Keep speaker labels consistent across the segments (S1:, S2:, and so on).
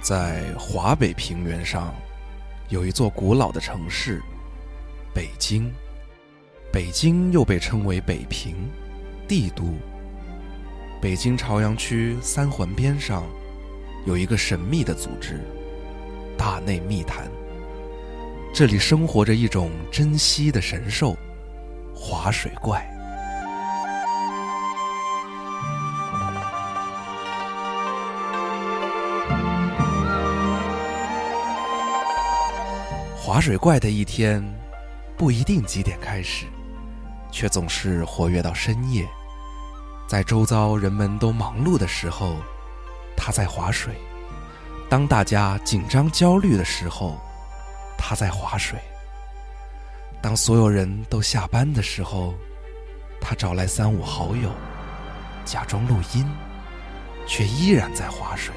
S1: 在华北平原上，有一座古老的城市——北京。北京又被称为北平、帝都。北京朝阳区三环边上，有一个神秘的组织——大内密谈。这里生活着一种珍稀的神兽——滑水怪。滑水怪的一天不一定几点开始，却总是活跃到深夜。在周遭人们都忙碌的时候，它在划水；当大家紧张焦虑的时候，它在划水；当所有人都下班的时候，它找来三五好友，假装录音，却依然在划水。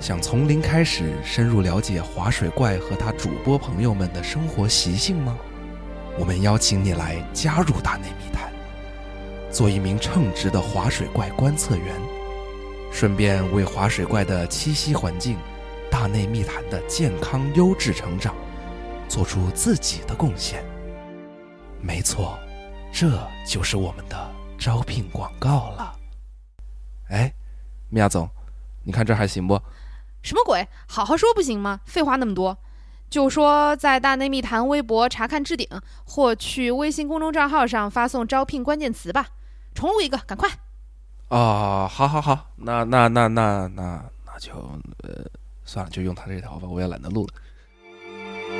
S1: 想从零开始深入了解滑水怪和他主播朋友们的生活习性吗？我们邀请你来加入大内密探，做一名称职的滑水怪观测员，顺便为滑水怪的栖息环境、大内密谈的健康优质成长做出自己的贡献。没错，这就是我们的招聘广告了。哎，米娅总，你看这还行不？
S2: 什么鬼？好好说不行吗？废话那么多。就说在大内密谈微博查看置顶，或去微信公众账号上发送招聘关键词吧。重录一个，赶快！
S1: 哦，好好好，那那那那那那就呃算了，就用他这条吧，我也懒得录了。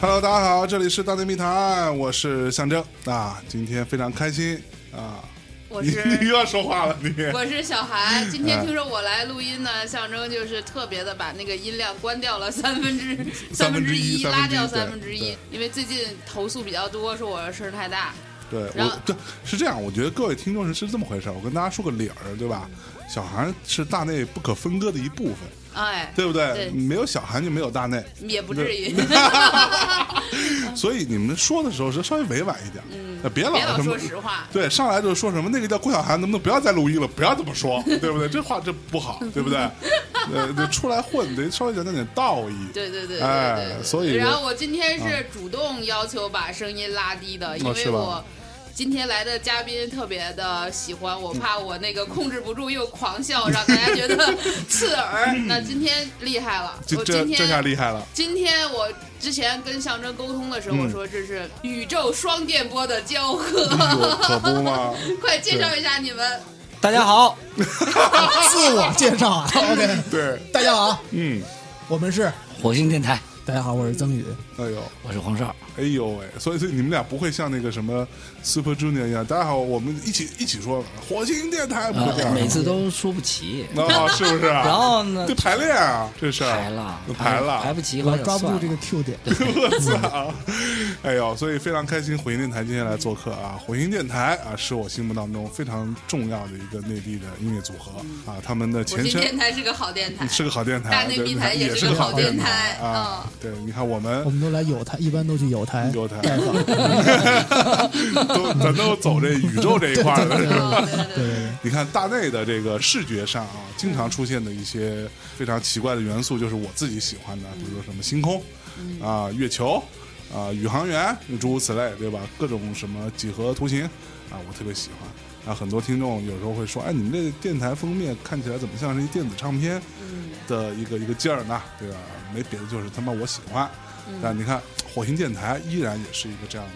S3: Hello，大家好，这里是大内密谈，我是象征啊，今天非常开心啊，
S4: 我
S3: 你
S4: 是
S3: 你又要说话了，你
S4: 我是小韩，今
S3: 啊
S4: 天听说我来录音呢，象征就是特别的把那个音量关掉了三分之
S3: 三分
S4: 分
S3: 之一
S4: 一，
S3: 三分之一
S4: 拉掉
S3: 对
S4: 三分之一
S3: 对，
S4: 因为最近投诉比较多，说我声儿太大。
S3: 对
S4: 然后
S3: 我对是这样，我觉得各位听众是是这么回事儿，我跟大家说个理儿，对吧？小韩是大内不可分割的一部分，
S4: 哎，
S3: 对不对？
S4: 对
S3: 没有小韩就没有大内，
S4: 也不 至于，
S3: 所以你们说的时候是稍微委婉一点，嗯、别老
S4: 嗯别老
S3: 什么
S4: 说实话。
S3: 对，上来就说什么那个叫郭晓涵，能不能不要再录音了？不要这么说，对不对？这话这不好，对 不对？呃，就出来混得稍微讲点道义。
S4: 对对对对
S3: 哎
S4: 对对，
S3: 所以嗯
S4: 然后我今天是主动要求把声音拉低的，因
S3: 哦是
S4: 为
S3: 吧
S4: 我今天来的嘉宾特别的喜欢，我怕我那个控制不住又狂笑，让大家觉得 刺耳。那今天厉害了，
S3: 这
S4: 我
S3: 这
S4: 今
S3: 这下
S4: 天
S3: 厉害了，
S4: 今天我之前跟象征沟通的时候，
S3: 嗯
S4: 我说这是宇宙双电波的交合，
S3: 哎呦可不 嘛！
S4: 快介绍一下你们。
S5: 大家好，
S6: 自我介绍啊，OK，
S3: 对，
S6: 大家好，
S3: 嗯，
S6: 我们是
S5: 火星电台，
S6: 大家好，我是曾宇，
S3: 哎呦，
S5: 我是黄少。
S3: 哎呦喂！所以，所以你们俩不会像那个什么 Super Junior 一样，大家好，我们一起一起说火星电台，不会这样的。
S5: 呃，每次都说不齐，
S3: 啊，是不是啊？
S5: 然后呢
S3: 得排练啊，这是
S5: 排了
S3: 排了，
S5: 排不齐，
S6: 我
S5: 合着
S6: 抓不
S5: 算
S6: 住
S5: 了
S6: 这个 Q 点，
S3: 我操！ 哎呦，所以非常开心，火星电台今天来做客啊！火星电台啊，是我心目当中非常重要的一个内地的音乐组合啊，他们的
S4: 火
S3: 前
S4: 星电
S3: 身
S4: 台是个好电台，
S3: 是个好电台，
S4: 大内
S3: 对
S4: 密谈
S3: 也
S4: 也是
S3: 个
S4: 个好
S3: 电
S4: 电台
S3: 啊
S4: 嗯。
S3: 对，你看我
S6: 我
S3: 们
S6: 们都来有台，一般都去有台
S3: 有台
S6: 拜访，
S3: 都咱都走这宇宙这一块儿的，是吧？
S4: 哦对对对
S6: 对对对，
S3: 你看大内的这个视觉上啊，经常出现的一些非常奇怪的元素，就是我自己喜欢的，比如说什么星空啊、月球啊、宇航员，诸如此类，对吧？各种什么几何图形啊，我特别喜欢。啊，很多听众有时候会说，哎，你们这电台封面看起来怎么像是一电子唱片的一个一个劲儿呢？对吧？没别的，就是他妈我喜欢。但你看，火星电台依然也是一个这样的。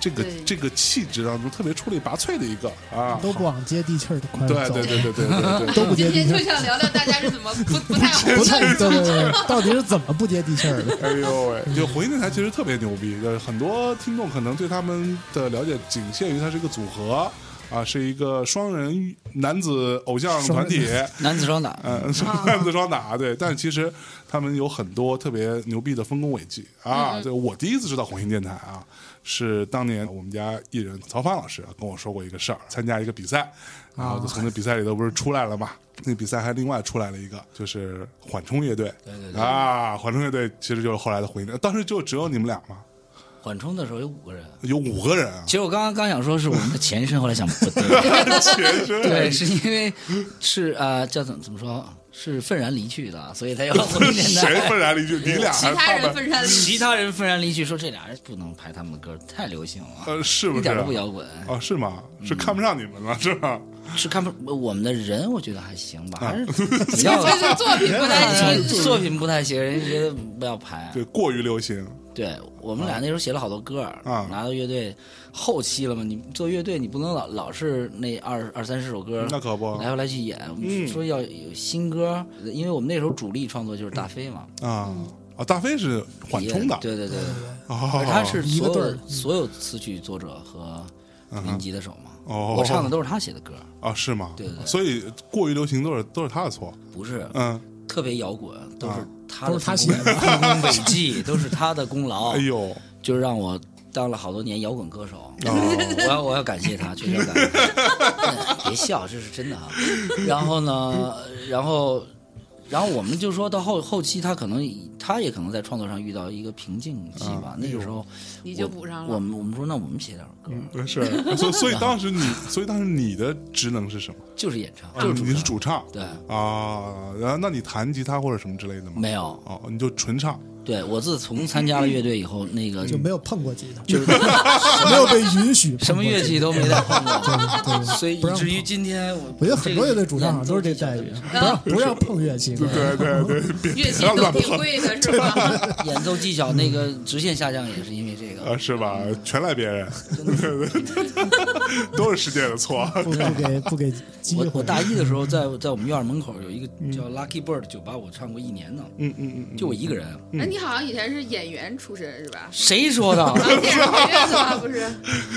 S3: 这个
S4: 对
S3: 这个气质当中特别出类拔萃的一个啊，
S6: 都不往接地气儿的快走，
S3: 对对对对对对对，
S6: 都不接
S4: 今
S6: 地
S4: 天
S6: 气
S4: 就
S6: 儿，
S4: 想聊聊大家是怎么不不太
S6: 不
S4: 红
S6: 太
S4: 的。
S6: 对对对，到底是怎么不接地气儿 的？
S3: 哎呦喂，就火星电台其实特别牛逼，就是很多听众可能对他们的了解仅限于它是一个组合。啊，是一个双人男子偶像团体，
S5: 男子双 打，
S3: 嗯，
S4: 啊
S3: 男子双打对，但其实他们有很多特别牛逼的丰功伟绩
S4: 嗯
S3: 啊。这我第一次知道红星电台啊，是当年我们家艺人曹芳老师啊跟我说过一个事儿，参加一个比赛，然后就
S4: 啊
S3: 从那比赛里头不是出来了嘛。那比赛还另外出来了一个，就是缓冲乐队，对对对啊，缓冲乐队其实就是后来的红星，当时就只有你们俩嘛，
S5: 缓冲的时候有五个人。
S3: 有五个 人啊
S5: 其，实我刚刚刚想说是我们的前身，后来想不对，
S3: 全是
S5: 对，是因为是啊、呃叫怎么怎么说，是愤然离去的，所以才要回电
S3: 谁
S5: 台。
S3: 愤然离去？你俩
S4: 其
S3: 还
S4: 他
S3: 他
S4: 人
S3: 们
S4: 分山离
S5: 其他人愤然离去，说这俩人不能排他们的歌，太流行了，
S3: 呃是不是
S5: 一点嗯都不摇滚。
S3: 啊？是吗？是看不上你们了是吧？
S5: 是看不我们的人，我觉得还行
S3: 啊
S5: 吧，还是 比较
S4: 所以这作品不太
S5: 嗯
S4: 行。
S5: 作品不太行，人家觉得不要排。
S3: 对，过于流行。
S5: 对我们俩那时候写了好多歌，
S3: 啊
S5: 拿到乐队后期了嘛，你做乐队你不能老老是那二二三十首歌，
S3: 那可不
S5: 嗯
S3: 嗯
S5: 来回来去演，说要有新歌，因为我们那时候主力创作就是大飞嘛，
S3: 啊啊！大飞是缓冲的
S5: 也，对对对对，
S3: 哦
S5: 而他是
S6: 一个
S5: 所
S6: 队
S5: 有
S6: 儿
S5: 所有词曲作者和民吉的手嘛，
S3: 嗯啊哦
S5: 我唱的都是他写的歌，
S3: 啊，是吗？
S5: 对对对
S3: 所以过于流行都是都是他的错。
S5: 不是
S3: 嗯，
S5: 特别摇滚，都是他
S6: 都
S5: 的
S6: 是他
S5: 丰
S6: 写
S5: 功丰功伟绩，都是他的功劳
S3: 哎，呦，
S5: 就是让我当了好多年摇滚歌手。
S3: 哦
S5: 我要我要感谢他，确实要感谢他。 别笑，这是真的啊。然后呢，然后，然后我们就说到后后期，他可能他也可能在创作上遇到一个瓶颈期吧。那个时候
S4: 你就
S5: 我
S4: 补上了
S5: 我们我们说，那我们写点歌，
S3: 是，所以所以当时你，所以当时你的职能是什么？
S5: 就是演唱，就是
S3: 啊你是主唱
S5: 对。
S3: 啊，然后那你弹吉他或者什么之类的吗？
S5: 没有，
S3: 哦，你就纯唱。
S5: 对我自从参加了乐队以后，那个
S6: 就没有碰过吉他，
S5: 就是
S6: 没有被允许碰过吉他
S5: 什么乐器都没再碰过，
S6: 对，对
S5: 所以以
S6: 不让
S5: 至于
S6: 碰
S5: 今天我
S6: 我觉得很多乐队主唱啊
S5: 演
S6: 都
S5: 奏
S6: 是这
S5: 技巧
S6: 待
S5: 就
S6: 遇，
S5: 是
S6: 不让不让碰乐器，
S3: 对对对，别
S4: 乐器
S3: 别
S4: 都
S3: 乱
S4: 挺
S3: 碰
S4: 贵的，是吧？
S5: 演奏技巧那个直线下降也是因为这
S3: 啊，
S5: 个，
S3: 是吧？全赖别人， 都是世界的错。
S6: 不不给不给机
S5: 我
S6: 会。嗯
S5: 我大一的时 候在在我们院儿门口有一个叫 Lucky Bird 酒吧，我唱过一年呢，
S3: 嗯嗯嗯嗯，
S5: 就我一个人。啊
S4: 哎，你好像以前是演员出身是吧？啊
S5: 谁说的？啊
S4: 电影学院的吧，不是？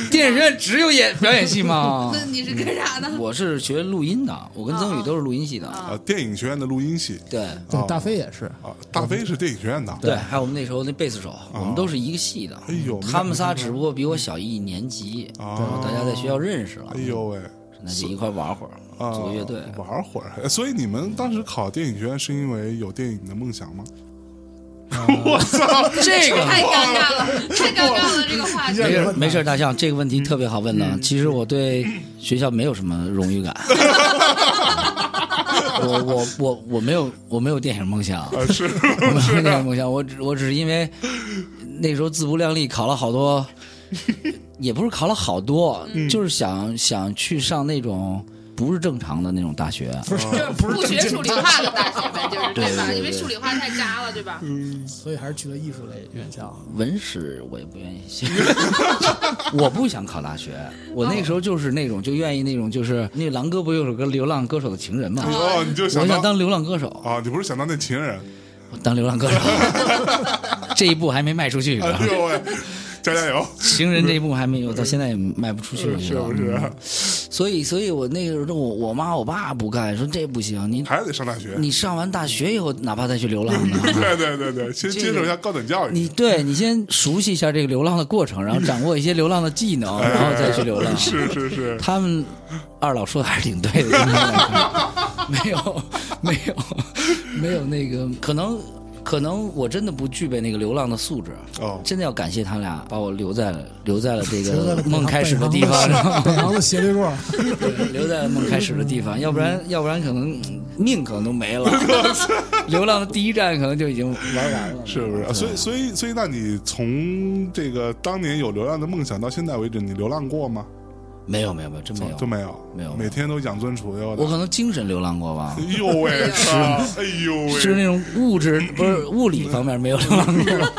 S5: 电影学院只有演 表演 系吗？
S4: 那你是干啥的？
S5: 我是学录音的，我跟曾宇都是录音系的。
S3: 啊，电影学院的录音系
S5: 对
S6: 对大飞也是，
S3: 啊，大飞是电影学院的。
S5: 对，还有我们那时候那贝斯手，我
S6: 哦
S5: 们都是一个系的。
S3: 哎呦
S5: 他们仨只不过比我小一年级，
S6: 哦
S5: 然后大家在学校认识了
S3: 哎，呦喂，
S5: 那就一块玩会儿，
S6: 哦
S3: 啊，
S5: 组个乐队。
S3: 玩会儿。所以你们当时考电影学院是因为有电影的梦想吗？
S5: 这个
S4: 太尴尬了， 太尴尬了，这个话题。
S5: 没事嗯没事，大象这个问题特别好问的。其实我对学校没有什么荣 誉感，我我我我没有我没有电影梦想，
S3: 啊，是
S5: 我没有电影梦想，我只我只是因为那时候自不量力，考了好多，也不是考了好多，就是想想去上那种不是正常的那种大学。
S4: 就是不学数理化的大学呗，就是对吧？
S5: 对对对
S4: 因为数理化太渣了，对吧？
S6: 所以还是去了艺术类院校。
S5: 文史我也不愿意写， 我不想考大学。我那时候就是那种就愿意那种就是那狼哥不有首歌《流浪歌手的情人》嘛，
S3: 哦，你就
S5: 我想
S3: 当
S5: 当流浪歌手，
S3: 啊，你不是想当那情人？
S5: 我当流浪歌手，这一步还没迈出去，
S3: 哎呦喂，加加油！
S5: 情人这一步还没有，到现在也迈不出去，我觉
S3: 是
S5: 得
S3: 不是？啊
S5: 嗯所以，所以我那个时候，我我妈我爸不干，说这不行，你
S3: 还是得上大学。
S5: 你上完大学以后，哪怕再去流浪呢。
S3: 对对对对，先接受一下高等教育。
S5: 你对你先熟悉一下这个流浪的过程，然后掌握一些流浪的技能，
S3: 哎
S5: 然后再去流浪。
S3: 是是是，
S5: 他们二老说的还是挺对的，今天来看没有没有没有那个可能可能我真的不具备那个流浪的素质，啊
S3: 哦，
S5: 真的要感谢他俩把我留在了 留在了这
S6: 留
S5: 个
S6: 在了
S5: 梦开始的地方，然后
S6: 北航的斜对过，
S5: 留在了梦开始的地方，要不然要不然可能嗯命可能都 没了，流浪的第一站可能就已经玩完了，
S3: 是不是？啊所以所以所以，那你从这个当年有流浪的梦想到现在为止，你流浪过吗？
S5: 没有没有没有真没有
S3: 都没有，
S5: 没有
S3: 每天都养尊处优的
S5: 我。可能精神流浪过 吧
S3: 哎。呦喂，靠哎呦
S5: 就是
S3: 喂，
S5: 那种物质不是物理方面没有流浪过，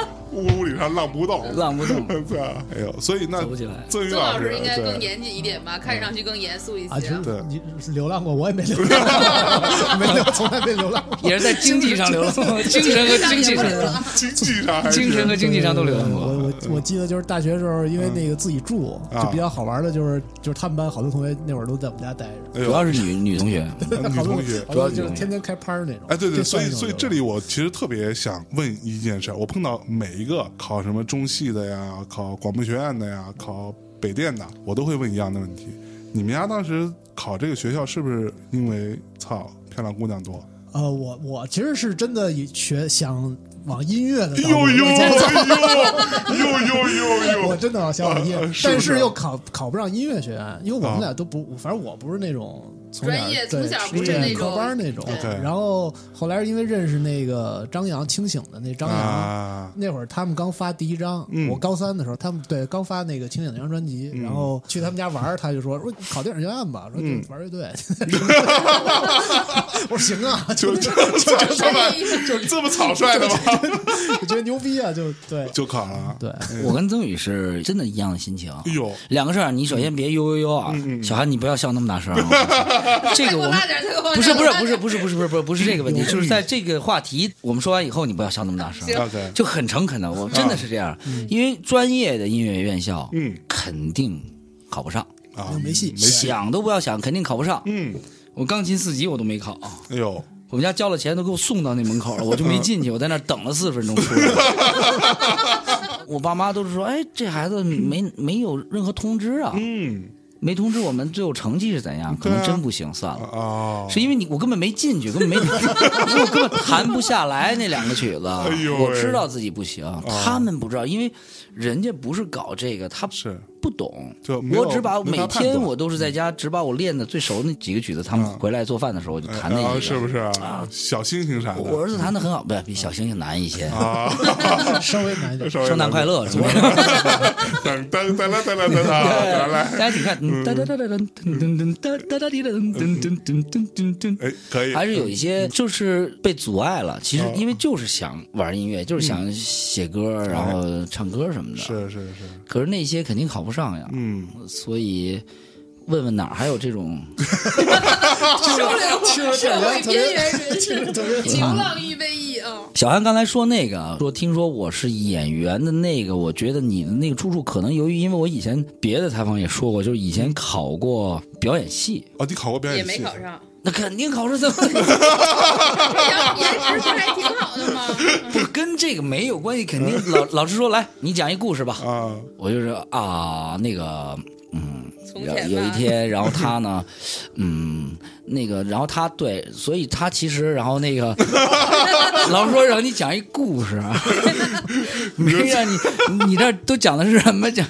S3: 物理上浪不动，
S5: 浪不动，
S3: 对啊，哎呦，所以那
S5: 走不起来。
S3: 曾宇
S4: 曾老
S3: 师
S4: 师应该更
S3: 对啊
S4: 严谨一点吧，看上去更严肃一
S6: 啊，其
S4: 些
S6: 实。
S3: 对
S6: 你流浪过，我也没流浪 过， 没流，从来没流浪过。
S5: 也是在经济上流浪，精神和经济上，
S3: 经济上还是
S5: 精神和经济上都流浪
S6: 我
S5: 过。
S6: 我我记得就是大学时候，因为那个自己住，
S3: 嗯啊
S6: 就比较好玩的就是就是他们班好多同学那会儿都在我们家待着，
S3: 哎
S5: 主
S3: 呦
S5: 要是女女同学，
S3: 嗯 女
S6: 好多
S3: 同学。
S6: 好多就是天天开趴儿那种。
S3: 哎，对对，
S6: 这
S3: 所
S6: 算
S3: 以
S6: 一种
S3: 所以
S6: 流浪
S3: 这里我其实特别想问一件事儿，我碰到每一个考什么中戏的呀，考广播学院的呀，考北电的，我都会问一样的问题：你们家当时考这个学校是不是因为操漂亮姑娘多？
S6: 呃，我我其实是真的以学想往音乐的道
S3: 哎呦
S6: 路
S3: 呦呦
S6: 走走
S3: 呦呦呦
S6: 我
S3: 呦！
S6: 真的啊往想往音乐，
S3: 是不
S6: 但
S3: 是
S6: 是又考考不上音乐学院，因为我
S3: 啊
S6: 们俩都不，反正我不是那种从小
S4: 专业
S6: 对
S4: 从小不
S3: 是
S6: 对
S3: 那
S6: 科
S4: 种
S6: 班儿那种。
S4: 对
S3: OK
S6: 然后后来是因为认识那个张扬清醒的那张扬。
S3: 啊，
S6: 那会儿他们刚发第一张，
S3: 嗯
S6: 我高三的时候，他们对刚发那个《清醒》那张专辑，
S3: 嗯
S6: 然后去他们家玩儿，他就说说你考电影学院吧，说就
S3: 嗯
S6: 玩乐队， 我说行啊，
S3: 就 就
S6: 就
S3: 就
S4: 哎
S3: 这么就 这么草率的吗？
S6: 我觉得牛逼啊，就对
S3: 就考了。
S6: 对，
S5: 我跟曾宇是真的一样的心情。
S3: 哎呦，
S5: 两个事儿，你首先别呦呦呦啊，小韩你不要笑那么大声啊。这
S4: 再
S5: 个
S4: 给
S5: 我
S4: 我
S5: 们
S4: 拉点儿，再给我
S5: 不是
S4: 拉
S5: 不
S4: 点
S5: 是
S4: 儿
S5: 不是不是不是不是不是不是这个问题，就是在这个话题我们说完以后，你不要笑那么大声，啊
S3: OK，
S5: 就很诚恳的，我真的是这样，因为专业的音乐院校
S3: 嗯
S5: 肯定考不上，
S3: 啊，
S6: 没戏
S3: 没戏。
S5: 想都不要想，肯定考不上。
S3: 嗯，
S5: 我钢琴四级我都没考，啊
S3: 哎呦，
S5: 我们家交了钱都给我送到那门口了，我就
S3: 嗯
S5: 没进去，我在那儿等了四十分钟 出来。我爸妈都是说，哎，这孩子没没有任何通知啊，
S3: 嗯
S5: 没通知我们最后成绩是怎样，可
S3: 对啊
S5: 能真不行，算了。
S3: 啊，
S5: 是因为你我根本没进去，根本没，因为我根本弹不下来那两个曲子。啊
S3: 哎呦喂哦
S5: 我知道自己不行，他们不知道，因为人家不是搞这个，他
S3: 是
S5: 不懂。
S3: 就没有
S5: 我只把
S3: 没法
S5: 每
S3: 判断
S5: 天我都是在家，只把我练的最熟那几个曲子，他们
S3: 嗯
S5: 回来做饭的时候我就
S3: 哎
S5: 弹那
S3: 啊
S5: 几
S3: 是
S5: 个。
S3: 不是啊？小星星啥
S5: 我
S3: 的
S5: 儿子弹的很好，不比小星星难一些。
S3: 啊，
S6: 稍微难 一点。
S3: 稍微
S5: 圣诞
S3: 冷
S5: 快乐是吧？
S3: 噔噔噔噔噔噔噔 啊，来
S5: 大，家请看，哒哒哒哒噔噔噔哒哒哒滴噔噔噔噔噔噔。
S3: 哎，可以，
S5: 还是有一些就是被阻碍了。其实
S3: 嗯
S5: 因为就是想玩音乐，就是想写歌，然后唱歌什么
S3: 哎
S5: 的。，
S3: 是是是，
S5: 可是那些肯定考不上呀，
S3: 嗯，
S5: 所以。问问哪儿还有这种？
S4: 社会边缘人 士，
S6: 特别
S4: 流浪预备役啊！
S5: 小韩刚才说那个啊，说听说我是演员的那个，我觉得你的那个出处可能由于，因为我以前别的采访也说过，就是以前考过表演系，
S3: 哦，你考过表
S4: 也
S3: 演
S4: 没
S3: 系？
S4: 考上，哎
S5: 那肯定考试怎么
S4: 颜颜值不还挺好的吗？
S5: 不跟这个没有关系？肯定 老老师说来，你讲一故事吧，
S3: 啊，
S5: 我就说啊，那个，嗯，
S4: 从
S5: 有
S4: 前吧
S5: 有一 天，然后他呢，嗯，那个，然后他对，所以他其实，然后那 个老师说让你讲一故事，没让你，你这都讲的是什么讲？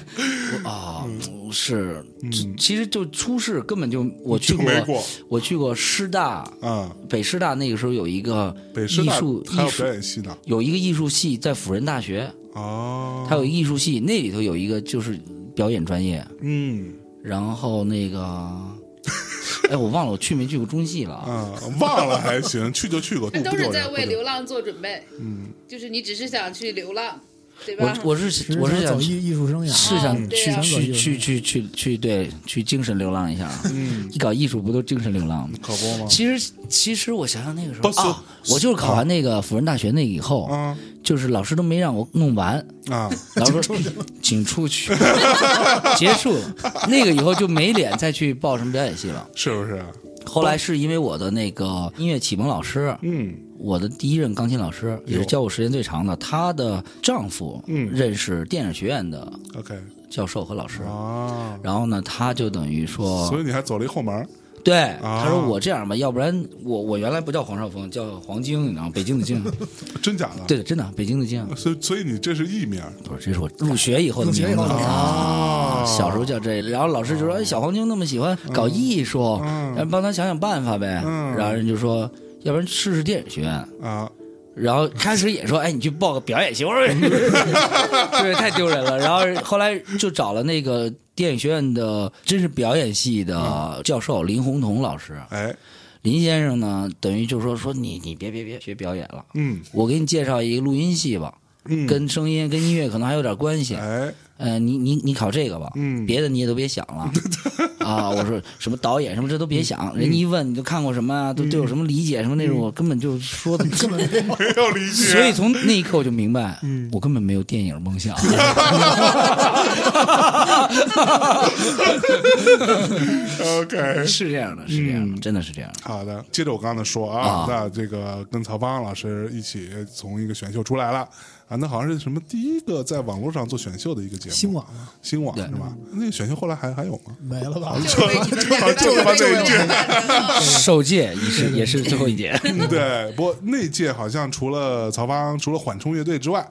S5: 我啊，
S3: 嗯
S5: 是，这其实就初试根本就我去
S3: 就嗯没过
S5: 我去过师大，
S3: 啊，
S5: 北师大那个时候有一个
S3: 北师
S5: 艺
S3: 大
S5: 术
S3: 还
S5: 艺
S3: 有表
S5: 术
S3: 演系呢，
S5: 有一个艺术系在辅仁大学，
S3: 哦，
S5: 它有艺术系，那里头有一个就是表演专业，
S3: 嗯
S5: 然后那个，哎，我忘了我去没去过中戏了
S3: 啊，
S5: 啊。
S3: 忘了还行，去就去过，
S4: 那都
S3: 不
S4: 是
S3: 丢
S4: 在
S3: 人
S4: 为
S3: 不丢人
S4: 流浪做准备，
S3: 嗯，
S4: 就是你只是想去流浪，对吧
S5: 我？我是我
S6: 只
S5: 是
S6: 想
S5: 想
S6: 走
S5: 去
S6: 艺艺术生涯，
S5: 是想
S4: 对
S5: 去
S4: 啊
S5: 去去去去去对去精神流浪一下啊。
S3: 嗯
S5: 一搞艺术不都精神流浪吗？
S3: 可 不吗？
S5: 其实其实我想想那个时
S3: 不是
S5: 候啊，嗯我哦就是考完那个辅仁大学那以后，
S3: 啊
S5: 就是老师都没让我弄 完，
S3: 啊，
S5: 老师说请出去，结束了。那个以后就没脸再去报什么表演系了。
S3: 是啊不是？
S5: 后来是因为我的那个音乐启蒙老师，
S3: 嗯，
S5: 我的第一任钢琴老师也是教我时间最长的，她的丈夫
S3: 嗯
S5: 认识电影学院的
S3: OK
S5: 教授和老师，
S3: 啊，
S5: 然后呢，他就等于
S3: 所
S5: 说，
S3: 以你还走了一后门儿
S5: 对，
S3: 啊
S5: 他说我这样吧，要不然我我原来不叫黄少峰，叫黄晶，你知道吗？北京的 晶，
S3: 真假的？
S5: 对，真的北京的晶，
S3: 所以所以你这是艺名儿
S5: 不是，这是我入学以后的
S6: 入
S5: 名
S6: 学以
S5: 字
S6: 后
S5: 啊，小时候叫这，然后老师就说，哎，小黄晶那么喜欢搞艺术，
S3: 嗯
S5: 然后帮他想想办法呗，
S3: 嗯
S5: 然后人就说，要不然试试电影学院。
S3: 啊，
S5: 然后开始也说，哎，你去报个表 演系，我说对，太丢人了。然后后来就找了那个电影学院的，真是表演系的教授林洪桐老师，
S3: 哎，
S5: 林先生呢，等于就说说你你别别别学表演了，
S3: 嗯
S5: 我给你介绍一个录音系吧。
S3: 嗯，
S5: 跟声音、跟音乐可能还有点关系。
S3: 哎，
S5: 呃，你你你考这个吧，
S3: 嗯
S5: 别的你也都别想 了啊！我说什么导演什么这都别
S3: 嗯
S5: 想，人家一问你都看过什么啊，都对我什么理解什么那种，我根本就说的根本
S3: 没有理解，
S5: 所以从那一刻我就明白，我根本没有电影梦想。
S3: OK。
S5: 是这样的，是这样的，真的是这样的。
S3: 好的，接着我刚才说
S5: 啊
S3: 啊，那这个跟曹芳老师一起从一个选秀出来了啊，那好像是什么第一个在网络上做选秀的一个节目，
S6: 新网啊
S3: 新网是吧？那个选秀后来还还有吗？
S6: 没了吧？
S4: 就为你们两个
S3: 就他妈这一 句
S5: 首届也是也是最后一届，
S3: 嗯 对，不过那届好像除了曹芳，除了缓冲乐队之外，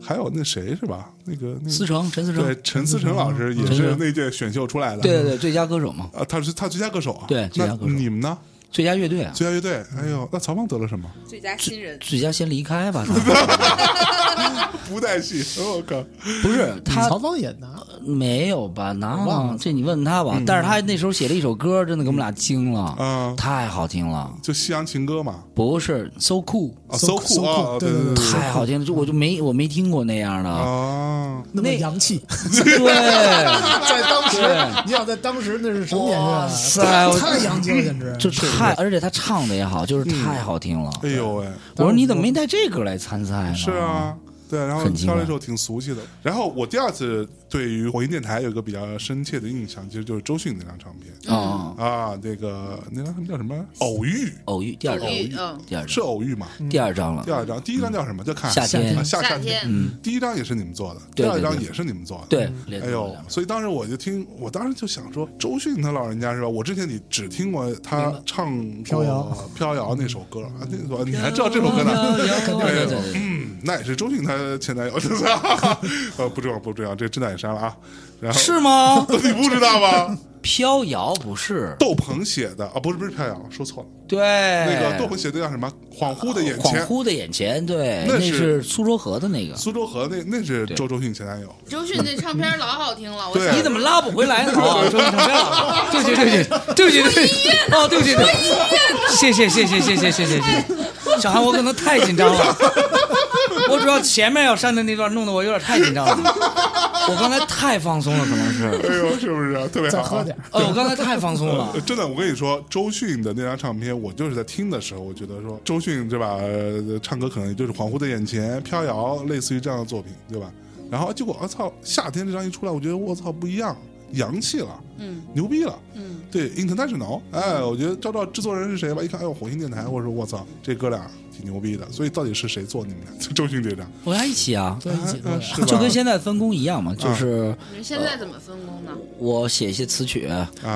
S3: 还有那谁是吧？那个那
S5: 思
S3: 个
S5: 成陈思成嗯
S3: 对，陈思诚老师也
S5: 陈思
S3: 是
S5: 诚
S3: 那届选秀出来的，
S5: 对对对，最佳歌手嘛，
S3: 啊，他是他最佳歌手啊，
S5: 对最佳歌手
S3: 那你们呢？
S5: 最佳乐队啊，
S3: 最佳乐队，哎呦，那曹芳得了什么？
S4: 最佳新 人，
S5: 最佳先离开吧。
S3: 不带戏，我靠，
S5: 不是他
S6: 曹芳也拿，
S5: 没有吧？拿
S6: 忘
S5: 了
S6: 了
S5: 这你问他吧。但是他那时候写了一首歌，真的给我们俩惊了，
S3: 啊，
S5: 太好听了，
S3: 就西洋情歌嘛，
S5: 不是 so cool，
S3: 啊
S6: So-
S3: 酷
S6: So
S3: 啊，
S6: cool，对
S3: 对
S6: 对
S3: 对，
S5: 太好听了，就我就没我没听过那样的。
S3: 啊，
S6: 那么
S5: 那
S6: 洋气，
S5: 对，
S6: 在当时
S5: 对，
S6: 你想在当时那是什么年月啊
S5: 哇？塞我
S6: 太洋气了，简直！
S5: 就太，而且他唱的也好，就是太好听了。
S3: 嗯哎呦喂，
S5: 我说你怎么没带这歌来参赛呢？
S3: 是，啊。对，然后
S5: 很奇怪
S3: 挑了一首挺俗气的。然后我第二次对于火星电台有一个比较深切的印象，其实就是周迅那张唱片。
S5: 啊，
S3: 啊，那个那张什么叫什么？偶遇
S5: 偶遇第二张
S4: 偶，遇嗯
S5: 第二
S3: 是
S5: 张，
S3: 偶遇嘛？
S5: 第二张了
S3: 第。二张，第一张叫什么？叫看
S5: 嗯夏天
S3: 啊夏
S4: 夏
S3: 天。
S4: 天
S3: 第一张也是你们做的，第
S5: 对对
S3: 二张
S5: 对
S3: 也是你们做的。
S5: 对，
S3: 哎呦，所以当时我就听，我当时就想说，周迅他老人家是吧？我之前你只听过他唱过《
S6: 飘摇
S3: 飘摇》那首歌啊，那
S5: 嗯
S3: 首你还知道这首歌呢？
S5: 对对对对，
S3: 嗯，那也是周迅他前男友，呃， 不重要不重要，这真的也删了啊。然后
S5: 是吗？
S3: 你不知道吗？
S5: 飘摇不是，
S3: 窦鹏写的啊，不是不是飘摇，说错了，
S5: 对，
S3: 那
S5: 那
S3: 个窦鹏写的叫什么？恍惚的眼前
S5: 哎恍，惚的眼前，对，
S3: 那
S5: 那
S3: 是
S5: 是苏州河的那个。
S3: 苏州河那那是
S5: 对
S3: 周周迅前男友，
S4: 周迅那唱片老好听了，我
S3: 对
S4: 想
S5: 你怎么拉不 回来呢？哦，周成老师，对不起，对不起，对不起，对不起，哦，对不起，对不起，谢谢，谢谢，谢谢，谢谢，谢谢。小韩，我可能太紧张了，我主要前面要删的那段弄得我有点太紧张了，我刚才太放松了，可能是，
S3: 哎呦，是不是特别好
S6: 再
S3: 啊？
S6: 喝点儿，
S5: 哦，我刚才太放松了
S3: 呃，真的，我跟你说，周迅的那张唱片，我就是在听的时候，我觉得说周迅对吧、呃唱歌可能也就是《恍惚的眼前》《飘摇》，类似于这样的作品，对吧？然后结果我操，夏天这张一出来，我觉得我操不一样，洋气了，
S4: 嗯，
S3: 牛逼了，
S4: 嗯，
S3: 对，international，哎，我觉得找找制作人是谁吧，一看，哎呦，火星电台，我说我操，这哥俩挺牛逼的，所以到底是谁做你们俩？ 周迅这张，
S5: 我俩一起啊，
S6: 对，一起
S3: 啊
S6: 过来。
S3: 是吧？啊
S5: 就跟现在分工一样嘛，就是
S4: 你们现在怎么分工呢？
S5: 我写一些词曲，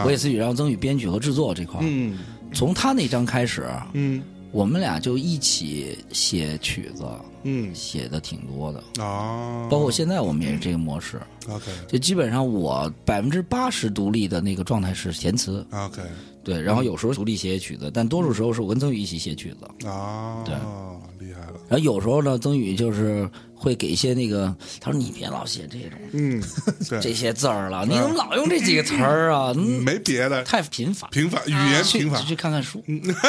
S5: 我写词曲，然后曾宇编曲和制作这块儿，
S3: 啊嗯
S5: 从他那张开始，
S3: 嗯
S5: 我们俩就一起写曲子，
S3: 嗯
S5: 写的挺多的。
S3: 啊，
S5: 包括现在我们也是这个模式，
S3: OK
S5: 就基本上我百分之八十独立的那个状态是填词，
S3: OK
S5: 对，
S3: 嗯
S5: 然后有时候独立写写曲子，但多数时候是我跟曾宇一起写曲子，
S3: 啊，
S5: 对，
S3: 厉害了，
S5: 然后有时候呢，曾宇就是会给一些那个，他说你别老写这种
S3: 嗯，对，
S5: 这些字儿了，你怎么老用这几个词儿啊？嗯，
S3: 没别的，
S5: 太频繁，
S3: 平凡语言
S5: 啊去
S3: 平凡，
S5: 去看看书，
S3: 嗯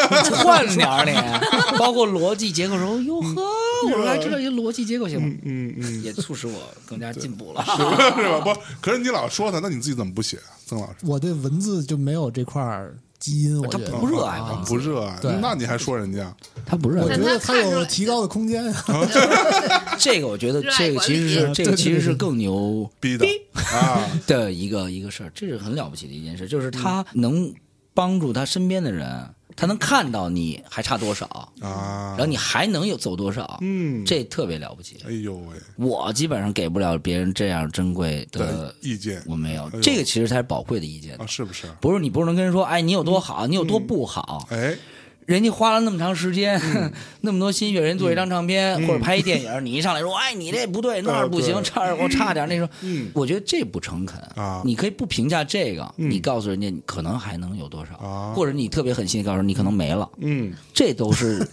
S5: 换点儿你，包括逻辑结构时候，哟呵，我说还知道一些逻辑结构性，
S3: 嗯嗯，
S5: 也促使我更加进步了。
S3: 是吧？ 是吧？不，可是你老说他，那你自己怎么不写啊，曾老师？
S6: 我对文字就没有这块儿基因，我
S5: 他
S6: 觉得
S5: 不热爱文
S3: 啊
S5: 字，
S3: 不热爱
S6: 对，
S3: 那你还说人家？
S5: 他不热
S6: 我
S5: 爱
S6: 觉
S5: 文字。
S6: 得它有提高的空间啊。
S5: 这个我觉得
S4: 热爱
S5: 这个
S4: 管
S5: 其实
S4: 理
S5: 是
S6: 啊
S5: 这个
S6: 对
S5: 其实
S6: 对
S5: 是
S6: 对
S5: 更牛
S3: 逼的啊，
S5: 的一个一个事儿，这是很了不起的一件事，
S3: 嗯
S5: 就是他能帮助他身边的人，他能看到你还差多少，
S3: 啊
S5: 然，后你还能有走多少，
S3: 嗯，
S5: 这特别了不起。
S3: 哎呦喂，
S5: 我基本上给不了别人这样珍贵的
S3: 的，意见
S5: 我没有
S3: 哎呦，
S5: 这个其实才是宝贵的意见
S3: 啊，。是不是？
S5: 不是你不能跟人说，哎，你有多好，你有多不好，
S3: 哎，
S5: 人家花了那么长时间，
S3: 嗯
S5: 那么多心血，人做一张唱片、或者拍一电影，你一上来说，哎，你这不对，那儿不行，
S3: 哦对嗯
S5: 这儿我差点，那时候，我觉得这不诚恳
S3: 啊嗯
S5: 你可以不评价这个，你告诉人家你可能还能有多少，
S3: 啊
S5: 或者你特别狠心地告诉人你可能没了，
S3: 嗯，
S5: 这都 是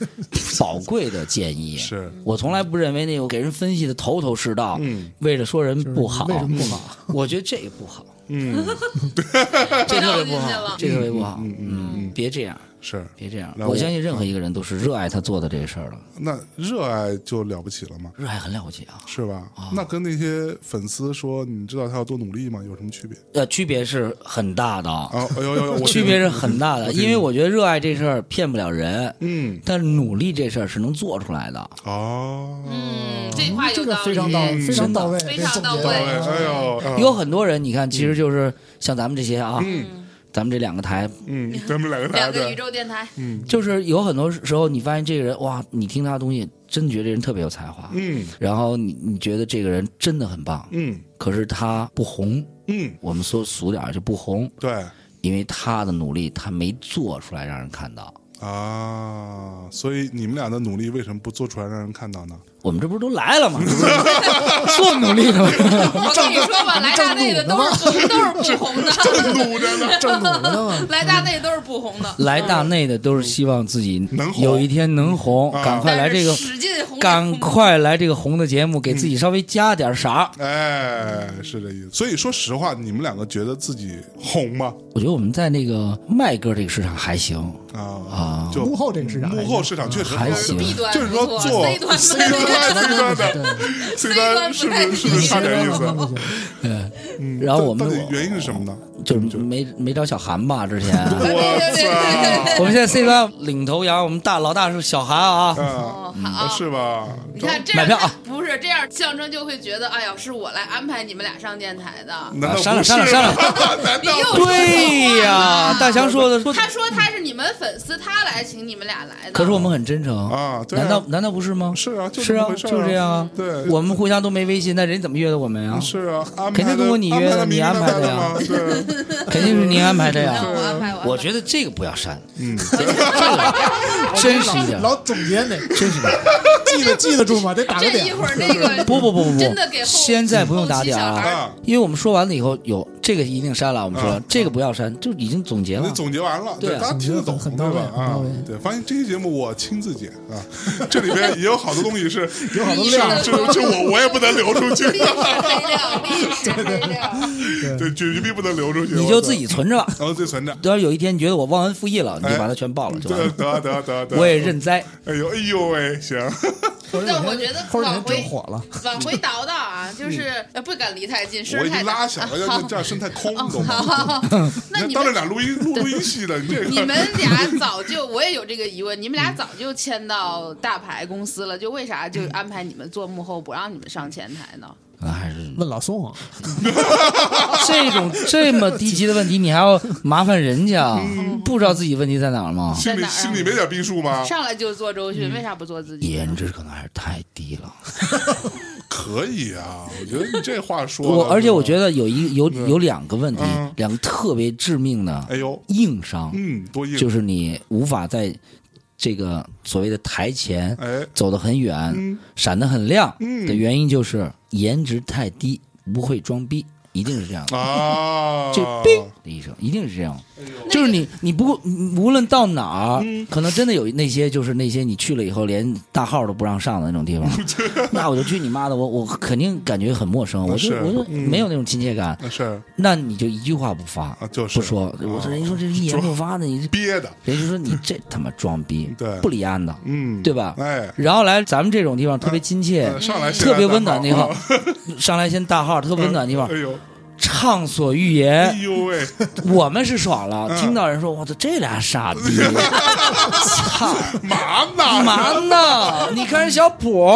S5: 宝贵的建议。
S3: 是
S5: 我从来不认为那种给人分析的头头是道，
S3: 嗯
S5: 为了说人
S6: 就是
S5: 不好，
S6: 为什么不好？
S5: 我觉得这个不好，
S3: 嗯
S5: 这特别
S4: 进
S5: 不
S4: 去
S5: 好
S4: 了，
S5: 这特别不好，嗯，别这样。
S3: 是，
S5: 别这样。
S3: 嗯那
S5: 我
S3: 我
S5: 相信任何一个人都是热爱他做的这个事儿了，
S3: 那热爱就了不起了嘛，
S5: 热爱很了不起啊。
S3: 是吧？那跟那些粉丝说你知道他有多努力吗？有什么区别？
S5: 呃，区别是很大的啊，
S3: 啊，哎呦呦，我
S5: 区别是很大的，
S3: 听
S5: 因为我觉得热爱这事儿骗不了人，
S3: 嗯，
S5: 但是努力这事儿是能做出来的。
S3: 哦，
S4: 嗯，这话有
S6: 这个
S4: 道理，
S6: 非常到
S3: 嗯
S6: 非常到位，
S4: 非
S6: 这
S4: 常
S6: 总
S4: 到
S6: 结
S3: 到位，
S4: 位
S6: 得
S3: 哎呦，啊
S5: 有很多人，你看，其实就是像咱们这些啊，
S3: 嗯
S5: 咱们这两个台，
S3: 嗯，咱们两个台
S4: 两个
S3: 对，
S4: 宇宙电台，
S3: 嗯
S5: 就是有很多时候，你发现这个人，哇，你听他的东西，真觉得这人特别有才华，
S3: 嗯
S5: 然后你你觉得这个人真的很棒，
S3: 嗯
S5: 可是他不红，
S3: 嗯，
S5: 我们说俗点儿就不红，
S3: 对
S5: 因为他的努力他没做出来让人看到。
S3: 啊，所以你们俩的努力为什么不做出来让人看到呢？
S5: 我们这不是都来了吗？ 做努力了吗？
S4: 我跟你说吧，来大内的都是不都是不红的，
S6: 正努着呢嘛。
S4: 来大内都是不红的，
S5: 来大内的都是希望自己
S3: 能红
S5: 有一天能红，
S3: 啊
S5: 赶快来这个
S4: 但，是使劲红，
S5: 赶快来这个红的节目，给自己稍微加点啥。
S3: 哎，是这意思。所以说实话，你们两个觉得自己红吗？
S5: 我觉得我们在那个卖歌这个市场还行
S3: 啊
S5: 啊，
S3: 就
S6: 幕后这个市场还行，
S3: 幕后市场确实
S5: 还
S3: 好
S5: 行
S4: B 端
S3: 就是说
S4: 不错
S3: 做
S4: C 端
S3: C 端 C 端的
S6: 对
S3: C
S4: 端
S3: 端
S4: 不
S3: 是不
S4: 太
S3: 是是不是差点意
S6: 不
S3: 思？
S6: 行
S3: 嗯
S5: 然后我们
S3: 到底原因是什么呢？
S5: 就是没没找小韩吧？之前
S4: 对对对对对
S5: 我们现在 C 端领头羊，我们大老大是小韩啊，
S3: 啊，
S4: 哦，好。
S3: 是吧？
S4: 你看这
S5: 买
S4: 样
S5: 票啊
S4: 不是这样，象征就会觉得，哎呀，是我来安排你们俩上电台的。
S3: 难道
S5: 啊删了
S3: 不是
S5: 删了删了
S3: 难
S4: 你又
S3: 道
S4: 说
S5: 对
S4: 这话
S5: 呀，
S4: 呢
S5: 大强说的说，
S4: 他说他是你们粉丝，他来请你们俩来的。
S5: 可是我们很真诚
S3: 啊对啊
S5: 难道难道不是吗？
S3: 是啊，就是这么
S5: 啊，
S3: 回事
S5: 就这样啊。
S3: 对，
S5: 我们互相都没微信，那人怎么约的我们呀？
S3: 是啊，安排
S5: 肯
S3: 的
S5: 定通过你约的
S3: 安排
S5: 你安排
S3: 的
S5: 的呀
S3: 明明白白的 嘛，对，
S5: 肯定是您安排的
S4: 让
S5: 呀。
S4: 哎我安排， 我安排
S5: 我觉得这个不要删，
S3: 嗯，
S5: 真实一点，
S6: 老总结那
S5: 真实一点。
S6: 记得记得住吗？得打个
S4: 这一
S6: 点。
S4: 会儿那个
S5: 不不不不不，
S4: 真的给后
S5: 现在不用打点
S4: 后期小孩
S5: 啊，
S4: 儿
S3: 啊，
S5: 因为我们说完了以后有这个一定删了，我们说了
S3: 嗯
S5: 这个不要删，就已经总结
S3: 你
S5: 了。
S3: 总结完了，
S5: 对啊
S3: 大家听得懂，
S6: 很
S3: 对
S6: 到位
S3: 吧？
S6: 很
S3: 啊
S6: 到位，
S3: 对，发现这期节目我亲自剪啊，这里边也有好多东西 是有
S4: 好多料
S3: 是是我我也不能流出去，
S4: 历史黑料，历史黑料。
S3: 对，绝逼不能流出去，
S5: 你就自己存着吧。
S3: 我操，然后自己存着，
S5: 要是有一天你觉得我忘恩负义了，你就把它全报了就完
S3: 哎对，
S5: 了。
S3: 得得得得，
S5: 我也认栽，
S3: 哎呦，哎呦喂，行，
S4: 但我觉得
S6: 或者
S4: 往
S6: 你真
S4: 回
S6: 火了，
S4: 往回倒倒啊，就是呃不敢离太近，
S3: 我
S4: 声
S3: 已
S4: 太
S3: 经
S4: 大。哦
S3: 拉小 了，要这样身太空，懂吗？
S4: 好 好好，啊哦那
S3: 你
S4: 你
S3: 当着
S4: 们
S3: 俩录音录录音系的，你这个
S4: 你们俩早就，我也有这个疑问，你们俩早就签到大牌公司了，就为啥就安排你们做幕后，不让你们上前台呢？
S5: 啊，还是
S6: 问老宋，
S5: 这种这么低级的问题，你还要麻烦人家，啊
S4: 嗯
S5: 不知道自己问题在哪儿吗？
S3: 心里
S4: 在哪儿啊
S3: 心里没点逼数吗？
S4: 上来就做周迅，为啥不做自己？
S5: 颜值可能还是太低了。
S3: 可以啊，我觉得你这话说的，
S5: 我而且我觉得有一有有两个问题
S3: 嗯，
S5: 两个特别致命的
S3: 哎呦，
S5: 硬伤，
S3: 嗯，多硬，
S5: 就是你无法在这个所谓的台前
S3: 哎，
S5: 走得很远，闪得很亮
S3: 嗯
S5: 的原因就是颜值太低，不会装逼，一定是这样的。
S3: 啊，
S5: 就叮的一声，一定是这样。
S3: 哎
S5: 就是你，你不过你无论到哪儿，
S3: 嗯
S5: 可能真的有那些，就是那些你去了以后连大号都不让上的那种地方， 那我就去你妈的，我我肯定感觉很陌生，我就是我就
S3: 嗯
S5: 没有那种亲切感。
S3: 那是
S5: 那你就一句话不发
S3: 啊，就是
S5: 不说，我
S3: 啊
S5: 说人家说这是一言不发的，你这
S3: 憋的，
S5: 人家就说你这他妈装逼，
S3: 对
S5: 不离岸的，
S3: 嗯，
S5: 对吧？
S3: 哎，
S5: 然后来咱们这种地方特别亲切
S3: 呃，上来先
S5: 特别
S3: 来
S5: 温暖
S3: 大
S5: 的地
S3: 号
S5: 方，上来先大号，特别温暖的地方
S3: 哎，呦，
S5: 畅所欲
S3: 哎
S5: 言。
S3: 呦喂，
S5: 我们是爽了，
S3: 嗯
S5: 听到人说我操这俩 傻逼，操
S3: 嘛 呢？
S5: 嘛呢？你看人小普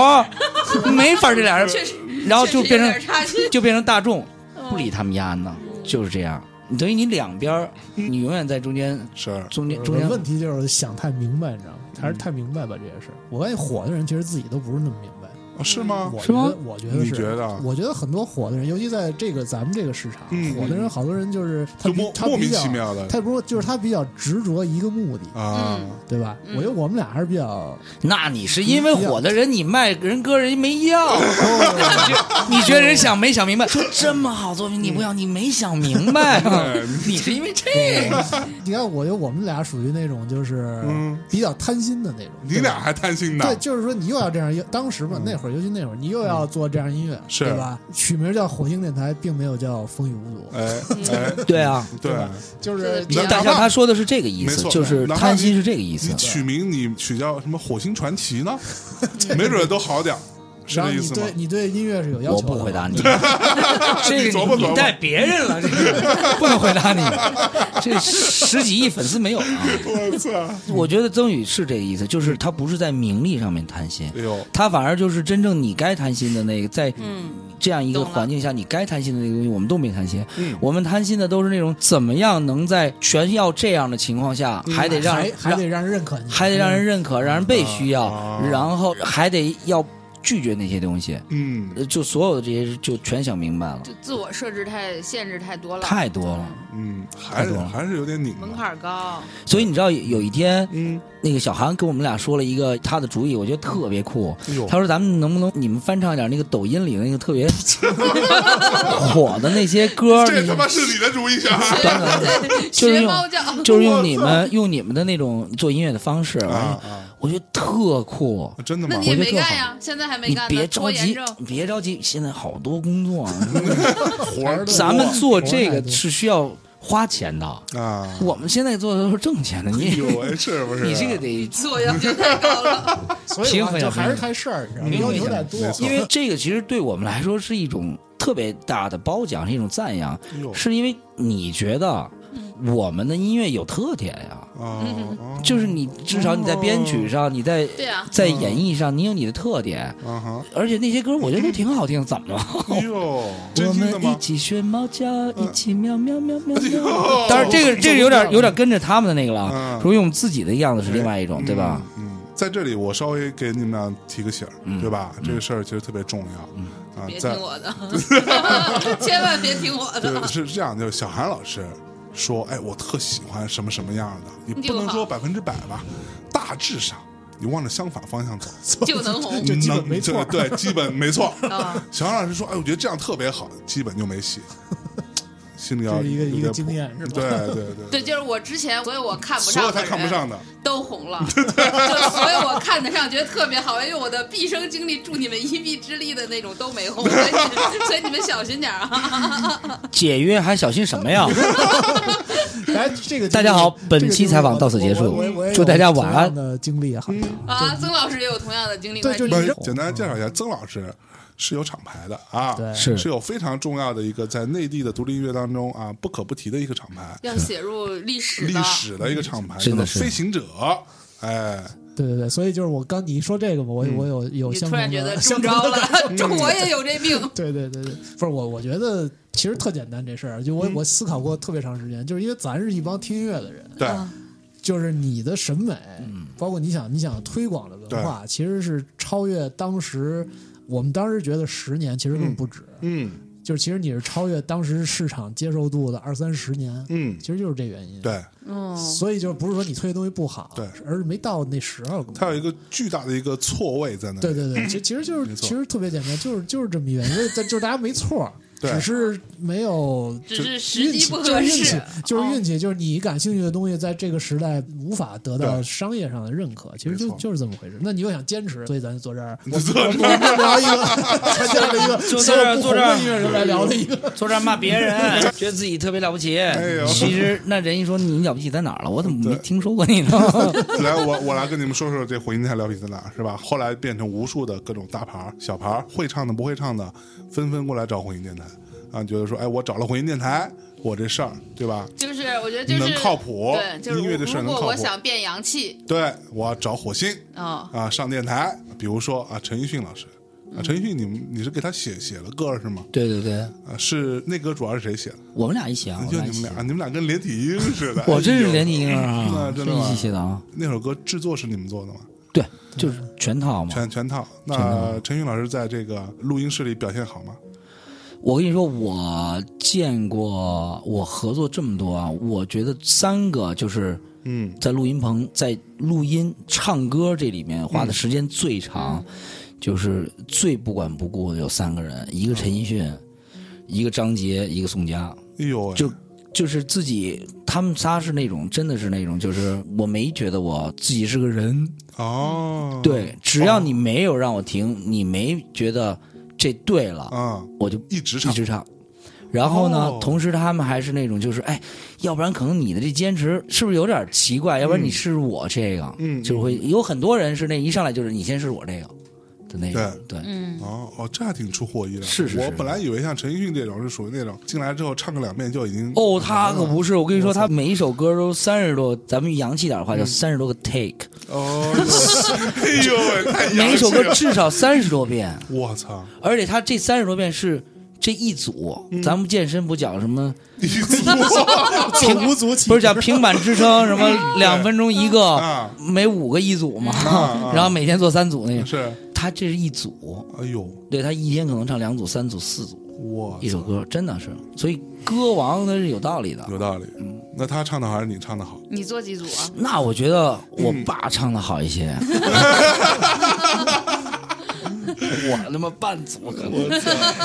S5: 没法这俩人
S4: 确实，
S5: 然后就
S4: 确实有
S5: 变
S4: 点
S5: 成
S4: 差距。
S5: 就变成大众，不理他们家呢，就是这样。你等于你两边儿，你永远在中间
S3: 是，
S5: 中间中
S6: 我
S5: 间
S6: 的问题就是想太明白，你知道吗？还是太明白吧这也是。我发现火的人其实自己都不是那么明白。
S3: 哦是吗？
S6: 我
S5: 是
S6: 觉
S5: 吗
S6: 得，我觉得
S3: 你
S6: 是，
S3: 觉得啊
S6: 我觉得很多火的人，尤其在这个咱们这个市场，
S3: 嗯
S6: 火的人好多人就是他
S3: 就
S6: 比
S3: 莫
S6: 他
S3: 莫
S6: 比
S3: 名
S6: 较
S3: 其妙的
S6: 他不是就是他比较执着一个目的，
S3: 啊，
S6: 对吧？
S4: 嗯
S6: 我觉得我们俩还是比 较，
S5: 那你是因为火的人，你卖人歌人家没要，
S6: 哦
S5: 你觉得人想没想明白？说这么好作品你不要，你没想明白啊
S3: 哎，
S5: 你是因为这个。
S6: 你看，我觉得我们俩属于那种就是
S3: 嗯
S6: 比较贪心的那种。
S3: 你
S6: 对吧
S3: 俩还贪心呢
S6: 对，，就是说你又要这样，又当时嘛，那会儿儿，尤其那会儿，你又要做这样音乐，
S3: 嗯是
S6: 对吧？取名叫火星电台，并没有叫风雨无阻，
S3: 哎 哎，
S5: 对啊，
S3: 对，
S6: 就是
S4: 能
S5: 大
S3: 哪
S5: 象
S3: 怕
S5: 他说的是这个意
S3: 没
S5: 思，
S3: 错
S5: 就是
S3: 哪怕
S5: 贪
S3: 你
S5: 心是这个意
S3: 你
S5: 思。啊
S3: 取名你取叫什么火星传奇 呢？没准都好点儿，是这
S6: 然后
S3: 意
S6: 你
S3: 思吗
S6: 对？你对音乐是有要
S5: 我
S6: 求的。
S5: 不回答。你，
S3: 你
S5: 这
S3: 琢磨琢磨
S5: 个你带别人了，这个不能回答你。这十几亿粉丝没有啊！
S3: 我操！
S6: 嗯
S5: 我觉得曾宇是这个意思，就是他不是在名利上面贪心，
S3: 哎呦，
S5: 他反而就是真正你该贪心的那个，在
S4: 嗯，
S5: 这样一个
S4: 懂了
S5: 环境下，你该贪心的那个东西，我们都没贪心。
S3: 嗯
S5: 我们贪心的都是那种怎么样能在全要这样的情况下，还得让
S6: 嗯还还
S5: 让
S6: 得让人认嗯可你，
S5: 还得 让人认可，让人被需要
S3: 啊，
S5: 然后还得要拒绝那些东西。
S3: 嗯
S5: 呃就所有的这些就全想明白了，
S4: 就自我设置太限制太多了，
S5: 太多了。
S3: 嗯，还
S5: 太
S3: 是
S5: 多了
S3: 还是有点拧巴啊
S4: 门槛儿高，
S5: 所以你知道有有一天，
S3: 嗯，
S5: 那个小韩跟我们俩说了一个他的主意，我觉得特别酷。
S3: 哎呦，
S5: 他说：“咱们能不能你们翻唱一点那个抖音里的那个特别 火的那些歌？
S3: 这
S5: 你
S3: 他妈是你的主意啊 想法
S5: 等等， 就是
S4: 学
S5: 用
S4: 猫叫，
S5: 就 是用你们用你们的那种做音乐的方式，
S3: 啊啊！
S5: 我觉得特酷。
S3: 真的
S4: 那
S3: 吗
S4: 你？也
S5: 我觉得
S4: 没
S5: 特
S4: 干呀，现在还没
S5: 你
S4: 干呢，
S5: 别着
S4: 拖延
S5: 急
S4: 症，
S5: 别着急，现在好多工 作啊，
S3: 活儿多
S5: 咱们做这
S6: 活儿太
S5: 个
S6: 多
S5: 是需要花钱的。
S3: 啊，
S5: 我们现在做的都是挣钱的，
S3: 哎
S5: 你
S3: 呦喂，是不是？
S5: 你这个得
S4: 自我要求太高了，
S6: 所以
S5: 平
S6: 我
S5: 衡
S6: 就
S5: 要平
S6: 还
S5: 衡
S6: 是太事儿，你知道吗？
S5: 平衡
S6: 要求
S5: 要
S6: 太
S3: 平
S6: 多啊
S3: 衡嗯没，错
S5: 因为这个其实对我们来说是一种特别大的褒奖，是一种赞扬，
S3: 哎呦
S5: 是因为你觉得我们的音乐有特点呀，
S4: 嗯
S3: 啊，
S5: 就是你至少你在编曲上，你
S3: 嗯
S5: 在
S4: 对 啊
S5: 在演绎上，你有你的特点，
S3: 啊哈，
S5: 而且那些歌我觉得都挺好听，怎么了？
S3: 哎呦，
S5: 我
S3: 真心的
S5: 们一
S3: 吗？
S5: 起学猫叫，一起喵喵喵喵喵。
S3: 哦
S5: 当然，这个这个有点有点跟着他们的那个了，
S3: 嗯
S5: 说用自己的样子是另外一种，对吧？
S3: 嗯？嗯，在这里我稍微给你们俩提个醒儿，
S5: 嗯
S3: 对吧？这个事儿其实特别重要啊
S4: 别，
S3: 在
S4: 听我 的，千万别听 我的，
S3: 对是这样，就是小韩老师说，哎，我特喜欢什么什么样的，你不
S4: 就
S3: 能
S4: 好
S3: 说百分之百吧，大致上你往着相反方向走，
S4: 就能 红
S6: 就基本
S3: 能
S6: 没错
S3: 对对，基本没错。
S4: 啊，
S3: 小韩老师说，哎，我觉得这样特别好，基本就没戏，心里要
S6: 这是一个
S3: 有
S6: 一
S3: 点
S6: 个
S3: 谱
S6: 经验是吧
S3: 对对对
S4: 对，就是我之前，所有我看不
S3: 所
S4: 上
S3: 有
S4: 的
S3: 他
S4: 人
S3: 看不上的，
S4: 都红 了，就所有我看得上觉得特别好，因为我的毕生经历助你们一臂之力的那种都没红，所以所以你们小心点儿啊！
S5: 解约还小心什么呀？
S6: 来，这个
S5: 大家好
S6: 这个
S5: 本期采访到此结束祝大家晚安
S6: 的经历
S3: 嗯
S6: 好像
S4: 啊，曾老师也有同样的经历，
S6: 对
S4: 快
S6: 就
S4: 听
S3: 不
S6: 是
S3: 是简单介绍一下，曾老师是有厂牌的啊，
S6: 对
S5: 是
S3: 是有非常重要的一个在内地的独立音乐当中啊不可不提的一个厂牌，
S4: 要写入历史
S3: 历
S4: 的，
S3: 史的一个厂牌，
S5: 真的
S3: 叫做
S5: 是
S3: 飞行者，哎，
S6: 对对对，所以就是我刚你一说这个嘛，我
S5: 嗯
S6: 我有有
S4: 你
S6: 相
S4: 突然
S6: 同
S4: 觉得
S6: 的
S4: 中
S6: 相
S4: 招
S6: 同的
S4: 了， 中
S3: 嗯
S4: 国也有这病，
S6: 对对对对，不是我，我觉得其实特简单这事儿，就我、
S3: 嗯
S6: 我思考过特别长时间，就是因为咱是一帮听音乐的人，
S3: 对，
S6: 就是你的审美，
S3: 嗯
S6: 包括你想你想推广的文化，其实是超越当时我们当时觉得十年，其实根本不止，
S3: 嗯
S6: 就是其实你是超越当时市场接受度的二三十年，
S3: 嗯
S6: 其，实就是这原因。，
S3: 对，
S2: 嗯，
S6: 所以就不是说你推的东西不好，
S3: 对
S6: 而是没到那时候。
S3: 它有一个巨大的一个错位在那里，
S6: 对对对，其其实就
S3: 没
S6: 是
S3: 错
S6: 其实特别简单，就是就是这么一原因，就是就是大家没错儿，
S3: 对
S6: 只是没有
S4: 只是时
S6: 运
S4: 机
S6: 气
S4: 不
S6: 就
S4: 合
S6: 是运
S4: 适
S5: 啊
S6: 气，，就是
S4: 哦
S6: 运气，就是你感兴趣的东西，在这个时代无法得到
S3: 对
S6: 商业上的认可，其实就
S3: 没错
S6: 就是这么回事。那你又想坚持，所以咱就 坐这儿，
S3: 你
S6: 我
S3: 坐
S6: 我我们聊一个，参加了一个
S5: 就
S6: 所
S5: 坐这儿
S6: 有不
S5: 坐
S6: 红
S5: 这儿嗯
S6: 的音乐人来聊的一个，
S5: 坐这儿骂别人， 觉得自己特别了不起。
S3: 哎呦
S5: 其实那人一说你了不起在哪儿了，我怎么
S3: 对
S5: 没听说过你呢？
S3: 来，我我来跟你们说说这火星台聊比在哪儿是吧？后来变成无数的各种大牌儿、小牌儿，会唱的、不会唱的，纷纷过来找火星电台啊，觉得说，哎，我找了火星电台，我这事儿对吧？
S4: 就是我觉得就是
S3: 能靠谱
S4: 对，就是
S3: 音乐这事儿
S4: 如
S3: 能
S4: 果
S3: 靠
S4: 我
S3: 谱
S4: 想变洋气
S3: 对我找火星
S4: 啊，
S3: 啊上电台，比如说啊陈奕迅老师啊，陈奕迅你们你是给他写写了歌是吗？
S5: 对对对，
S3: 啊，是那歌主要是谁写的？
S5: 我们俩一起啊，我
S3: 就
S5: 俩一
S3: 你们
S5: 起
S3: 俩，。你们俩跟连体婴似 的。
S5: 我真
S3: 哎
S5: 是
S3: 呦
S5: 连体婴
S3: 那
S5: 儿啊，
S3: 真
S5: 真
S3: 的吗
S5: 一起写的啊，
S3: 那首歌制作是你们做的吗？
S5: 对，就是全套嘛。
S3: 全全套。那陈奕迅老师在这个录音室里表现好吗？
S5: 我跟你说，我见过，我合作这么多啊，我觉得三个就是
S3: 嗯，
S5: 在录音棚在录音唱歌这里面
S3: 嗯
S5: 花的时间最长，就是最不管不
S3: 嗯
S5: 顾的有三个人，一个陈奕迅，一个张杰，一个宋佳，
S3: 哎呦喂，
S5: 就就是自己，他们仨是那种，真的是那种，就是我没觉得我自己是个人。
S3: 哦，
S5: 对，只要你没有让我停，你没觉得这对了，
S3: 啊，
S5: 我就
S3: 一直
S5: 一
S3: 唱，
S5: 直唱。然后呢，
S3: 哦
S5: 同时他们还是那种，就是哎，要不然可能你的这坚持是不是有点奇怪？要不然你试试我这个，
S3: 嗯
S5: 就是会有很多人是那一上来就是你先试试我这个的那种，对，
S4: 嗯，
S3: 哦哦，这还挺出乎我意料的。
S5: 是是是
S3: 我本来以为像陈奕迅这种是属于那种进来之后唱个两遍就已经
S5: 哦，他可不是，我跟你说，
S3: 我操
S5: 他每一首歌都三十多，咱们洋气点的话叫三十多个 take，
S3: 哦，哎呦喂，太
S5: 每一
S3: 洋
S5: 首
S3: 气
S5: 歌
S3: 了！
S5: 至少三十多遍，
S3: 我操，
S5: 而且他这三十多遍是这一组，咱们健身不讲什么，
S3: 一 组
S6: 手无足
S5: 不是讲平板支撑什么两分钟一个
S3: 啊，
S5: 每五个一组嘛
S3: 啊，
S5: 然后每天做三组那个，
S3: 是，
S5: 他这是一组，
S3: 哎呦，
S5: 对他一天可能唱两组、三组、四组
S3: 我
S5: 一首歌，真的是，所以歌王他是有道理的。
S3: 有道理。那他唱的好还是你唱的好？
S4: 你做几组 啊？
S5: 那我觉得我爸唱的好一些。我他妈半组可 能，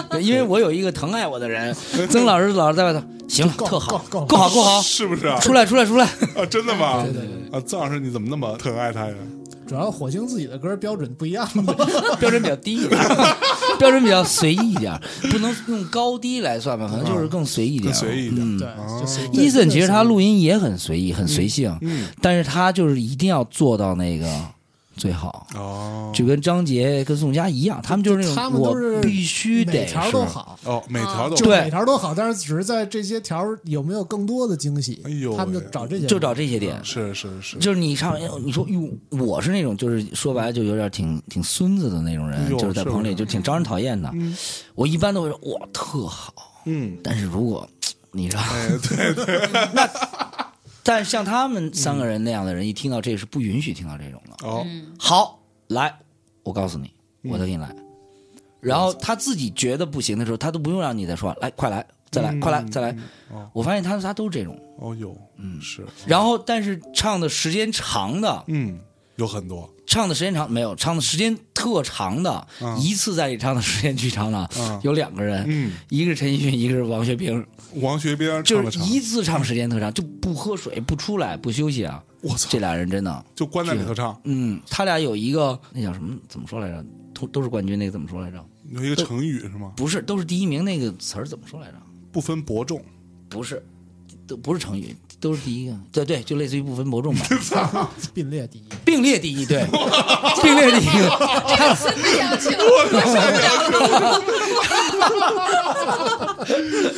S5: 对因为我有一个疼爱我的人，曾老师老是在外头，行了，
S6: 够
S5: 特好，
S6: 够
S5: 够好，够好，
S3: 是不是啊？
S5: 出来，出来，出来，
S3: 啊，真的吗？
S6: 对对对
S3: 啊，曾老师你怎么那么疼爱他呀？
S6: 主要火星自己的歌标准不 一样嘛，
S5: 标准比较低一点，标准比较随意一点，不能用高低来算吧，可能就是更随意一点，
S3: 更随意一点
S5: 嗯
S6: 对，就随
S5: 伊森其实他录音也很随意，很随性，
S3: 嗯
S5: 但是他就是一定要做到那个最好，
S3: 哦
S5: 就跟张杰、跟宋佳一样，他们就是那
S6: 他
S5: 种
S6: 们
S5: 我
S6: 都是
S5: 必须得
S6: 每条都
S5: 是
S6: 好，
S3: 哦，每条都
S6: 就
S5: 对
S6: 每条都好，但是只是在这些条有没有更多的惊喜？
S3: 哎呦喂
S6: 他们就找这些，
S5: 就找这些
S6: 嗯
S5: 点。
S3: 是是是，
S5: 就是你唱，哎呦你说哟，我是那种就是说白了就有点挺挺孙子的那种人
S3: 哎，呦
S5: 就是在棚里就挺招人讨厌的。我一般都会说哇特好，
S3: 嗯，
S5: 但是如果你知道，
S3: 哎对对，
S5: 但像他们三个人那样的人，一听到这是不允许听到这种的。
S3: 哦
S5: 好，来，我告诉你，
S3: 嗯
S5: 我再给你来。然后他自己觉得不行的时候，他都不用让你再说，来，快来，再来，
S3: 嗯
S5: 快来，再来。我发现他们仨都是这种。
S3: 哦有，嗯是，
S5: 然后，但是唱的时间长的，
S3: 嗯有很多
S5: 唱的时间长没有，唱的时间特长的，一次在里唱的时间巨长的，
S3: 嗯
S5: 有两个人，
S3: 嗯
S5: 一个是陈奕迅，一个是王学兵，
S3: 王学兵唱
S5: 就
S3: 的
S5: 是
S3: 唱，
S5: 一次唱时间特长，就不喝水、不出来、不休息啊！
S3: 我操
S5: 这俩人真的，
S3: 就关在里头唱，
S5: 嗯，他俩有一个那叫什么？怎么说来着？都都是冠军，那个怎么说来着？
S3: 有一个成语是吗？
S5: 不是，都是第一名那个词儿怎么说来着？
S3: 不分伯仲，
S5: 不是，都不是成语，都是第一个。对对，就类似于不分伯仲吧，
S6: 并列第一，
S5: 并列第一，对，并列第一个。
S4: 真的要求，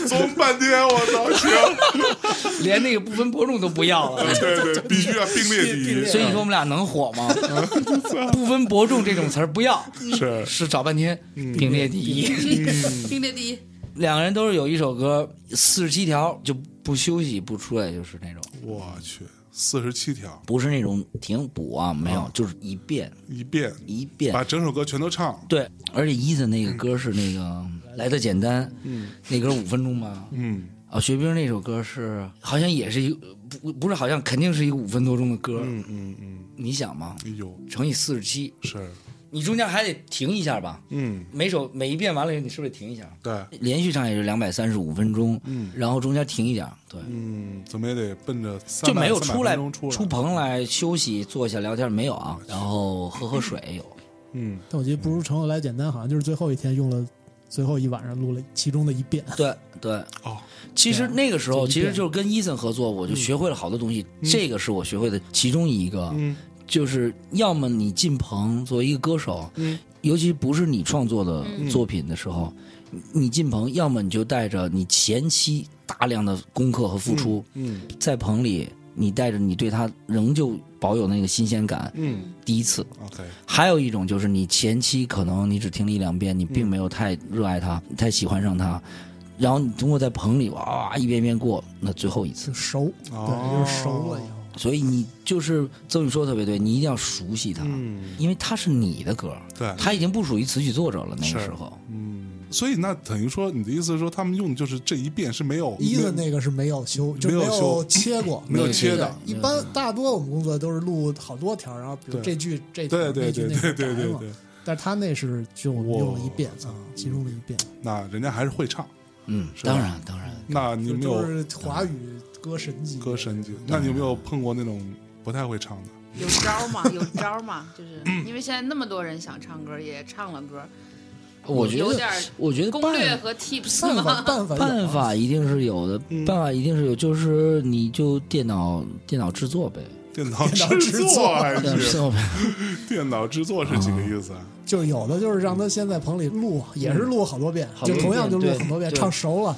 S3: 装半天我操， 行，
S5: 连那个不分伯仲都不要了。
S3: 对对，必须要并列第一，
S5: 所以你说我们俩能火 吗？不分伯仲这种词儿不要，
S3: 是
S5: 是找半天
S3: 嗯
S5: 并列第一。
S4: 并列第一，
S5: 两个人都是有一首歌，四十七条就不休息不出来，就是那种，
S3: 我去四十七条
S5: 不是那种停补啊，没有，就是一遍
S3: 一遍，
S5: 一遍
S3: 把。整首歌全都唱了，
S5: 对，而且伊森那个歌是那个来的简单，嗯，那歌五分钟吧，
S3: 嗯
S5: 啊，学兵那首歌是好像也是一个不不是好像肯定是一个五分多钟的歌，
S3: 嗯嗯嗯，
S5: 你想嘛，
S3: 哎呦
S5: 乘以四十七，
S3: 是，
S5: 你中间还得停一下吧，
S3: 嗯
S5: 每首每一遍完了以后，你是不是得停一下？
S3: 对。
S5: 连续唱也是两百三十五分钟，
S3: 嗯
S5: 然后中间停一点，对，
S3: 嗯，怎么也得奔着300
S5: 就没有
S3: 300
S5: 出来
S3: 分钟出嗯
S5: 出棚来休息坐下聊天没有啊？然后喝喝水有，
S3: 嗯，
S6: 但我觉得不如乘我来简单，好像就是最后一天用了最后一晚上录了其中的一遍，
S5: 对对。
S3: 哦，
S5: 其实那个时
S6: 就
S5: 候，
S6: 一遍
S5: 其实就是跟伊森合作，我就
S3: 嗯
S5: 学会了好多东西。这个是我学会的其中一个，
S3: 嗯
S5: 就是要么你进棚作为一个歌手，
S3: 嗯
S5: 尤其不是你创作的作品的时候，你你进棚，要么你就带着你前期大量的功课和付出，
S3: 嗯
S5: 在棚里，你带着你对他仍旧保有那个新鲜感。
S3: 嗯
S5: 第一次，
S3: ，OK，
S5: 还有一种就是你前期可能你只听了一两遍，你并没有太热爱它，太喜欢上它，然后你通过在棚里哇一遍一遍过，那最后一次
S6: 就，熟，
S3: 哦
S6: 对，就是熟了以后。
S5: 所以你就是邹宇说的特别对，你一定要熟悉它，
S3: 嗯，
S5: 因为它是你的歌，
S3: 对，
S5: 它已经不属于词曲作者了那
S3: 是
S5: 个时候。
S3: 嗯，所以那等于说，你的意思是说，他们用的就是这一遍是没有
S6: 伊森那个是没有修，就
S3: 没有
S6: 有
S3: 修
S6: 切过，
S3: 没有
S6: 对
S3: 切的嗯
S6: 对一般大多我们工作都是录好多条，然后比如
S3: 对
S6: 这句这条
S3: 对对
S6: 那句
S3: 对
S6: 那
S3: 对对
S6: 句
S3: 对
S6: 改
S3: 对
S6: 嘛。
S3: 对，
S6: 但是他那是就我们用了一遍
S3: 哇
S6: 啊，其中的一遍。
S3: 那人家还是会唱，
S5: 嗯，
S3: 是吧
S5: 当然当然，
S3: 那你有没
S6: 就
S3: 有
S6: 是华语歌神级，
S3: 歌神级？那你有没有碰过那种不太会唱的？
S4: 有招嘛，有招嘛，就是
S3: 嗯
S4: 因为现在那么多人想唱歌，也唱了歌，
S5: 我觉
S4: 有
S5: 得
S4: 点
S5: 我觉得
S4: 攻略
S5: 办
S4: 和 tips
S6: 办
S4: 嘛，
S6: 法办法有啊
S5: 办法一定是有的，
S3: 嗯
S5: 办法一定是有，就是你就电脑电脑制作呗，
S3: 电脑
S6: 电脑
S3: 制
S6: 制
S3: 作
S6: 作
S3: 还
S5: 电脑制
S3: 是
S5: 作呗，
S3: 电脑制作是几个意思啊？
S6: 就有的就是让他先在棚里录，
S3: 嗯
S6: 也是录好多遍，
S5: 好多
S6: 就
S5: 遍
S6: 同样就录很多遍，
S5: 对
S6: 唱熟了，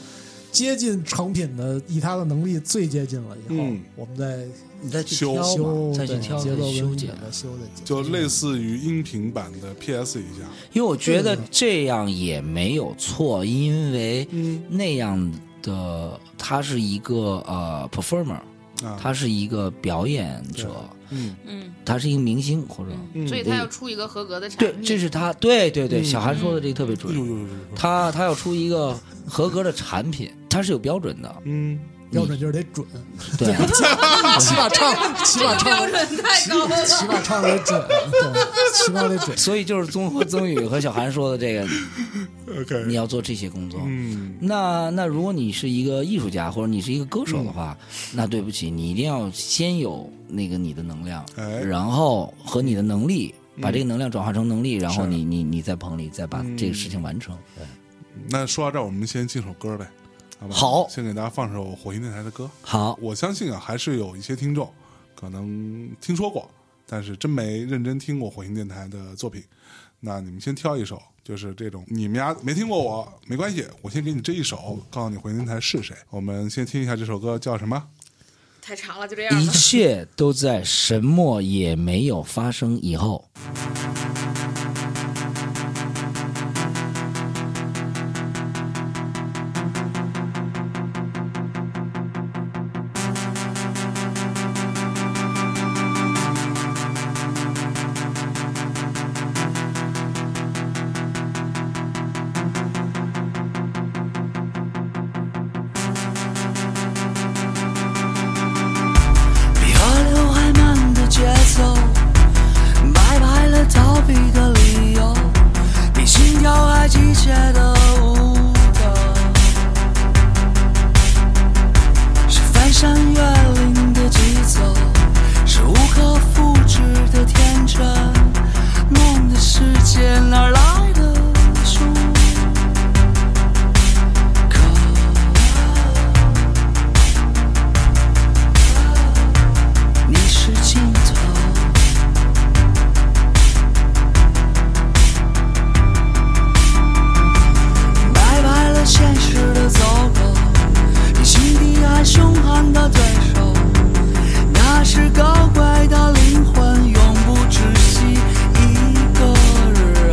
S6: 接近成品的，以他的能力最接近了以后，
S3: 嗯
S6: 我们再
S5: 你再去
S3: 修
S5: 挑
S6: 修
S5: 嘛，再去
S6: 对
S5: 挑
S6: 节
S5: 再
S6: 奏
S5: 去修
S6: 跟
S5: 剪
S6: 什。么修的，
S3: 就类似于音频版的 PS 一下，
S5: 因为我觉得这样也没有错，因为
S3: 嗯
S5: 那样的他是一个呃 performer，
S3: 啊
S5: 他是一个表演者，
S3: 嗯
S4: 嗯
S5: 他是一个明星或者。
S3: 嗯
S4: 嗯，所以他要出一个合格的产
S5: 对，
S4: 品，
S5: 这是他，对对对，
S3: 嗯
S5: 小韩说的这个特别
S3: 呦呦
S5: 准。
S3: 呦呦，呦
S5: 他他要出一个合格的产品，他是有标准的。
S3: 嗯，
S6: 标准就是得准，
S5: 对，
S6: 起码唱，起码
S4: 这个标
S6: 唱，
S4: 准太高了。
S6: 起码唱得准，对，起码得准。
S5: 所以就是综合曾宇和小韩说的这个，你
S3: OK，
S5: 要做这些工作。
S3: 嗯，
S5: 那那如果你是一个艺术家或者你是一个歌手的话，
S3: 嗯
S5: 那对不起，你一定要先有那个你的能量，
S3: 哎嗯
S5: 然后和你的能力。把这个能量转化成能力，然后你你你在棚里再把这个事
S3: 嗯
S5: 情完成。对
S3: 那说到这儿，我们先进首歌呗，好吧？
S5: 好
S3: 先给大家放首火星电台的歌。
S5: 好，
S3: 我相信啊，还是有一些听众可能听说过，但是真没认真听过火星电台的作品。那你们先挑一首，就是这种你们家没听过我没关系，我先给你这一首，告诉你火星电台是谁。我们先听一下这首歌叫什么？
S4: 太长了，就这样
S5: 一
S4: 吧。
S5: 切都在什么也没有发生以后。
S7: 比河流还慢的节奏，摆拍了逃避的理由，比心跳还急切的舞蹈，是翻山越岭的疾走，是无可复制的天真，梦的世界哪儿来的胸口？你是尽头。拜拜了现实的走狗，比心底还凶悍的对手，那是高贵的灵魂，永不窒息一个人。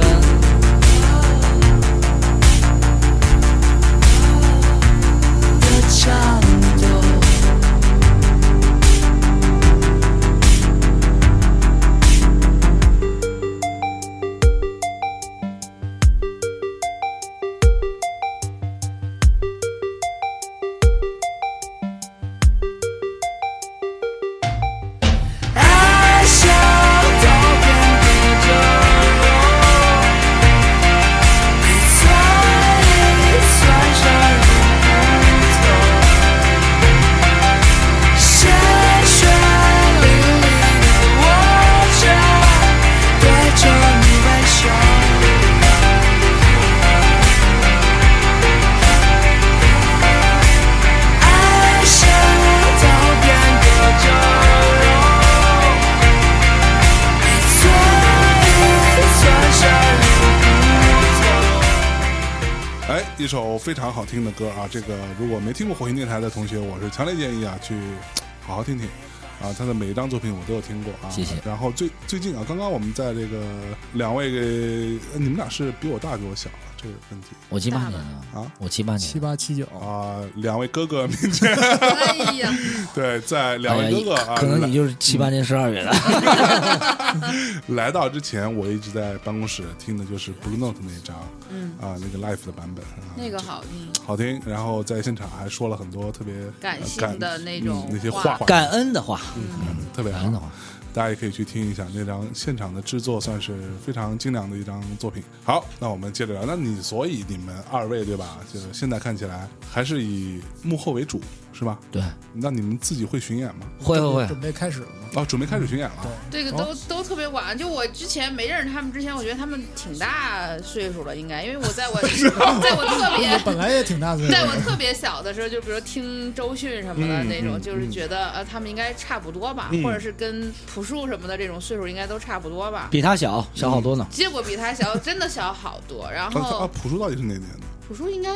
S7: 的颤抖。爱笑都变得折磨，一寸一寸深入骨头，鲜血淋漓的我着，对着你微笑。爱笑都变得折磨。一寸一寸深入骨头。
S3: 哎，一首非常好听的歌啊！这个如果没听过火星电台的同学，我是强烈建议啊，去好好听听啊。他的每一张作品我都有听过啊。
S5: 谢谢
S3: 然后最最近啊，刚刚我们在这个两位给呃你们俩是比我大比我小啊，这个问题
S5: 我七八年的
S3: 啊，
S5: 我七八年
S6: 七八七九，
S3: 啊、两位哥 哥面前，
S4: 哎呀，
S3: 对，在两
S5: 哎
S3: 位
S5: 呀，
S3: 哥哥啊，
S5: 可能
S3: 来嗯
S5: 你就是七八年十二月的。
S3: 来到之前，我一直在办公室听的就是 Blue Note 那一张，嗯啊，那个 Life 的版本啊，
S4: 那个好，嗯，
S3: 好听。然后在现场还说了很多特别
S4: 感
S3: 呃
S4: 性的那种
S3: 嗯那些
S4: 话
S3: 话，
S5: 感恩的话，
S3: 嗯特别
S5: 感
S3: 好
S5: 恩的。话，
S3: 大家也可以去听一下那张现场的制作，算是非常精良的一张作品。好，那我们接着聊。那你所以你们二位对吧？就是现在看起来还是以幕后为主是吧？
S5: 对，
S3: 那你们自己会巡演吗？
S5: 会会会，
S6: 准备开始了吗？
S3: 哦，准备开始巡演了。
S6: 对
S4: 这个
S5: 哦
S4: 都都特别晚。就我之前没认识他们之前，我觉得他们挺大岁数了，应该，因为我在 我在我特别
S6: 本来也挺大岁数
S4: 哎在
S6: 的，
S4: 我特别小的时候，就比如听周迅什么的
S5: 嗯
S4: 那种，就是觉得呃，他们应该差不多吧，或者是跟朴树什么的这种岁数应该都差不多吧。
S5: 比他小小好多
S3: 嗯
S5: 呢。
S4: 结果比他小，真的小好多。
S5: 哦
S4: 然
S3: 啊啊，
S4: 后
S3: 朴树到底是哪年的？
S4: 朴树应该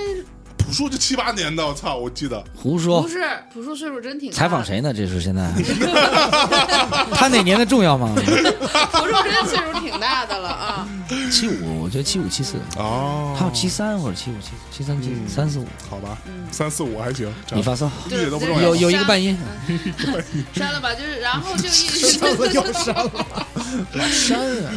S3: 朴树就七八年的，我操，我记得。
S5: 胡说
S4: 不，是朴树岁数真挺大
S5: 采访？谁呢？这是现在， 他哪年的重要吗？
S4: 朴树真的岁数挺大的了啊！
S5: 七五，我觉得七五七四，
S3: 哦
S5: 还有七三或者七五七七三七三四五，
S3: 好吧，三四五还行。这样
S5: 你发骚，
S3: 一点都不
S4: 对
S3: 重要
S5: 有。有一个半音，
S4: 删了吧，就是然后就一直
S6: 上次要 删了，删啊！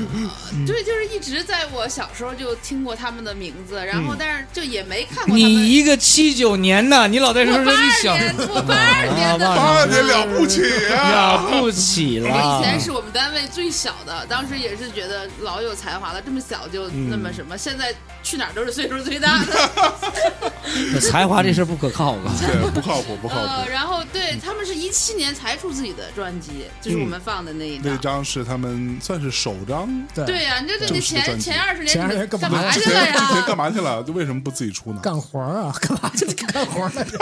S4: 嗯对，就是一直在我小时候就听过他们的名字，然
S6: 嗯
S4: 后但是就也没看过他们。
S5: 你一个七九年的，你老在说
S4: 我
S5: 说
S4: 八
S5: 你
S4: 二
S5: 小，
S4: 年，我八二年的。
S5: 啊
S3: 八年了不起啊！
S5: 了不起
S4: 我
S5: 了
S4: 以。前是我们单位最小的，当时也是觉得老有才华了，这么小就那
S6: 嗯
S4: 么什么，现在去哪儿都是岁数最大 的。
S5: 才华这事儿不可靠，我告诉你
S3: 对，不靠谱，不靠
S4: 呃，
S3: 谱。
S4: 然后对他们是一七年才出自己的专辑，就是
S6: 嗯
S4: 我们放的那一
S3: 那
S4: 张。
S3: 张是他们算是首张，
S6: 对
S4: 对呀，你这这
S3: 正
S4: 你
S3: 式的专
S4: 前
S3: 辑
S4: 前二十
S6: 前二十
S4: 年
S6: 年
S4: 干
S6: 干
S4: 嘛
S6: 嘛
S3: 之
S4: 去了
S3: 前之前
S4: 呀？
S3: 干嘛去了？为什么不自己出呢？
S6: 干活儿啊，干嘛去干活儿来着？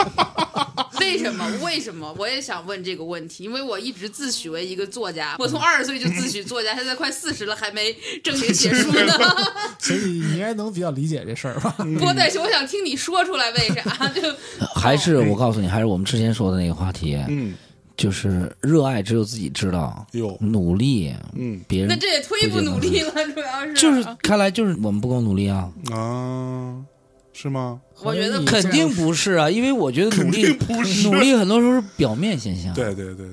S4: 为什么？为什么？我也想问这个问题，因为我一直自诩为一个作
S6: 嗯
S4: 家，我从二十岁就自诩作家，现在快四十了还没正经写书 呢。
S6: 所以你应该能比较理解这事儿吧？
S4: 不对，我想听你说出来为啥？就
S6: 嗯
S5: 还是我告诉你，还是我们之前说的那个话题，
S3: 嗯，
S5: 就是热爱只有自己知道，
S3: 有，
S5: 努力，
S3: 嗯
S5: 别
S4: 那
S5: 人
S4: 这也忒不努力了，主要是啊
S5: 就是看来就是我们不够努力啊，
S3: 啊，是吗？
S4: 我觉得
S6: 所以
S5: 肯定不是啊，因为我觉得努力
S3: 不是
S5: 努力很多时候是表面现象，
S3: 对对对对，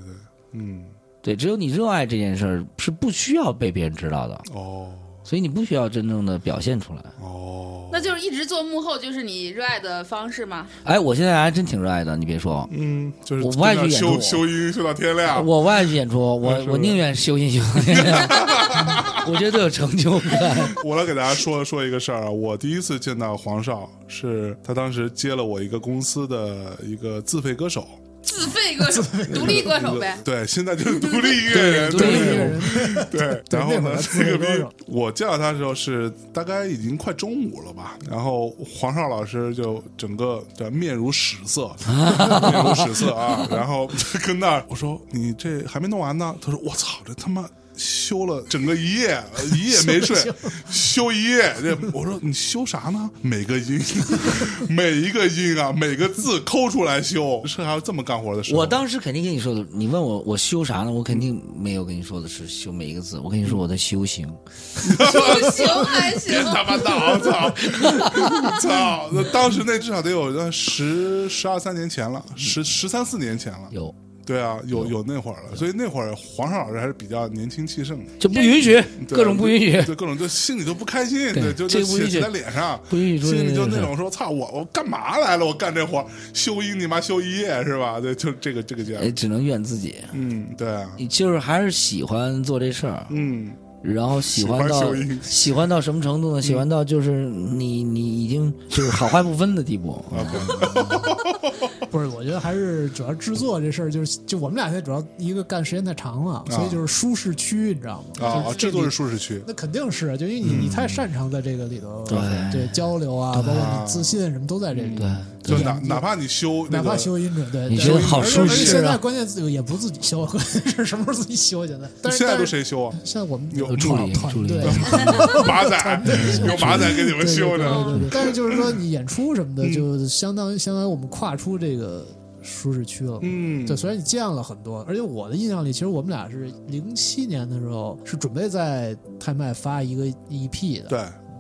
S3: 嗯，
S5: 对，只有你热爱这件事儿是不需要被别人知道的，
S3: 哦
S5: 所以你不需要真正的表现出来。
S3: 哦，
S4: 那就是一直做幕后，就是你热爱的方式嘛。
S5: 哎，我现在还真挺热爱的，你别说，
S3: 嗯，就是
S5: 我不爱去
S3: 跟那
S5: 演
S3: 修
S5: 出
S3: 修音修到天亮，
S5: 我外去演出，
S3: 嗯
S5: 我
S3: 是吧
S5: 我宁愿 修音修，我觉得都有成就感。
S3: 我来给大家说说一个事儿啊，我第一次见到黄少是他当时接了我一个公司的一个自费歌手，
S4: 自费歌手，独立歌手 呗。
S3: 对，现在就是独立音乐人，
S5: 对独立
S6: 一
S5: 音
S6: 个
S5: 乐
S3: 对
S5: 人
S6: 人
S3: 对。然后
S6: 那会
S3: 呢
S6: 儿，
S3: 这
S6: 自
S3: 个逼
S6: 费歌手，
S3: 我见到他的时候是大概已经快中午了吧，然后黄少老师就整个叫面如屎 色，面如屎色啊，然后跟那儿我说你这还没弄完呢，他说我操，这他妈。修了整个一夜，一夜 没睡，修一夜。这我说你修啥呢？每个音， 每一个音啊，每个字抠出来修，是还有这么干活的时候。
S5: 我当时肯定跟你说的，你问我我修啥呢？我肯定没有跟你说的是修每一个字，我跟你说我在修行。
S4: 不行还
S3: 别
S4: 行，
S6: 嗯
S3: 他妈闹！我操！操！那当时那至少得有那十十二三年前了，十十三四年前了。
S5: 有
S3: 对啊，有有那会儿了，所以那会儿黄上老师还是比较年轻气盛的，
S5: 就不允许，
S3: 对啊
S5: 各种不允许。
S3: 对各种就心里都不开心，
S5: 对
S3: 对，就
S5: 这
S3: 就
S5: 个不允许
S3: 写在脸上，
S5: 不允许做
S3: 心里
S5: 这
S3: 就
S5: 件
S3: 那
S5: 事
S3: 种说：“操，我我干嘛来了？我干这活儿修一你妈修一夜是吧？”对，就这个这个劲
S5: 哎，
S3: 儿。
S5: 只能怨自己。
S3: 嗯，对啊，
S5: 你就是还是喜欢做这事儿，
S3: 嗯，
S5: 然后喜欢
S3: 喜
S5: 到
S3: 欢修音
S5: 喜欢到什么程度呢？喜欢到就是你你已经就是好坏不分的地步。
S6: 不是，我觉得还是主要制作这事儿，就是就我们俩现在主要一个干时间太长了，所以就是舒适区，你知道吗？
S3: 啊，
S6: 就是
S3: 这都
S6: 里
S3: 是舒适区。
S6: 那肯定是，就因为你你太擅长在这个里头，
S5: 嗯对
S6: 对交流啊，包括你自信什么都在这里。
S5: 对，
S3: 就哪哪怕你修那
S6: 哪
S3: 个，
S6: 怕修音准，对，
S5: 你
S6: 对
S5: 觉得好舒适啊
S6: 而且现在关键自也不自己修，是什么时候自己修？现在，但是
S3: 现在都
S6: 但是
S3: 谁修啊？
S6: 现在我们
S3: 有
S6: 有
S5: 助
S6: 团
S5: 理助
S6: 团
S5: 理
S6: 队，
S3: 马仔，有马仔给你们修
S6: 对
S3: 呢。
S6: 对 对对但是就是说，你演出什么
S5: 嗯
S6: 的，就相当于相当于我们跨出这个舒适区了。
S3: 嗯，
S6: 对，虽然你见了很多，而且我的印象里，其实我们俩是零七年的时候是准备在泰麦发一个 EP 的，
S3: 对，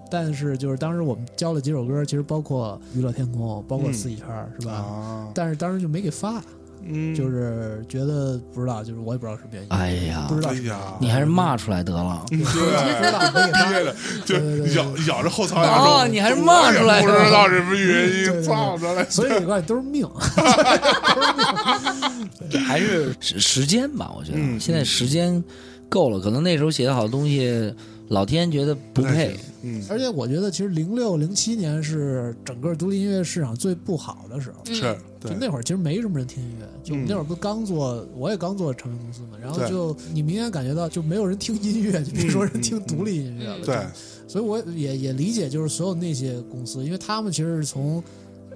S6: 但是就是当时我们教了几首歌，其实包括《娱乐天空》，包括
S3: 嗯
S6: 《四季圈》，是吧？
S3: 啊，
S6: 但是当时就没给发，
S3: 嗯，
S6: 就是觉得不知道，就是我也不知道什么原因，
S5: 哎呀
S6: 不，知道
S3: 哎
S6: 什么原因
S3: 呀，
S5: 你还是骂出来得了。
S3: 对，啊
S6: 不知道没给
S3: 毕
S6: 发
S3: 业。的就
S6: 对对对
S3: 咬咬着后槽牙说，
S5: 哦你还是骂出来
S3: 我
S5: 的
S3: 也不知道什么 原
S6: 对对
S3: 因，
S6: 对
S3: 操他来，
S6: 所以你看，都是命，
S5: 还是时时间吧，我觉得、
S3: 嗯
S5: 现在时间够了。可能那时候写的好东西，老天觉得不
S3: 太
S5: 配
S3: 行。嗯，
S6: 而且我觉得，其实零六零七年是整个独立音乐市场最不好的时候。
S4: 嗯
S3: 是对
S6: 就，那会儿其实没什么人听音乐，就我们
S3: 嗯
S6: 那会儿不刚做，我也刚做唱片公司嘛，然后
S3: 对嗯
S6: 就你明显感觉到就没有人听音乐，就别说人听独立音乐了。
S4: 嗯嗯嗯
S3: 对，
S6: 所以我也也理解，就是所有那些公司，因为他们其实是从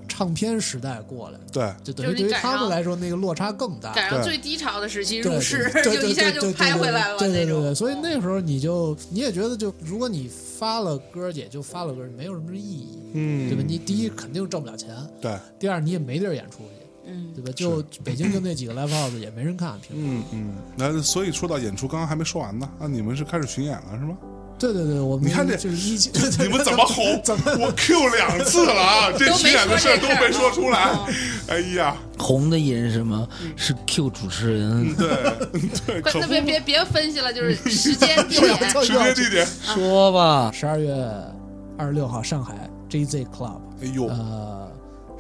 S6: 唱片时代过来的，
S3: 对，
S6: 就等于
S4: 就是你
S6: 对于
S4: 赶
S6: 他们
S4: 上
S6: 来说那个落差更大。
S4: 赶上
S3: 对
S4: 最低潮的时期
S6: 对
S4: 入市，
S6: 对 对
S4: 就一下就
S6: 对对对
S4: 拍回来了
S6: 对对
S4: 那
S6: 对对对，
S4: 种。
S6: 所以那时候你就你也觉得就，如果你发了歌，也就发了歌，没有什么意义，
S3: 嗯，
S6: 对吧？你第一肯定挣不了钱，
S3: 对，
S6: 第二你也没地儿演出去，
S4: 嗯，
S6: 对吧？就北京就那几个 live house 也没人看，平时。
S3: 嗯嗯，那所以说到演出，刚刚还没说完呢，啊，你们是开始巡演了是吗？
S6: 对对对，我们
S3: 你看这
S6: 就是一起，
S3: 你们 怎么红？
S6: 怎么
S3: 我 Q 两次了 啊，这
S4: 都没
S3: 巡演的事儿都没说出来
S4: 说这。
S3: 哎呀，
S5: 红的艺人是什么？是 Q 主持人
S3: 嗯 对对，
S4: 快
S3: 可
S4: 那
S3: 不
S4: 别别别分析了，就是时间地点。
S3: 时间地点，
S5: 说吧，
S6: 十二月二十六号上海 JZ Club，
S3: 哎呦，
S6: 呃，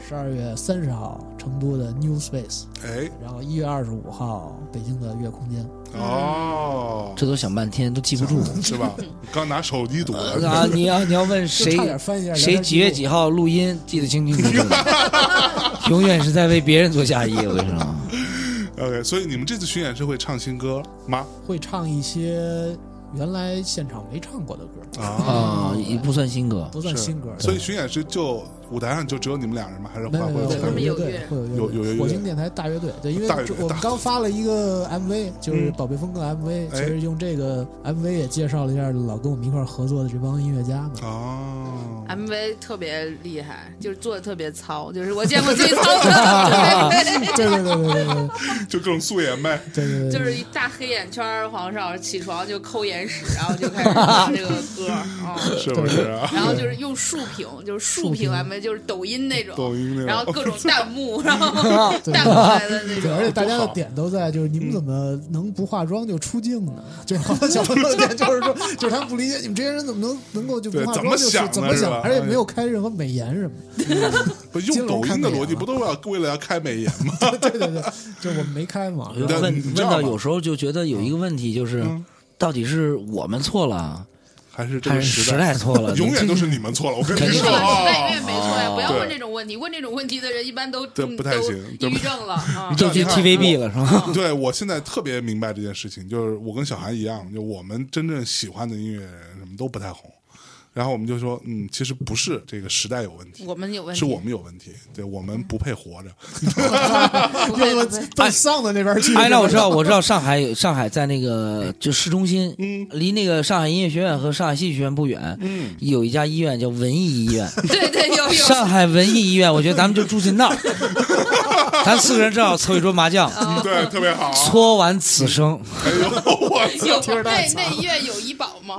S6: 十二月三十号成都的 New Space，
S3: 哎
S6: 然后一月二十五号北京的月空间。
S3: 哦，
S5: 这都想半天都记不住。
S3: 是吧？刚拿手机堵了，
S5: 啊，你要你要问
S6: 就
S5: 谁
S6: 差点翻一下
S5: 谁几月几号录音，记得清清楚楚的，永远是在为别人做嫁衣。我跟你说，
S3: OK，所以你们这次巡演是会唱新歌吗？
S6: 会唱一些原来现场没唱过的歌，
S3: 啊，
S5: 啊，也不算新歌，
S6: 不算新歌。
S3: 所以巡演是就舞台上就只有你们俩人吗？还是
S6: 没
S3: 会
S6: 有没
S3: 会有
S6: 有，会
S3: 其他
S6: 有
S3: 人
S6: 乐
S4: 有有乐
S6: 队，会有
S3: 有有有乐队
S6: 火星电台大乐队，对，因为
S3: 大乐队
S6: 我们刚发了一个 MV，就是
S3: 嗯
S6: 《宝贝风格》MV，其
S3: 哎
S6: 实用这个 MV 也介绍了一下老跟我们一块儿合作的这帮音乐家们。
S3: 啊哦，
S4: MV 特别厉害，就是做的特别糙，就是我见过最糙 的
S6: 对对对对对对
S3: 就各种素颜呗。
S6: 对对对，
S4: 就是一大黑眼圈儿，黄少起床就抠眼屎，然后就开始唱这个歌儿，啊、
S3: 是不是啊？
S4: 然后就是用竖屏，就是竖
S6: 竖屏
S4: 屏 MV，就是抖音那种，
S3: 抖音那种哦
S4: 然后各种弹幕，然 后弹幕来的那
S6: 对，而且
S4: 种。
S6: 大家的点都在，就是你们怎么能不化妆就出镜呢？
S3: 嗯
S6: 就是好多小朋友的点就是说，就是他们不理解你们这些人怎么能能够就不
S3: 对
S6: 化
S3: 怎
S6: 妆
S3: 么
S6: 就
S3: 想的
S6: 出怎么
S3: 是
S6: 想
S3: 吧，哎嗯
S6: 而且没有开任何美颜什么的。
S3: 不用抖音的逻辑，不都要为了要开美颜吗？
S6: 对对对，就是我们没开 嘛。
S5: 问
S3: 对你
S5: 问
S3: 知道吗
S5: 到有时候就觉得有一个问题，就是到底是我们错了，
S3: 还是这
S5: 还
S3: 个
S5: 是时
S3: 代
S5: 代错了？
S3: 永远都是
S5: 这
S3: 你们错了，我跟
S5: 肯
S3: 你
S5: 定
S3: 说
S5: 的
S4: 时代
S3: 啊
S4: 永远，没错呀，不要
S3: 对
S4: 问这种问题，问这种问题的人一般都
S3: 对
S4: 嗯
S3: 不太
S4: 都
S3: 行
S4: 抑
S3: 对不
S4: 郁症 了啊。
S5: 就去 TVB 了是 吧？
S4: 嗯
S3: 对我现在特别明白这件事情，就是我跟小韩一样，就我们真正喜欢的音乐人什么都不太红，然后我们就说，嗯，其实不是这个时代有问题，
S4: 我们有问题，嗯
S3: 是我们有问题，对我们不配活着。
S4: 不会
S6: 又
S4: 不 会
S6: 奔丧的那边去。
S5: 哎，那我知道，我知道上海有上海在那个就市中心，
S3: 嗯
S5: 离那个上海音乐学院和上海戏剧学院不远，
S3: 嗯，
S5: 有一家医院叫文 艺医院，
S4: 对对有有
S5: 上海文艺医院，我觉得咱们就住进那儿， 咱四个人正好凑一桌麻将，
S4: 哦
S3: 对，特别好啊。
S5: 搓完此生
S3: 哎 呦，我
S4: 有
S6: 听着太
S4: 那
S6: 惨
S4: 那医院有医保吗？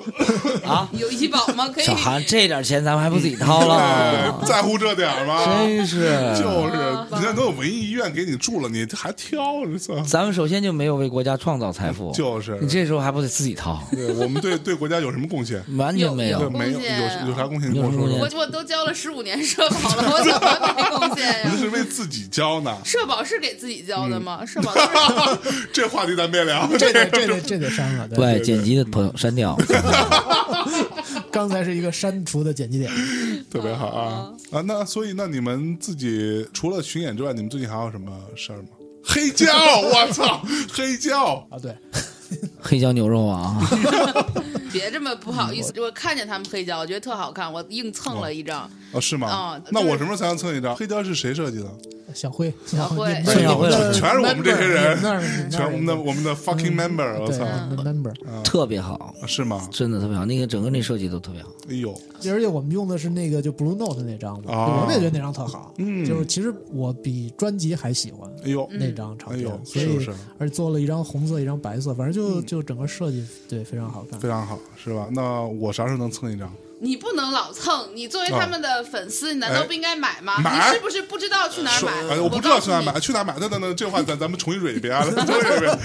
S5: 啊！
S4: 有医保吗？可以
S5: 小韩这点钱咱们还不自己掏
S3: 哎
S5: 了，
S3: 在乎这点儿吗？
S5: 真是。
S4: 哦
S3: 就是，你看都有文艺医院给你住了，你还挑，你操！
S5: 咱们首先就没有为国家创造财富，
S3: 就是
S5: 你这时候还不得自 己掏，
S3: 对我们对对国家有什么贡献？
S5: 完全没
S3: 对，
S5: 有。
S3: 没有
S4: 贡献
S3: 有有啥贡献？你
S5: 有
S3: 跟
S5: 什
S3: 我
S5: 么
S3: 说
S5: 贡
S3: 说
S5: 献。
S4: 我我都交了十五年社保了，我怎么没贡 献
S3: 您
S4: 呀？？
S3: 是为自己交呢
S4: 社保是给自己交的
S3: 嗯
S4: 吗？社保都是
S3: 这话题咱别聊。
S6: 这得这得这得删了。，
S5: 对，剪辑的朋友 删掉。
S6: 刚才是一个删除的剪辑点。
S3: 特别好啊啊！那所以那你们自己除了巡演之外，你们最近还有什么事儿吗？ 黑胶，我操， 黑胶！
S6: 啊，对，
S5: 黑椒牛肉啊，
S4: 别这么不好意思，
S3: 嗯
S4: 我看见他们黑胶，我觉得特好看，我硬蹭了一张。
S3: 哦，是吗
S4: 啊？
S3: 那
S4: 就是
S3: 我什么时候才能蹭一张？黑胶是谁设计的？
S6: 小辉，
S4: 小辉
S6: 你们
S5: 孙小辉
S6: 你们
S3: 全是我们这些人
S6: 你们那儿你们那
S3: 全
S6: 儿嗯
S3: 是我们的我们的 fucking member，我
S6: 对
S3: 操！啊
S6: 我们的 member。
S3: 嗯
S5: 特别好，
S3: 是吗？
S5: 真的特别好。那个整个那设计都特别好。
S3: 哎呦，
S6: 而且我们用的是那个就 Blue Note 那张嘛，
S3: 哦
S6: 我们也觉得那张特好。
S3: 嗯
S6: 就是其实我比专辑还喜欢
S3: 哎
S4: 嗯
S3: 呦，
S6: 那张唱
S3: 哎
S6: 片，
S3: 呦，
S6: 所
S3: 是
S6: 以
S3: 不是
S6: 而且做了一张红色，一张白色，反正就、
S3: 嗯
S6: 就整个设计对非常好看
S3: 非。常好？是吧？那我啥时候能蹭一张？
S4: 你不能老蹭，你作为他们的粉丝，你难道不应该买吗？
S3: 啊哎买
S4: 你是不是不知道去哪儿买？
S3: 哎，我不知道
S4: 告诉
S3: 去哪
S4: 你
S3: 买，。去哪买？等等等，这话咱咱们重新蕊一遍啊， 重新蕊一遍。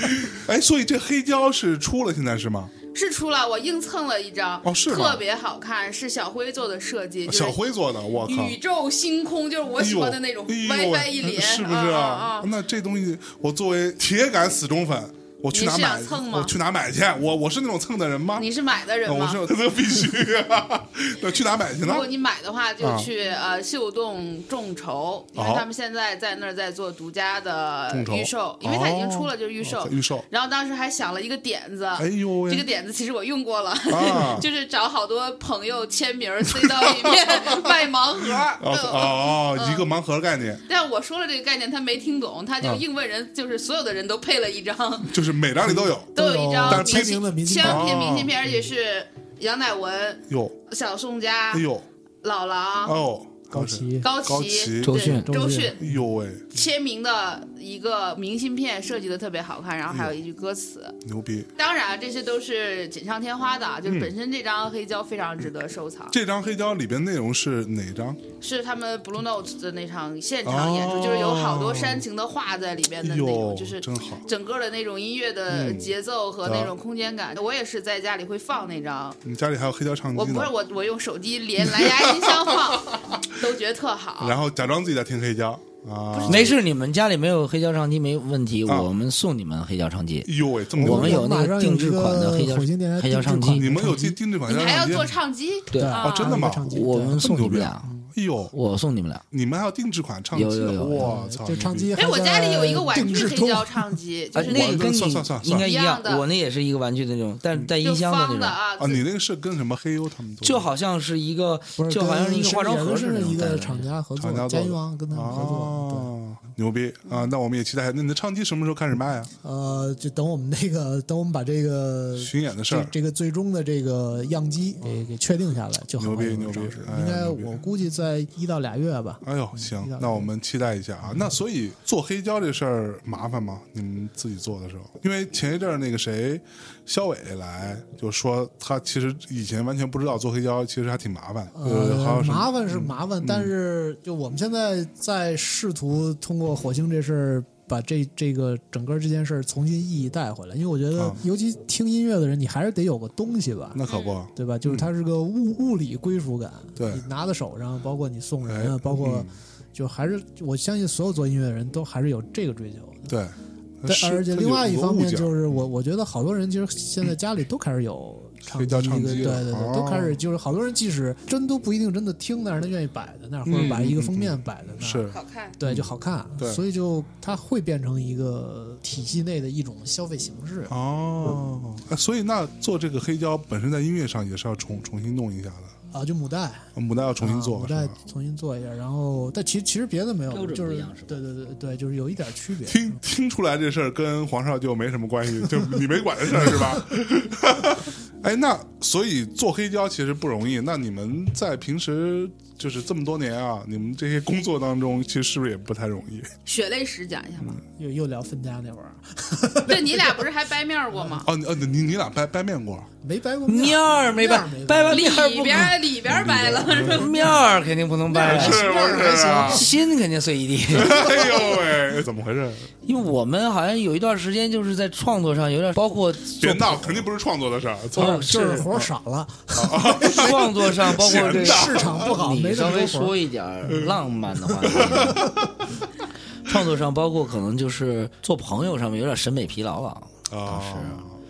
S3: 哎，所以这黑胶是出了，现在是吗？
S4: 是出了，我硬蹭了一张，
S3: 哦是吗哦
S4: 特别好看，是小辉做的设计，就是
S3: 小辉做的，我靠！
S4: 宇宙星空，就是我
S3: 哎
S4: 喜
S3: 呦
S4: 欢的那种
S3: 哎呦
S4: WiFi 一连，啊
S3: 是不是
S4: 啊啊啊
S3: 那这东西，我作为铁杆死忠粉，我去哪
S4: 你是
S3: 买
S4: 想蹭？吗
S3: 我去哪买去？我我是那种蹭的人吗？
S4: 你是买的人
S3: 呃我
S4: 吗
S3: 是？ 那必须啊！那去哪买去呢
S4: 如？果你买的话，就
S3: 啊
S4: 去呃秀动众筹，因为
S3: 哦
S4: 他们现在在那儿在做独家的
S3: 众筹
S4: 预售，因为它已经出
S3: 哦
S4: 了就是预售
S3: 哦。预售。
S4: 然后当时还想了一个点子，
S3: 哎呦喂！
S4: 这个点子其实我用过了，
S3: 啊
S4: 就是找好多朋友签名儿塞到里面卖盲 盒儿。
S3: 哦
S4: 对
S3: 哦
S4: 嗯
S3: 哦，一个盲盒概念，
S4: 但我说了这个概念，他没听懂，他就
S3: 啊
S4: 硬问人，就是所有的人都配了一张，
S3: 就是每张里都有。
S4: 都有一张
S3: 但
S4: 明
S3: 是签
S6: 名的明
S4: 信
S6: 信
S4: 签
S6: 片
S4: 名
S3: 哦
S4: 明信片，而且是杨乃文、
S3: 哟，
S4: 小宋佳
S3: 哎、呦，
S4: 老狼、
S3: 哦，
S6: 高
S3: 奇，
S6: 旗，
S4: 高
S3: 高
S4: 旗、
S5: 周
S4: 对
S5: 迅
S6: 周
S4: 周
S6: 迅
S4: 迅
S3: 哎呦喂，
S4: 签名的一个明信片，设计的特别好看，然后还
S3: 哎
S4: 有一句歌词。
S3: 牛逼！
S4: 当然，这些都是锦上添花的，啊就是
S3: 嗯
S4: 本身这张黑胶非常值得收藏。
S3: 这张黑胶里边内容是哪张？
S4: 是他们 Blue Note 的那场现场演出，就是有好多煽情的话在里边的
S3: 哎
S4: 那
S3: 呦
S4: 种，就是，
S3: 真好！
S4: 整个的那种音乐的
S3: 嗯
S4: 节奏和那种空间感。我也是在家里会放那张，
S3: 你家里还有黑胶唱
S4: 我
S3: 机
S4: 不
S3: 呢
S4: 是，我我用手机连蓝牙音箱放，都觉得特好。
S3: 然后假装自己在听黑胶啊！
S5: 没事，你们家里没有黑胶唱机没问题，
S3: 啊
S5: 我们送你们黑胶唱机。
S3: 哎呦喂，这么
S5: 我
S3: 牛
S5: 们
S3: 逼！
S5: 有那个定制款的黑胶
S6: 火星电台
S5: 黑胶唱
S6: 定制款
S5: 机
S3: 你们有定定制版
S4: 你
S3: 胶
S4: 还要
S3: 唱机？啊
S4: 做唱机，
S5: 对
S6: 对
S4: 啊
S3: 哦真的吗
S6: 唱机
S5: 我
S6: 对
S5: 们送你们
S3: 这
S5: 俩，
S3: 哎呦，
S5: 我送你们俩。
S3: 你们还有定制款唱
S5: 有
S3: 机
S5: 有
S3: 呢？
S5: 有
S3: 我操！
S6: 这唱
S3: 牛
S6: 机
S3: 逼
S6: 还
S4: 哎，我家里有一个玩具
S6: 在定制
S4: 黑
S6: 中
S4: 胶唱机，就
S5: 啊，
S4: 是
S5: 那个跟你
S3: 算算算嗯
S5: 应该一
S4: 一样的
S5: 我那也是一个玩具的那种，但带音
S4: 就
S5: 箱
S4: 方
S5: 那
S4: 的
S5: 种，
S4: 啊，
S3: 啊！你那个是跟什么黑优他们做的
S5: 就好像是一个
S6: 不是，
S5: 就好像是一个化妆盒似
S6: 是
S5: 的那种
S6: 一
S5: 带
S6: 个
S5: 的
S6: 厂家合
S3: 厂家
S6: 作，
S3: 做的
S6: 监狱王跟他们合作。
S3: 哦，牛逼啊！那我们也期待。那你的唱机什么时候开始卖啊？
S6: 对，呃，就等我们那个，等我们把这个
S3: 巡演的事
S6: 这
S3: 儿，
S6: 这个最终的这个样机给给确定下来，就好
S3: 牛逼
S6: 慢慢
S3: 牛逼
S6: 上市
S3: 哎
S6: 应该
S3: 牛逼
S6: 我估计在一到俩月吧。
S3: 哎
S5: 嗯
S3: 呦，行，那我们期待一下啊。那所以做黑胶这事儿麻烦吗？你们自己做的时候，因为前一阵儿那个谁，肖伟来就说他其实以前完全不知道做黑胶，其实还挺麻烦。呃，还有
S6: 呃，
S3: 什
S6: 麻
S3: 么？
S6: 烦是麻烦，
S3: 嗯
S6: 但是就我们现在在试图通过火星这事儿。把这这个整个这件事儿重新意义带回来，因为我觉得
S3: 啊，
S6: 尤其听音乐的人，你还是得有个东西吧，
S3: 那可不，
S6: 对吧？就是它是个物物理归属感，
S3: 对
S6: 你拿在手上，包括你送
S3: 哎
S6: 人啊，，包括
S3: 嗯
S6: 就还是我相信所有做音乐的人都还是有这个追求的。
S3: 对，呃是
S6: 但而且
S3: 它
S6: 另
S3: 有
S6: 外一
S3: 个
S6: 方
S3: 物
S6: 面
S3: 件
S6: 就
S3: 儿嗯
S6: 是我，我觉得好多人其实现在家里都开始有唱
S3: 黑胶唱
S6: 机
S3: 机
S6: 一个
S3: 了
S6: 对对
S3: 哦
S6: 对，都开始就是好多人即使真都不一定真的听，但是他愿意摆在那儿，或
S3: 嗯
S6: 者把一个
S3: 嗯
S6: 封
S3: 嗯
S6: 面摆在那儿，
S3: 是嗯
S4: 好看。
S6: 对就好看啊
S3: 对，
S6: 所以就它会变成一个体系内的一种消费形式。嗯
S3: 哦，哎所以那做这个黑胶本身在音乐上也是要重重新弄一下的，
S6: 啊，就母带，
S3: 牡丹要重新
S6: 啊
S3: 做
S6: 母
S3: 是
S6: 带
S3: 吧？
S6: 重新做一下，然后但其实其实别的没
S5: 标
S6: 有，
S5: 准
S6: 就
S5: 不一
S6: 是
S5: 样是吧
S6: 对对对对，就是有一点区别。
S3: 听听出来这事儿跟黄少就没什么关系，就你没管的事儿是吧？ 哎，那所以做黑胶其实不容易。那你们在平时就是这么多年啊，你们这些工作当中，其实是不是也不太容易？
S4: 血泪史讲一下吧，
S6: 又又聊分家那会儿，啊
S4: 对你俩不是还掰面儿过 吗？
S3: 哦，你哦，你你俩掰掰面过，
S6: 没掰过
S5: 面儿没掰
S6: 面儿没，
S5: 掰完
S4: 里
S5: 面儿不
S4: 边
S5: 可
S4: 儿里边儿掰了，是吧
S5: 面儿肯定不能掰，
S3: 是不是啊？
S5: 心肯定碎一地。
S3: 哎呦喂，怎么回事？
S5: 因为我们好像有一段时间就是在创作上有点，包括
S3: 别
S5: 做
S3: 闹，肯定不是创作的事儿。操
S4: 嗯
S5: 哦
S6: 就是
S5: 是
S6: 活儿少了，
S5: 创 作上，包括
S3: 闲的
S5: 这
S6: 市场不好，没
S5: 你
S6: 这
S5: 稍
S6: 么
S5: 微
S6: 多活儿
S5: 说一点儿浪漫的话 题，创作上包括可能就是做朋友上面有点审美疲劳了。
S3: 啊，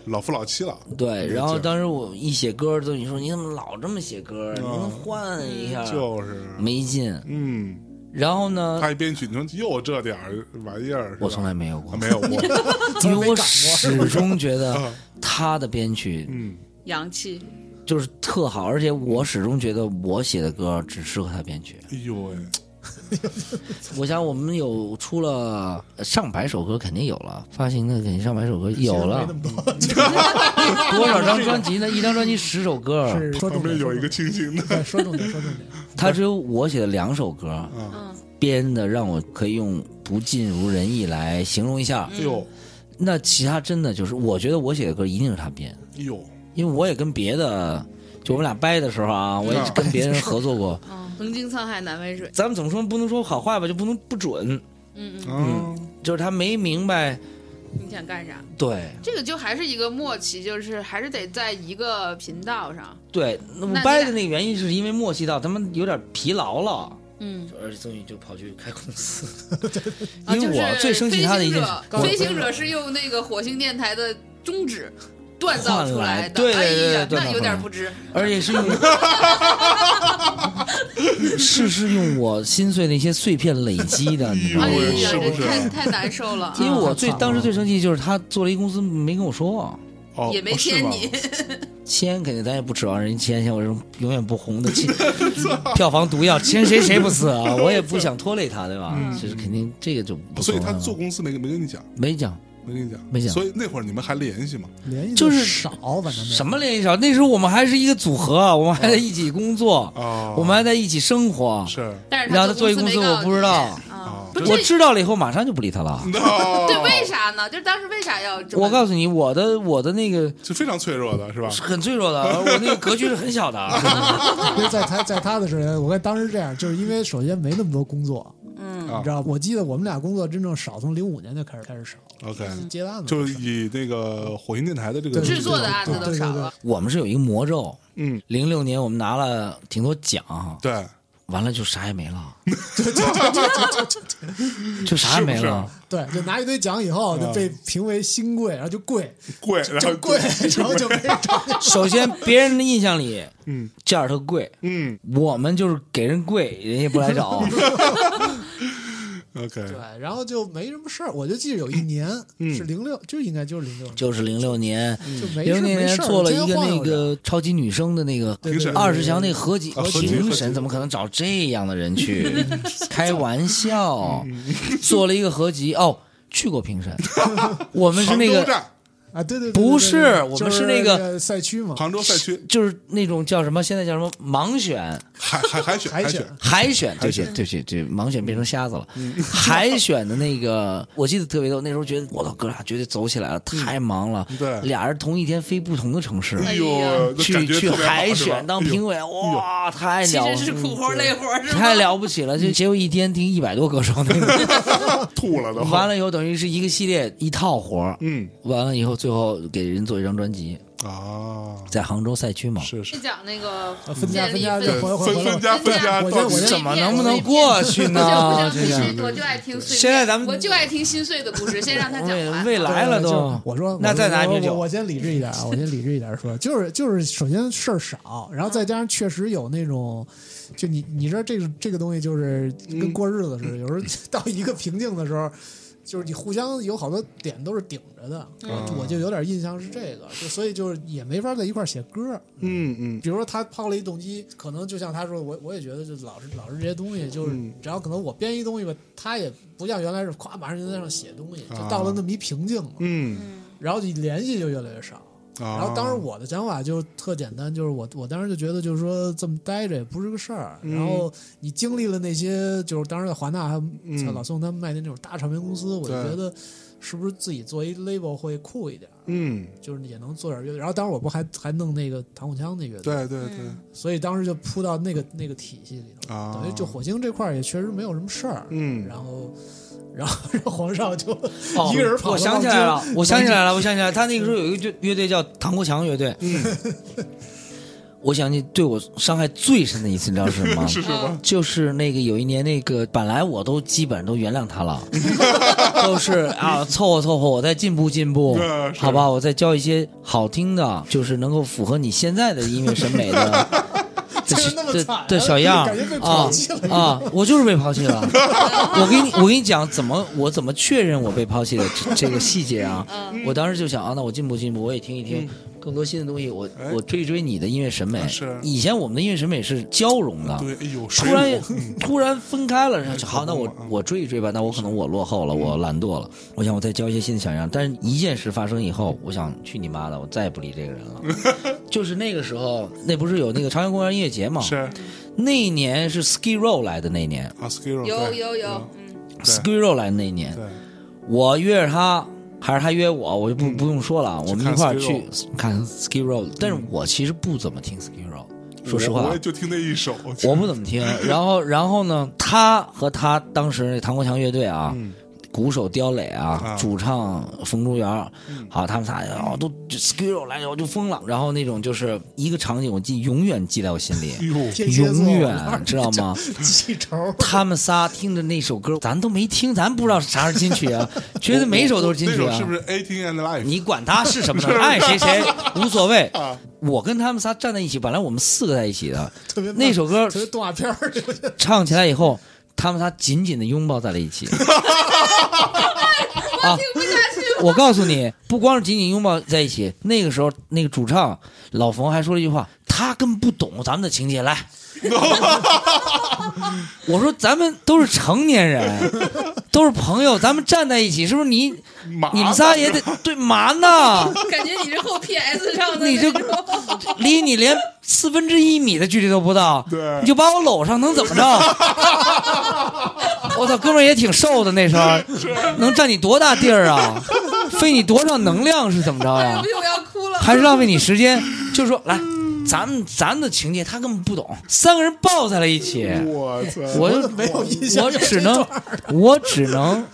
S3: 老夫老妻了，
S5: 对，
S3: 是
S5: 然后当时我一写歌儿，就你说你怎么老这么写歌儿？你能换一下？
S3: 嗯就是，
S5: 嗯没劲。
S3: 嗯，
S5: 然后呢，
S3: 他一编曲，你说又这点儿玩意儿，是吧
S5: 我从来没有过
S3: 啊，没 有过，
S5: 因为我始终觉 得
S3: 啊
S5: 他的编曲
S3: 嗯，
S4: 洋气。
S5: 就是特好，而且我始终觉得我写的歌儿只适合他编曲。
S3: 哎呦喂。
S5: 我想我们有出了上百首歌，肯定有了，发行的肯定上百首歌有了，嗯 多少张专辑呢？一张专辑十首歌，
S6: 是说重
S3: 嗯旁边
S6: 点，
S3: 有
S6: 说
S3: 一个
S6: 重点
S3: 清醒 的，
S6: 对，说重点，说 重点。
S5: 他只有我写的两首歌
S3: 嗯，
S5: 编的让我可以用不尽如人意来形容一下。
S4: 嗯
S3: 哎呦，
S5: 那其他真的就是，我觉得我写的歌一定是他编，
S3: 哎呦，
S5: 因为我也跟别的，就我们俩掰的时候啊，我也跟别人合作 过。
S4: 嗯，横经沧海难为水。
S5: 咱们怎么说不能说好坏吧，就不能不准，
S4: 嗯嗯，
S3: 嗯，
S5: 就是他没明白。
S4: 你想干啥？
S5: 对
S4: 这个就还是一个默契，就是还是得在一个频道上。
S5: 对，那我
S4: 那你
S5: 掰
S4: 俩
S5: 的那个原因是因为默契到他们有点疲劳了。
S4: 嗯，
S5: 而且终呃于就跑去开公司，
S4: 啊
S5: 因为
S4: 就是
S5: 我最生气他的一件事，我
S4: 飞行者，飞行者是用那个火星电台的宗旨锻造出来的，
S5: 换来对对对
S4: 哎呀，
S5: 对
S4: 那有
S5: 锻造出来
S4: 点不值，
S5: 而且 是用，是是用我心碎的一些碎片累积的，你知 道
S4: 哎
S5: 吗
S3: 哎？呦
S4: 呀，
S3: 是不是
S4: 这太太难 受了，
S5: 因为我最
S6: 啊
S5: 当时最生气就是他做了一公司没跟我说，
S3: 哦，
S4: 啊也没
S3: 哦是
S4: 签
S3: 吗
S4: 你，
S5: 签肯定咱也不指望人签，像我这种永远不红的签， 票房毒药，签谁谁不死啊？我也不想拖累他，对吧？
S4: 嗯
S5: 就是肯定这个就不
S3: 所以
S5: 说
S4: 啊
S3: 他
S5: 了
S3: 做公司没没跟你讲，
S5: 没讲
S3: 没跟你讲，
S5: 没讲
S3: 所以那会儿你们还联系吗？
S6: 联系
S5: 就是
S6: 少，反正没有
S5: 什么联系少，那时候我们还是一个组合，啊我们还在一起工作，
S3: 哦，
S5: 我们还在一起生活，
S3: 是
S4: 哦但是
S5: 然后他
S4: 做
S5: 做一公
S4: 没
S5: 司
S4: 告
S5: 我
S4: 诉
S5: 不知
S4: 你
S5: 道，
S4: 啊，
S3: 哦
S4: 不嗯
S5: 我
S4: 是
S5: 知道了以后马上就不理他了。
S3: no，
S4: 对，为啥呢？就是当时为啥要这么？
S5: 我告诉你，我的我的那个
S3: 就非常脆弱的是吧？
S5: 是很脆 弱的，我那个格局是很小的。
S6: 因为在他在他的时候，我看当时这样，就是因为首先没那么多工作，
S3: 啊
S4: 嗯，
S6: 你知道吧，我记得我们俩工作真正少，从零五年就开始开始少了，
S3: OK，
S6: 接案子
S3: 就是以那个火星电台的这个
S6: 对
S4: 嗯制作的案子都少了，
S5: 我们是有一个魔咒，
S3: 嗯，
S5: 零六年我们拿了挺多奖，
S3: 对，
S5: 完了就啥也没了，
S6: 对
S5: 就啥也没
S3: 是不
S5: 了。
S6: 对，就拿一堆奖以后就被评为新贵，然后就贵，
S3: 贵，啊 然后
S6: 就贵，然后 就没人找你。
S5: 首先，别人的印象里，
S3: 嗯，
S5: 这样特贵，
S3: 嗯
S5: 我们就是给人贵，人也不来找。
S3: ，OK，
S6: 对，然后就没什么事儿。我就记得有一年
S3: 嗯
S6: 是零六，就应该就是零六，
S5: 就是零六年，
S6: 就没
S5: 嗯零
S6: 事
S5: 六
S6: 儿没
S5: 年
S6: 事儿
S5: 做了
S6: 天
S5: 一个
S6: 天晃
S5: 那
S6: 悠着
S5: 个超级女声的那个
S6: 对
S3: 评审
S6: 对对
S5: 二十强那合集
S3: 啊合集
S5: 评
S3: 合集
S5: 审怎么可能找这样的人去？开玩笑，做了一个合集哦，去过评审，我们是那
S3: 杭州
S5: 个
S3: 站，
S6: 啊，对对，对
S5: 不
S6: 对对
S5: 是
S6: 对
S5: 我们
S6: 就是
S5: 那
S6: 那
S5: 个
S6: 赛区嘛，
S3: 杭州赛区
S5: 就是那种叫什么，现在叫什么盲选、
S3: 海海海选
S6: 海选
S3: 选，
S5: 海选，嗯对不起，对不起，这盲选变成瞎子了。海选的那个， 我记得特别多，那时候觉得我操，哥俩绝对走起来了，太忙了，
S3: 对
S5: 俩人同一天飞不同的城市。
S3: 哎
S4: 哎呀
S3: 呦，那
S5: 去
S3: 感觉
S5: 去
S3: 特别好
S5: 海
S3: 是吧
S5: 选当
S3: 哎呦
S5: 评委，哇，太
S4: 其
S5: 了
S4: 实是苦活累活是吧？
S5: 太了不起了！
S3: 嗯
S5: 就结果一天听一百多歌手 那个，
S3: 吐了都，
S5: 完，了以后等于是一个系列一套活儿，
S3: 嗯
S5: 完了以后最后给人做一张专辑，
S3: 啊，
S5: 在杭州赛区嘛，
S3: 是是
S4: 是，讲那个
S5: 啊
S6: 呃分家
S4: 建
S6: 分
S4: 立
S6: 家
S4: 分
S6: 就回回
S3: 分
S6: 回
S3: 分家分家，
S6: 我
S3: 到
S6: 觉得
S3: 底
S5: 怎么
S4: 碎片
S5: 能不能
S4: 碎片
S5: 过去
S4: 我就不
S5: 呢？
S4: 想
S5: 这
S4: 听碎
S5: 个
S4: 我就爱听碎片。
S5: 现在咱们
S4: 我就爱听心碎的故事，先让他讲
S5: 未
S4: 完。
S5: 未来了
S6: 对
S5: 都
S6: 就，我说，
S5: 那
S6: 我
S5: 再拿一
S6: 我
S5: 瓶
S6: 我
S5: 酒
S6: 我，先理智一点啊，我先理智一点说，就是就是，首先事儿少，然后再加上确实有那种，就你你知道这个这个东西就是
S5: 嗯
S6: 跟过日子似的，有时候 到一个瓶颈的时候。就是你互相有好多点都是顶着的，
S3: 嗯
S6: 我就有点印象是这个，就所以就是也没法在一块儿写歌。
S3: 嗯嗯，
S6: 比如说他抛了一动机，可能就像他说，我我也觉得就老是老是这些东西，就是
S3: 嗯
S6: 只要可能我编一东西吧，他也不像原来是夸马上就在上写东西，就
S3: 啊
S6: 到了那么一瓶颈了。
S3: 嗯，啊
S6: 然后你联系就越来越少。
S4: 嗯
S3: 然
S6: 然后当时我的想法就特简单，就是我我当时就觉得就是说这么待着也不是个事儿。
S3: 嗯
S6: 然后你经历了那些，就是当时在华纳还
S3: 嗯
S6: 有老宋他们卖的那种大唱片公司，我就
S3: 对
S6: 觉得是不是自己做一 label 会酷一点儿，
S3: 嗯，
S6: 就是也能做点乐队。然后当时我不还还弄那个弹火枪那乐队，
S3: 对对对，
S4: 嗯
S6: 所以当时就扑到那个那个体系里头，
S3: 啊
S6: 等于就火星这块儿也确实没有什么事儿。
S3: 嗯
S6: 然后 然后然后皇上就
S5: 哦
S6: 一个人跑到
S5: 我想起来了，我想起来了，我想起来了，他那个时候有一个乐乐队叫唐国强乐队，
S6: 嗯
S5: 我想起对我伤害最深的一次，你知道是 什么吗？
S3: 是什么？
S5: 就是那个有一年那个，本来我都基本上都原谅他 了，都是啊凑合凑合，我再进步进步
S3: 嗯，是
S5: 好吧，我再教一些好听的，就是能够符合你现在的音乐审美的
S6: 这人那么
S5: 的
S6: 惨啊
S5: 的小样
S6: 感觉被
S5: 儿
S6: 抛
S5: 啊
S6: 弃了一样
S5: 啊！我就是被抛弃了， 我给你我跟你讲怎么我怎么确认我被抛弃的这 这个细节啊！
S3: 嗯
S5: 我当时就想啊，那我进步进步，我也听一听更多新的东西，我
S3: 哎
S5: 我追一追你的音乐审美
S3: 啊是。
S5: 以前我们的音乐审美是交融的，
S3: 对，哎呦，
S5: 突
S3: 水
S5: 然
S3: 火嗯
S5: 突然分开了，然后就好，那我
S3: 嗯
S5: 我追一追吧，那我可能我落后了，我懒惰了，我想我再教一些新的小样。但是一件事发生以后，我想去你妈的，我再也不理这个人了。 就是那个时候，那不是有那个朝阳公园音乐节吗？
S3: 是
S5: 那一年是 Ski Row 来的那年
S3: 啊，Skiro
S4: 有
S3: 对
S4: 有有
S3: 嗯，
S4: 嗯，
S5: ，Ski Row 来的那年，
S3: 对，
S5: 我约着他，还是他约我，我就不、不用说了，我们一块儿
S3: 嗯去
S5: 去
S3: 看嗯
S5: 看 Ski Row。但是我其实不怎么听 Ski Row，说实话，
S3: 我我也就听那一首，
S5: 我不怎么听。然后，然后呢，他和他当时那唐国强乐队啊，鼓手刁磊啊，
S3: 嗯啊嗯
S5: 主唱冯竹元，好，他们仨哦都 s k i r o 来，我就疯了。然后那种就是一个场景，我记永远记在我心 里，
S3: 哟，
S6: 天蝎座
S5: 永远知道 吗？
S6: 记仇，
S5: 他们仨听着那首歌，咱都没听，咱不知道啥是金曲 啊，觉得每首都是金
S3: 那
S5: 曲
S3: 首
S5: 啊。
S3: 是不是 Eighteen and Life？
S5: 你管他是什么呢？爱谁谁无所谓。
S3: 啊
S5: 我跟他们仨站在一起，本来我们四个在一起的，
S6: 特别
S5: 那首歌
S6: 特别动画片儿，
S5: 唱起来以后，他们仨紧紧的拥抱在了一 起。啊！
S4: 不下去了。
S5: 我告诉你，不光是紧紧拥抱在一起，那个时候那个主唱老冯还说了一句话，他根本不懂咱们的情节。来，我说咱们都是成年人， 都是朋友，咱们站在一起，是不是你
S3: 麻
S5: 你们仨也得对嘛呢？
S4: 感觉你是后 PS 上的
S5: 你
S4: 那
S5: 这
S4: 种，
S5: 离你连四分之一米的距离都不到，
S3: 对
S5: 你就把我搂上，能 怎么着？我操，哥们儿也挺瘦的那时候，能占你多大地儿啊？费你多少能量是怎么着呀
S4: 不？行，我要哭了。
S5: 还是浪费你时间？就说来，咱们咱们的情节他根本不懂，三个人抱在了一起，
S3: 我操！
S5: 我
S6: 怎么没有印象
S5: 我只能 我只能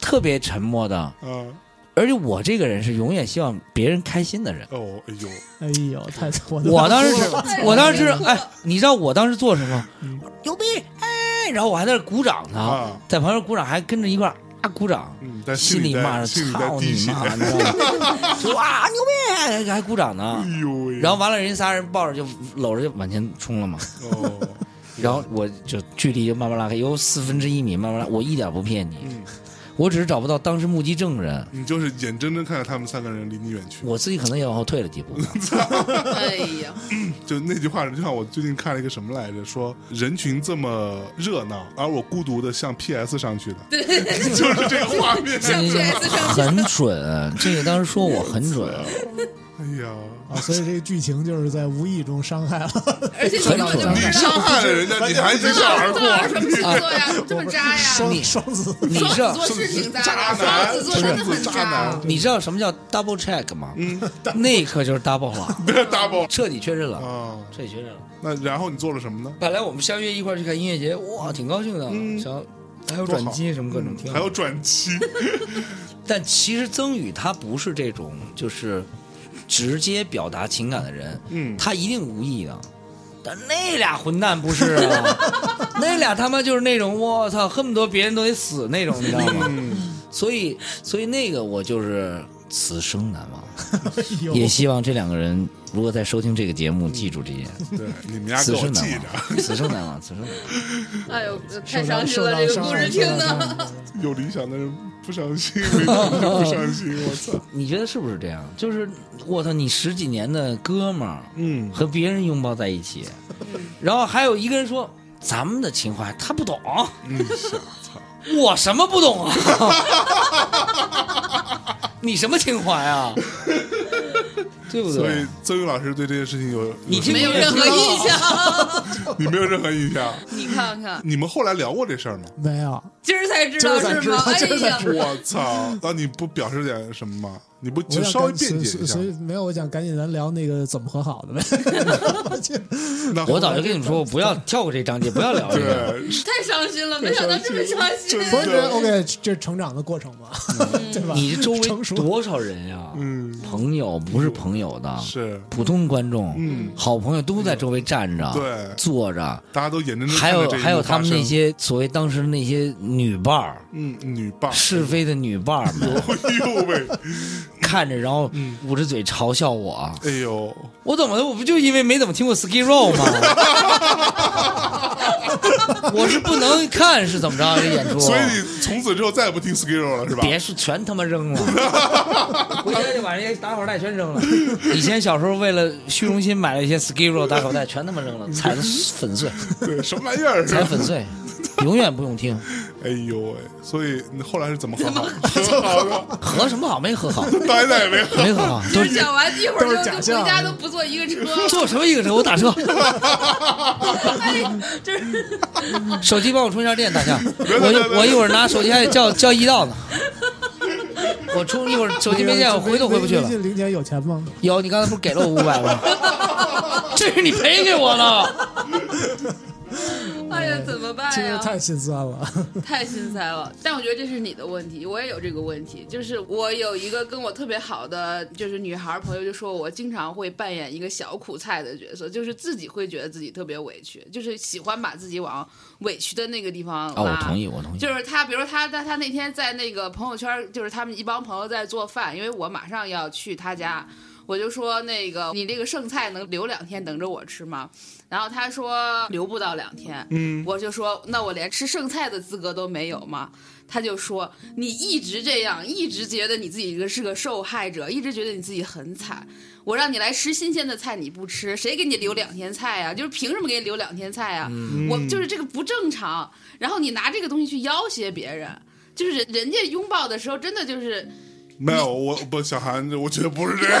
S5: 特别沉默的，
S3: 嗯
S5: 而且我这个人是永远希望别人开心 的人。
S3: 哦，哎呦，
S6: 哎呦，太我嗯都
S5: 我当时是
S6: 哭了，
S5: 我当时是，哎，你知道我当时做什么？牛逼！哎，然后我还在那鼓掌呢
S3: 啊，
S5: 在旁边鼓掌，还跟着一块儿啊鼓掌
S3: 嗯，但心
S5: 心
S3: 里
S5: 里
S3: 在
S5: 骂着
S3: 心里在
S5: 操
S3: 滴
S5: 你
S3: 血
S5: 妈，你知道吗？ 就哇牛逼，还还鼓掌呢
S3: 哎。
S6: 嗯
S3: 呦喂，
S5: 然后完了，人仨人抱着就搂着就往前冲了嘛。
S3: 哦，
S5: 然后我就距离就慢慢拉开，有四分之一米，慢慢拉。我一点不骗你，
S3: 嗯，
S5: 我只是找不到当时目击证人，
S3: 你就是眼睁睁看着他们三个人离你远去。
S5: 我自己可能也往后退 了几步。
S4: 哎呀，
S3: 就那句话，就像我最近看了一个什么来着，说人群这么热闹，而我孤独的像 PS 上去的， 就是这个画 面。
S4: 像 PS 上去。
S5: 很准，这个当时说我很准，
S3: 哎呀，
S6: 啊，所以这个剧情就是在无意中伤害了，
S4: 而且你根本就不
S3: 你
S4: 知
S3: 伤
S4: 道
S3: 害了人家，你还一笑而
S6: 啊
S4: 这玩意
S3: 过
S4: 儿什。么星座呀，啊这么渣呀。
S6: 双双子
S5: 你
S4: 双
S5: 知道
S4: 子座是挺渣
S3: 渣
S4: 的，
S3: 男
S4: 双子座真的
S3: 不是
S4: 很
S3: 渣男
S4: 渣。
S5: 你知道什么叫 double check 吗？
S3: 嗯
S5: 那一刻就是 double 了，
S3: 对，double
S5: 彻底确认了，
S3: 啊，
S5: 彻底确认了。
S3: 那然后你做了什么呢？
S5: 本来我们相约一块儿去看音乐节，哇，挺高兴的，想还有转机什么各种挺好
S3: 嗯还有转机，
S5: 但其实曾宇他不是这种就是直接表达情感的人，
S3: 嗯
S5: 他一定无意的。但那俩混蛋不是啊， 那俩他妈就是那种我操，恨不得别人都得死那种，你知道吗？
S3: 嗯，
S5: 所以，所以那个我就是此生难 忘。
S6: 有
S5: 也希望这两个人如果在收听这个节目，记住这些，
S3: 对，嗯你们家给
S5: 此
S3: 我
S5: 生难
S3: 记着，
S5: 忘，此生难忘，此生难忘。
S4: 哎呦，太
S6: 受
S4: 伤
S6: 到
S4: 心
S6: 受
S4: 了，
S6: 到
S4: 这个
S6: 伤
S4: 故
S6: 害嗯
S4: 事
S6: 受
S4: 听
S6: 到伤
S4: 的。
S6: 害。
S3: 有理想的人不伤心，没理想的人不伤心，我操，
S5: 你觉得是不是这样？就是我操，你十几年的哥们儿
S3: 嗯，
S5: 和别人拥抱在一起，然后还有一个人说咱们的情怀他不懂，
S3: 嗯，想操，
S5: 我什么不懂啊？ 你什么情怀 啊？对不
S3: 所以
S5: 对？
S3: 曾宇老师对这件事情有，
S5: 你
S3: 有
S5: 听
S4: 没有任何啊印象，
S3: 你没有任何印象？
S4: 你看看，
S3: 你们后来聊过这事 儿吗？
S6: 嗯没有，
S4: 今儿才知道
S6: 今儿才
S4: 是
S6: 知
S4: 吗
S6: 道？
S4: 哎
S6: 今儿才
S4: 呀，
S6: 知
S3: 我操！那你不表示点什么吗？你不
S6: 我
S3: 就
S6: 想
S3: 稍微
S6: 赶紧
S3: 辩解
S6: 所以
S3: 一下
S6: 所？以没有，我想赶紧咱聊那个怎么和 好的呗。
S3: 那
S5: 我早就跟你们说，我不要跳过这章节，不要聊这个。
S3: 对，
S4: 太伤心了，没想到这么伤心。
S6: 不是这 OK，这是成长的过程嘛， 对吧？
S5: 嗯你这周
S6: 成
S5: 围
S6: 熟
S5: 多少人呀、
S3: 嗯，
S5: 朋友不是朋友的，
S3: 是
S5: 普通观众，
S3: 嗯
S5: 好朋友都在周围站着，
S3: 对
S5: 坐着，
S3: 大家都眼睁睁
S5: 还
S3: 看着
S5: 有
S3: 这一幕
S5: 还有他们
S3: 发生
S5: 那些所谓当时那些女伴儿，
S3: 嗯女霸，
S5: 是非的女伴儿们，
S3: 哎呦喂，
S5: 看着然后捂着嘴嘲笑我，
S3: 哎呦，
S5: 我怎么了？我不就因为没怎么听过 Ski Row 吗？ 我是不能看是怎么着这演出？
S3: 所以你从此之后再也不听 s k i r o 了是吧？
S5: 别是全他妈扔了，回家就把这些打口袋全扔了。 以前小时候为了虚荣心买了一些 Skiro 打口袋，全他妈扔了，踩的粉碎，
S3: 对，什么玩意 儿？
S5: 踩粉碎，永远不用听。
S3: 哎呦喂，所以你后来是怎么和 好？和好的，
S5: 和什么好？没和好，
S3: 到现在也没和。
S5: 没和好，都
S4: 就是讲完一会儿
S6: 都是
S4: 就
S6: 假
S4: 就
S6: 象
S4: 回家都不坐一个车，
S5: 坐什么一个车？我打车，
S4: 这是
S5: 手机帮我充一下电，大象。
S3: 别别别
S5: 我我一会儿拿手机还得叫叫医道呢。我充一会儿手机没电，我回都回不去了
S6: 微。信零钱有钱吗？
S5: 有，你刚才不是给了我五 啊百吗？这是你赔给我的。
S4: 哎呀，这怎么办
S6: 听着
S4: 呀？
S6: 太心酸了。
S4: 太心塞了，但我觉得这是你的问题，我也有这个问题。就是我有一个跟我特别好的就是女孩朋友，就说我经常会扮演一个小苦菜的角色，就是自己会觉得自己特别委屈，就是喜欢把自己往委屈的那个地方
S5: 啊，
S4: 拉。
S5: 我同意，我同意。
S4: 就是他，比如他，他他那天在那个朋友圈，就是他们一帮朋友在做饭，因为我马上要去他家，我就说那个你这个剩菜能留两天等着我吃吗？然后他说留不到两天，嗯，我就说那我连吃剩菜的资格都没有吗？他就说你一直这样，一直觉得你自己是个受害者，一直觉得你自己很惨。我让你来吃新鲜的菜，你不吃，谁给你留两天菜呀、就是凭什么给你留两天菜呀、
S3: 嗯
S4: 我就是这个不正常。然后你拿这个东西去要挟别人，就是人人家拥抱的时候，真的就是
S3: 没有，我不小韩，我觉得不是这样，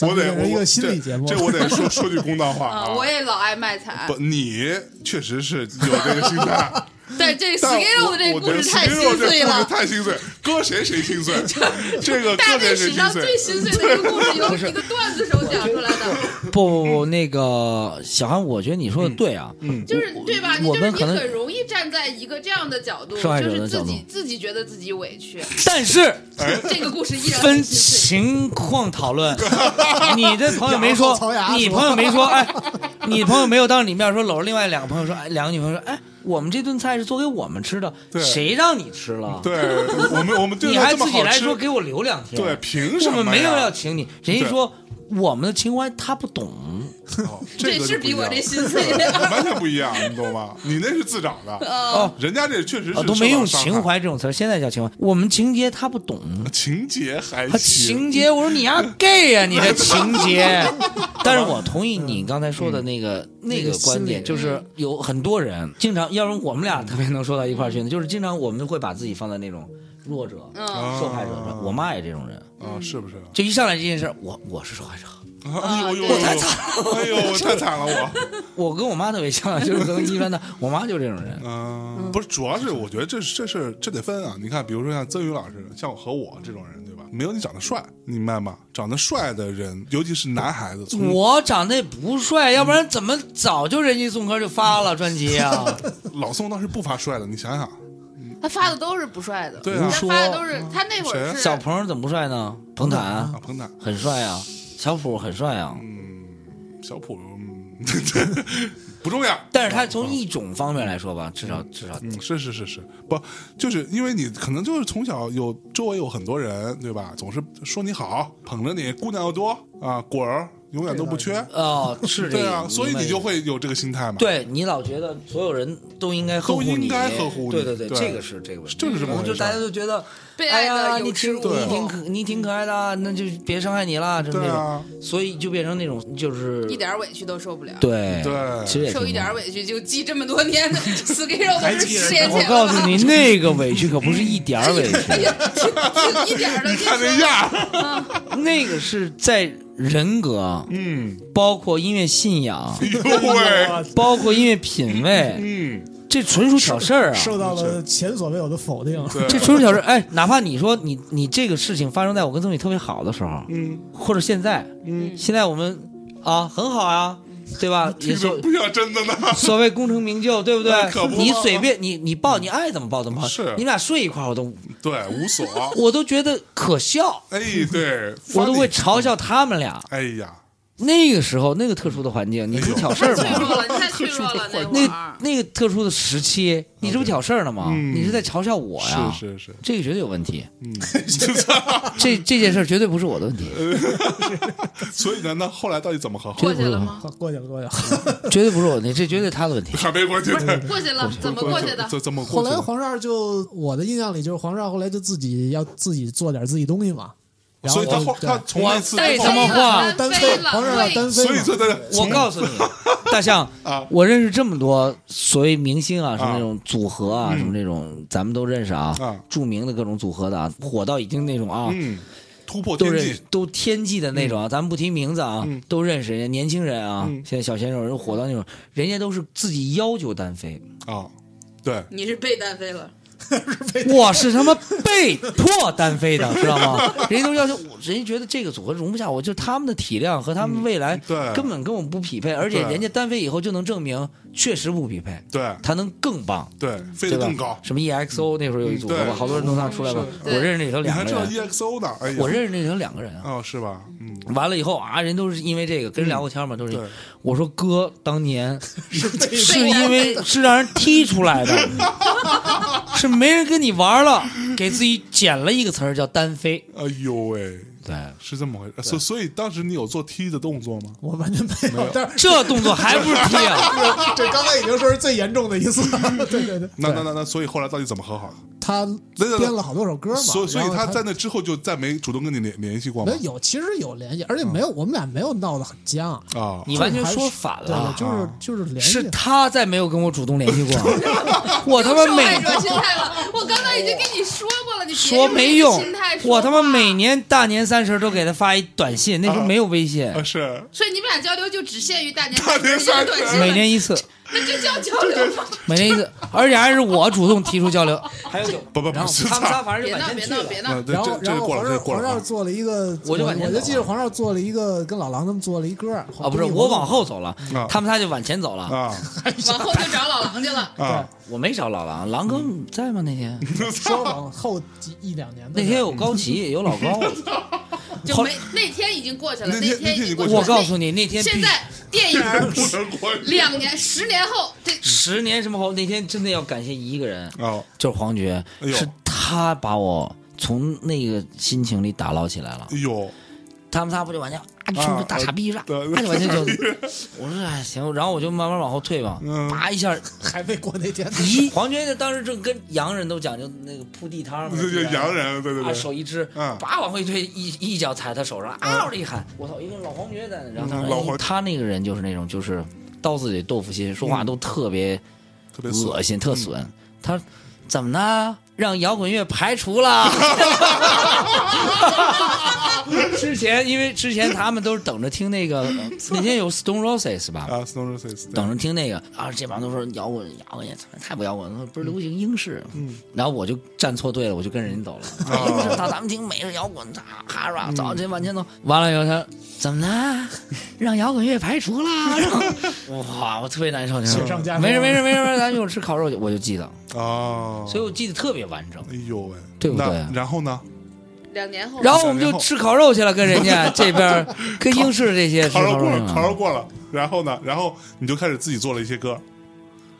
S3: 我
S6: 们
S3: 得
S6: 变成
S3: 我
S6: 一个心理
S3: 这
S6: 节目
S3: 这我得说说句公道话
S4: 啊、
S3: 啊，
S4: 我也老爱卖惨
S3: 不，。你确实是有这个心 态。
S4: 对，这死
S3: 但
S4: 给肉
S3: 我
S4: 的这
S3: 我
S4: 个
S3: 觉
S4: 故
S3: 得
S4: 事太
S3: Skid
S4: 心
S3: Row 这
S4: 碎
S3: 故事
S4: 了，
S3: 太心碎，搁谁谁心 碎， 这个
S4: 大
S3: 搁谁谁
S4: 内史
S3: 心
S4: 上最
S3: 碎。
S4: 心碎的一个故事，由一个段子手讲出来的，
S5: 不不不，那个小韩，我觉得你
S3: 嗯
S5: 说的对啊，
S4: 就是对吧？你
S5: 我
S4: 就是
S5: 们
S4: 你
S5: 可能
S4: 很容易站在一个这样的角度，
S5: 受害者
S4: 就
S5: 的
S4: 是自
S5: 角
S4: 己
S5: 度
S4: 自己觉得自己委屈。
S5: 但是
S3: 哎
S4: 这个故事依然
S5: 分
S4: 很心碎。
S5: 情况 讨论。你的朋友没
S6: 咬
S5: 说
S6: 后槽牙，
S5: 你
S6: 是吧
S5: 朋友没说，哎，你朋友没有当着你面说，搂着另外两个朋友说，哎，两个女朋友说，哎，我们这顿菜是做给我们吃的，
S3: 对
S5: 谁让你吃了？
S3: 对，我们我 们对
S5: 你
S3: 他
S5: 还
S3: 这么
S5: 自己
S3: 好
S5: 来
S3: 吃，
S5: 说给我留两天，
S3: 对，凭什
S5: 我
S3: 么呀？
S5: 们没有要请你，人家
S3: 对
S5: 说我们的情怀他不懂，
S3: 哦这个
S4: 这
S3: 就是不
S4: 比
S3: 一
S4: 我
S3: 样
S4: 这心碎
S3: 对
S4: 的。
S3: 完全不一样，你懂吗？你那是自找 的，
S5: 哦，
S3: 人家这确实
S5: 啊
S3: 是
S5: 都没用
S3: 受到伤害
S5: 情怀这种词儿，现在叫情怀，我们情节他不懂。
S3: 情节还行，
S5: 他啊情节，我说你丫 gay 啊呀、你这情 节。但是我同意你刚才说的那个、嗯那个观点，就是有很多人经常，要不我们俩特别能说到一块儿去呢，就是经常我们会把自己放在那种弱者、
S4: 嗯，
S5: 受害者上。我妈也这种人，
S3: 啊，是不是？
S5: 就一上来这件事儿，我我是受害者。啊
S3: 哎呦呦
S4: 对
S3: 呦，哎呦， 我太惨了，我。
S5: 我跟我妈特别像，就是可能一般的， 我妈就是这种人。
S3: 嗯，不是，主要是我觉得这这事儿这得分啊。你看，比如说像曾宇老师，像我和我这种人，对吧？没有你长得帅，你明白吗？长得帅的人，尤其是男孩子，从
S5: 我长得也不帅，要不然怎么早就人家宋柯就发了专辑啊？
S3: 老宋当时不发帅的，你想想，
S4: 他发的都是不帅的，
S3: 对啊
S4: 他发的都是他那会
S3: 谁
S4: 儿
S3: 啊
S4: 是
S5: 小鹏怎么不帅呢？彭坦
S3: 啊，彭坦、
S5: 很帅啊，小普很帅啊。
S3: 嗯小普，嗯， 不重要。
S5: 但是他从一种方面来说吧，至少至少
S3: 嗯，是是是是，不就是因为你可能就是从小有周围有很多人，对吧？总是说你好，捧着你，姑娘又多啊，果儿永远都不缺，
S5: 哦，是这
S3: 对
S5: 个
S3: 啊，所以你就。
S5: 明白
S3: 会有这个心态嘛。，
S5: 对啊你老觉得所有人都应该呵护你，
S3: 都应该呵护你
S5: 对对对，
S3: 对
S5: 这个是这个问题，
S3: 就是这么回事
S5: 就大家都觉得，
S4: 被
S5: 哎
S4: 爱
S5: 呀，
S4: 的
S5: 你
S4: 有
S5: 挺
S4: 恃
S5: 你
S4: 无恐，
S5: 挺可你挺可爱的，啊那就别伤害你了，就
S3: 对
S5: 那种，
S3: 啊，
S5: 所以就变成那种就是
S4: 一点儿委屈都受不了。
S5: 对
S3: 对
S5: 其实也挺
S4: 受一点儿委屈就记这么多年的 死给肉都是十年
S5: 我
S4: 前
S5: 告
S4: 了
S5: 诉
S4: 吧？
S5: 你，那个委屈可不是一点儿 委屈，
S4: 一点儿都
S3: 看那样儿，
S5: 那个是在人格，
S3: 嗯，
S5: 包括音乐信仰，
S3: 哎呦喂，
S5: 包括音乐品 味，
S3: 嗯，
S5: 这纯属小事儿啊，
S6: 受到了前所未有的否定。
S3: 对，
S5: 这纯属小事。哎，哪怕你说你你这个事情发生在我跟曾宇特别好的时候，
S3: 嗯
S5: 或者现在，
S3: 嗯，
S5: 现在我们啊很好啊，对吧？也
S3: 听着
S5: 所
S3: 不像真的呢。
S5: 所谓功成名就，对不
S3: 那
S5: 对
S3: 可不？
S5: 你随便你你抱你爱怎么抱怎么抱，
S3: 是
S5: 你俩睡一块儿我都
S3: 对，无 所。
S5: 我都觉得可笑，
S3: 哎，对，
S5: 我都会
S3: funny。
S5: 嘲笑他们俩。
S3: 哎呀，
S5: 那个时候那个特殊的环境，
S3: 哎
S5: 你这不挑事儿
S4: 太脆
S5: 吗？
S4: 弱了，你太脆弱 了那会
S5: 那
S4: 儿。
S5: 那个特殊的时期，你这不挑事儿呢吗？
S3: 嗯
S5: 你是在嘲笑我呀？
S3: 是是是，
S5: 这个绝对有问题，
S3: 嗯，
S5: 这这件事儿绝对不是我的问题，
S3: 所以呢，那后来到底怎么和好？
S5: 绝
S4: 过
S5: 对不
S4: 去
S5: 是
S4: 了
S5: 我，
S4: 吗？
S6: 过去了，过去了。
S5: 绝对不是我的问题，这绝对他的问题。
S3: 还没过去呢，
S4: 过去了，怎么过 去的？
S3: 这这么过
S6: 后
S3: 去
S6: 来
S3: 的？
S6: 黄少就我的印象里就是黄少后来就自己要自己做点自己东西嘛，然后
S3: 所以他后
S6: 对
S3: 他从那次
S5: 我
S3: 之
S5: 什么啊
S3: 后，
S5: 话
S6: 单
S4: 单
S6: 飞
S4: 飞
S6: 黄少要
S4: 了，对，
S6: 单飞嘛，
S3: 所以说他
S5: 我
S3: 从
S5: 告诉你， 大象
S3: 啊
S5: 我认识这么多所谓明星啊，什么
S3: 啊
S5: 那种组合啊，什么这种咱们都认识啊
S3: 啊，
S5: 著名的各种组合的啊，火到已经那种啊，
S3: 嗯，突破
S5: 都
S3: 天
S5: 认
S3: 际，嗯
S5: 都天际的那种啊，咱们不提名字啊，都认识人家年轻人啊，现在小鲜肉人火到那种，人家都是自己要求单飞，
S3: 啊，对，
S4: 你是被单飞了，
S5: 我是他妈被迫单飞的，知 道吗？人家都要求，我人家觉得这个组合容不下我，就他们的体量和他们未来
S3: 嗯对啊
S5: 根本跟我们不匹配，而且
S3: 对啊
S5: 人家单飞以后就能证明确实不匹配，
S3: 对
S5: 他能更棒，
S3: 对，飞
S5: 对
S3: 得
S5: 吧
S3: 更高？。嗯
S5: 什么 EXO 那时候有一组合
S3: 对
S5: 吧，好多人都拿出来吧，我
S4: 对
S5: 认识里头
S3: 你
S5: 两
S3: 还
S5: 个
S3: 知道
S5: 人，啊
S3: EXO 呢？哎呀，
S5: 我认识里头两个人啊。
S3: 哦，是吧？嗯，
S5: 完了以后啊，人都是因为这个跟人聊过天
S4: 嗯
S5: 嘛，都是
S3: 对
S5: 我说哥当年
S6: 被
S5: 是因为是让人踢出来的， 是没人跟你玩了，给自己捡了一个词儿叫单飞。
S3: 哎呦喂，
S5: 对，
S3: 是这么回事。呃所所以当时你有做踢的动作吗？
S6: 我完全没有，但是
S5: 这动作还不是踢 啊？
S6: 这刚才已经说是最严重的一次 了。对对对，
S3: 那那那那，所以后来到底怎么和好的？
S6: 他
S3: 对对
S6: 编了好多首歌嘛，
S3: 所所以
S6: 然后
S3: 他
S6: 他
S3: 在那之后就再没主动跟你联联系过吗
S6: 没？有，其实有联系，而且没
S3: 嗯
S6: 有，我们俩没有闹得很僵。
S3: 啊，
S5: 你完全说反
S6: 对
S5: 了，，啊
S6: 就是就是联系
S5: 是。他再没有跟我主动联系过，啊我他妈
S4: 受害
S5: 每
S4: 者心态了。我刚才已经跟你说过了，你别
S5: 说
S4: 用这
S5: 没
S4: 个
S5: 用
S4: 心态，说
S5: 我他妈
S4: 话
S5: 每。年大年三十都给他发一短信，那时候没有微信，
S3: 啊是
S4: 所以你们俩交流就只限于大年
S3: 大年三十
S4: 三十短信了，
S5: 每年一次，
S4: 那就叫交流吗？
S5: 每年一次，而且还是我主动提出交流。还有
S3: 不不不
S5: 然后
S3: 是
S5: 他们仨
S3: 操
S5: 反正
S4: 别
S5: 就
S4: 闹
S5: 晚
S4: 别
S5: 先去
S4: 闹
S5: 了。
S4: 别闹
S3: 那！这
S6: 然后
S3: 这，这
S6: 然
S3: 个
S6: 后
S3: 过了，这
S6: 黄少
S3: 个过
S6: 黄少
S3: 了。啊
S6: 做了一个，
S5: 我
S6: 我
S5: 就往前
S6: 我
S5: 走
S6: 就记得黄少做了一个跟老狼他们做了一歌
S5: 啊，不是，我往后走了
S3: 啊，
S5: 他们仨就往前走了。
S3: 啊
S4: 往后就找老狼去 了。
S3: 啊！
S5: 我没找老狼，狼哥你在吗？那天
S6: 稍往后几一两年的
S5: 那
S6: 事儿。
S5: 天有高旗，有老高。
S4: 就
S5: 后
S4: 没那天已经过去了，
S3: 那天
S4: 天已经
S3: 那天已经过
S4: 去
S3: 去
S4: 了。
S5: 我告诉你，那天
S4: 那现
S5: 必
S4: 在电影儿
S3: 不能过
S4: 两年、十年后，这
S5: 十年什么后，那天真的要感谢一个人，
S3: 哦，
S5: 就是黄觉，
S3: 哎呦
S5: 是他把我从那个心情里打捞起来了
S3: 哎。呦，
S5: 他们仨不就往前啊，你说这大傻逼是吧？
S3: 对
S5: 啊就往前走。我说哎行，然后我就慢慢往后退吧
S3: 嗯，
S5: 啪一下
S6: 还没过那天，
S5: 咦， 黄觉当时正跟洋人都讲究那个铺地摊嘛，
S3: 这就 洋人，对对
S5: 啊，
S3: 对，
S5: 手一支，
S3: 嗯
S5: 叭往后一推，一一脚踩他手上，啊嗷的一喊，我操，一个老黄觉在那，然后他
S3: 嗯
S5: 说
S3: 老
S5: 哎
S3: 黄
S5: 他那个人就是那种就是刀子里豆腐心，说话都特别
S3: 嗯特别损嗯
S5: 恶心，特损。他怎么呢？让摇滚乐排除了。 之前因为之前他们都是等着听那 个，呃那天有 Stone Roses 吧，
S3: 啊，Stone Roses，
S5: 等着听那个啊，这帮都说摇滚摇滚也太不摇滚了，不是流行英式。嗯，然后我就站错队了，我就跟人家走
S3: 嗯
S5: 了。啊
S3: 哦
S5: 英式，到咱们听美式摇滚，啊哈拉，走这往前走。完了以后他怎么呢？让摇滚乐 排除了。然后哇，我特别难受。
S6: 雪上加霜
S5: 没事没事没事，没事咱一会儿吃烤肉去，我就记得，
S3: 哦，
S5: 所以我记得特别完整。
S3: 哎呦喂，
S5: 对不对
S3: 那然后呢？
S4: 两年后，
S5: 然后我们就吃烤肉去了，跟人家这 边儿跟英式这些吃
S3: 烤
S5: 烤
S3: 肉
S5: 肉
S3: 过
S5: 去
S3: 了，烤肉
S5: 了。
S3: 过了，然后呢？然后你就开始自己做了一些歌，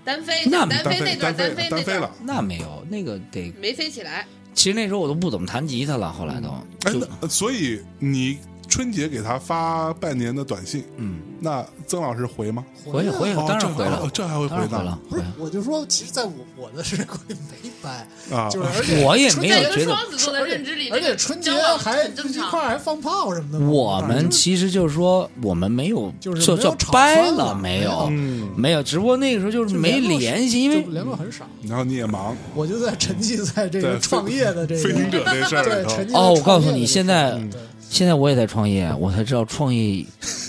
S4: 单飞，
S5: 那
S4: 单
S3: 单
S4: 飞那段，
S3: 单
S4: 飞
S3: 单
S4: 那
S3: 飞
S4: 段
S3: 了。
S5: 那没有，那个得，
S4: 没飞起来，
S5: 其实那时候我都不怎么弹吉他了，后来都
S3: 哎
S5: 就，
S3: 那所以你春节给他发半年的短信，
S5: 嗯。
S3: 那曾老师回吗？
S5: 回去回去，
S3: 哦
S5: 当
S3: 这
S5: 然回
S3: 还
S5: 了，
S3: 这还会
S5: 当然
S3: 回
S5: 回
S3: 呢
S5: 了，
S6: 不
S5: 回
S6: 是
S5: 了。，
S6: 我就说，其实在我我的世界观里没掰，
S3: 啊
S6: 就是而且
S5: 我也没
S4: 在
S5: 有
S4: 一个
S5: 觉得，
S4: 双子座的认知里，
S6: 而且春节
S4: 交往
S6: 还
S4: 很正
S6: 一
S4: 常
S6: 块。儿还放炮什么的。
S5: 我
S6: 反
S5: 们
S6: 正
S5: 其实就是说，我们没有
S6: 就是
S5: 就
S6: 没
S5: 就
S6: 有吵
S5: 掰
S6: 翻
S5: 了
S6: 了
S5: 没
S6: 没
S5: 有
S6: 有？
S3: 嗯，
S5: 没有，只不过那个时候就是
S6: 就
S5: 没
S6: 联络
S5: 联系，因为
S6: 就联络很少，
S3: 然后你也忙，
S6: 我就在沉浸在这个
S3: 对
S6: 创业的这个
S3: 飞行者这事儿
S6: 对
S3: 里，
S6: 沉
S3: 头，
S6: 浸在
S5: 哦，我
S6: 创
S5: 告诉
S6: 业的
S5: 你，
S6: 这
S5: 现
S6: 个
S5: 在
S3: 嗯
S5: 现在我也在创业，我才知道 创业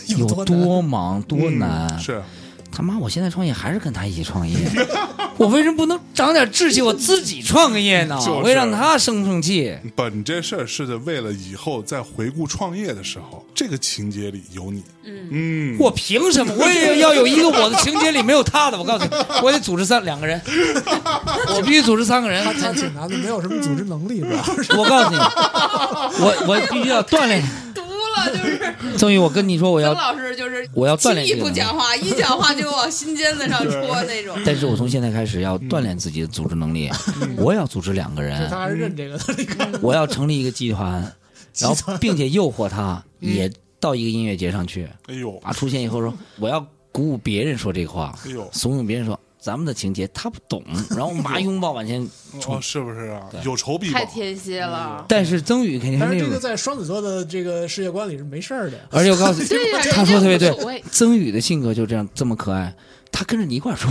S5: 有
S6: 有多
S5: 多忙多
S3: 嗯
S5: 难。
S3: 是
S5: 他妈，我现在创业还是跟他一起创业，我为什么不能长点志气，我自己创个业呢？
S3: 就是
S5: 我会让他生生气。
S3: 不，你这事儿是为了以后在回顾创业的时候，这个情节里有你，嗯
S5: 我凭什么？我也 要有一个我的情节里没有他的。我告诉你，我得组织三两个 人，我必须组织三个人。
S6: 他挺难的，没有什么组织能力，主要是。
S5: 我 告诉你，我我必须要锻炼。
S4: 读了就是
S5: 终于，我跟你说，我
S4: 曾
S5: 要，
S4: 老师就是
S5: 我要锻炼
S4: 轻
S5: 这
S4: 易不
S5: 个能力
S4: 讲话，一讲话就往心尖子上戳那 种。
S5: 但是我从现在开始要锻炼自己的组织能力。我要组织两个人，
S6: 嗯他还是认这个 的，你看
S5: 我要成立一个集 团，然后并且诱惑他
S6: 嗯
S5: 也到一个音乐节上去
S3: 哎呦，
S5: 啊，出现以后说我要鼓舞别人说这个话
S3: 哎呦，
S5: 怂恿别人说咱们的情节他不 懂，然后我们把拥抱往
S6: 哎
S5: 前
S3: 哦，是不是啊？有仇必报
S4: 太，天蝎了，
S5: 但是曾宇肯定是
S6: 但
S5: 那
S6: 是
S5: 种
S6: 这个，在双子座的这个世界观里是没事儿的。
S5: 而且我告诉你，
S4: 对 呀
S5: 他说特别
S4: 人家无所
S5: 对
S4: 谓，
S5: 曾宇的性格就这样这么可爱，他跟着你一块儿说，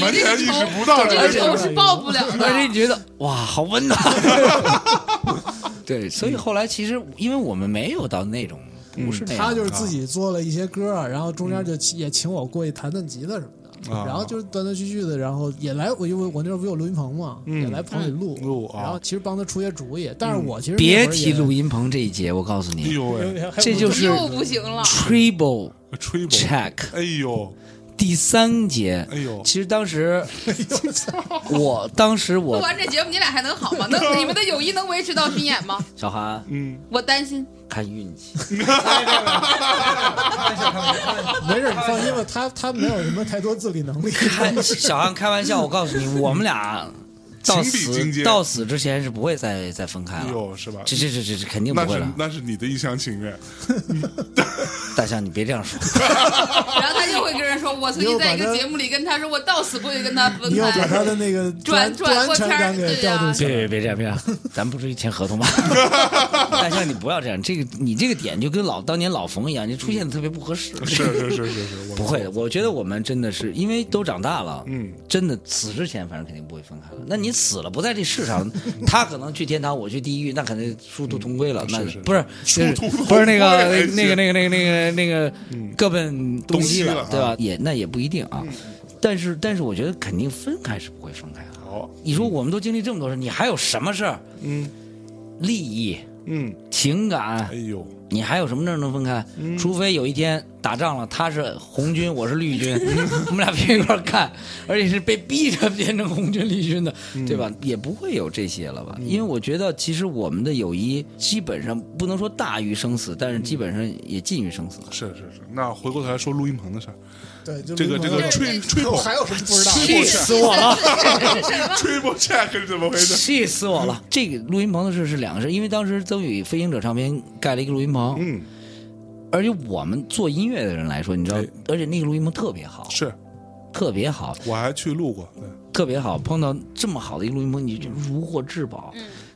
S3: 完全意识不到这
S4: 这
S3: 个事儿。
S4: 个仇是报不了
S5: 而且
S4: 的
S5: 你。觉得哇，好温暖。对，所以后来其实因为我们没有到那种不是那样
S6: 嗯他
S5: 的。
S6: 就是自
S3: 啊
S6: 己做了一些歌儿，啊然后中间就请也请我过去弹弹吉他什么的，
S3: 嗯啊
S6: 然后就是断断续续的，然后也来我因为我那时候不有录音棚嘛，
S3: 嗯
S6: 也来棚里录，
S3: 录啊嗯
S6: 然后其实帮他出些主意，但是我其实
S5: 别提录
S6: 音，
S5: 音棚这一节，我告诉
S3: 哎
S5: 你
S3: 呦喂，
S5: 这就是
S4: 又不行了。
S5: ，Triple
S3: 吹吧，
S5: Check
S3: 哎呦，
S5: 第三节。
S3: 哎呦，
S5: 其实当时，我当时
S4: 录
S5: 我
S4: 完这节目，你俩还能好吗？能你们的友谊能维持到巡演吗？
S5: 小韩
S3: 嗯，
S4: 我担心。
S5: 看运气，
S6: 没事，你放心吧，他他没有什么太多自 理能力，
S5: 看小韩开玩笑，我告诉你，我们俩到
S3: 情比金
S5: 死
S3: 坚
S5: 到死之前是不会再再分开
S3: 哎
S5: 了。
S3: 呦，是吧？
S5: 这这这这这肯定不
S3: 那
S5: 会
S3: 是
S5: 了，
S3: 那是你的一厢情愿，
S5: 大象你别这 样说，
S4: 然后他又会跟人说，我曾经在一个节目里跟他说，我到死不会跟他分
S6: 你又把他
S4: 开。
S6: 的 那个不
S4: 转
S6: 安不安
S4: 转
S6: 全
S4: 过天儿
S6: 感给
S4: 对
S6: 调
S4: 呀
S6: 动起
S5: 别
S6: 来。
S5: 别别这样别这样，咱们不是签合同吗？ 大象你不要这样，这个你这个点就跟老当年老冯一样，你出现的特别不合适。
S3: 是是是是是，我
S5: 不会的，我觉得我们真的是因为都长大了，
S3: 嗯，
S5: 真的死之前反正肯定不会分开了。那你死了不在这世上， 他可能去天堂，我去地狱，那肯定殊途同归了。那
S3: 嗯是是
S5: 不是就是
S3: 殊途同归
S5: 不是那个
S3: 哎
S5: 那个那个那个那个那个
S3: 嗯
S5: 各奔东西
S3: 东西了
S5: 了
S3: 啊，嗯
S5: 对吧？也那也不一定啊。但是但是我觉得肯定分开是不会分开的。
S3: 好，
S5: 你说我们都经历这么多事，你还有什么事儿？
S3: 嗯
S5: 利益、
S3: 嗯，
S5: 情感
S3: 哎，呦，
S5: 你还有什么事儿能分开？除非有一天打仗了，他是红军，我是绿 军，我们俩拼一块儿干，而且是被逼着变成红军绿军的，对吧？也不会有这些了吧？因为我觉得，其实我们的友谊基本上不能说大于生死，但是基本上也近于生死。
S3: 是是是。那回过头来说录音棚的事儿，
S5: 啊
S6: 对，就
S3: 这个
S6: 录
S3: 这
S6: 音
S3: 个
S6: 棚
S3: 吹吹捧
S6: 还有什么不知道？
S5: 气死我了！
S3: 吹波 check 是怎么回事？
S5: 气死我了！这个录音棚的事是两个事，因为当时曾宇飞行者唱片盖了一个录音棚，
S3: 嗯，
S5: 而且我们做音乐的人来说，你知道
S3: 哎，
S5: 而且那个录音棚特别好，
S3: 是
S5: 特别好，
S3: 我还去录过，对，
S5: 特别好，碰到这么好的一个录音棚，你就如获至宝。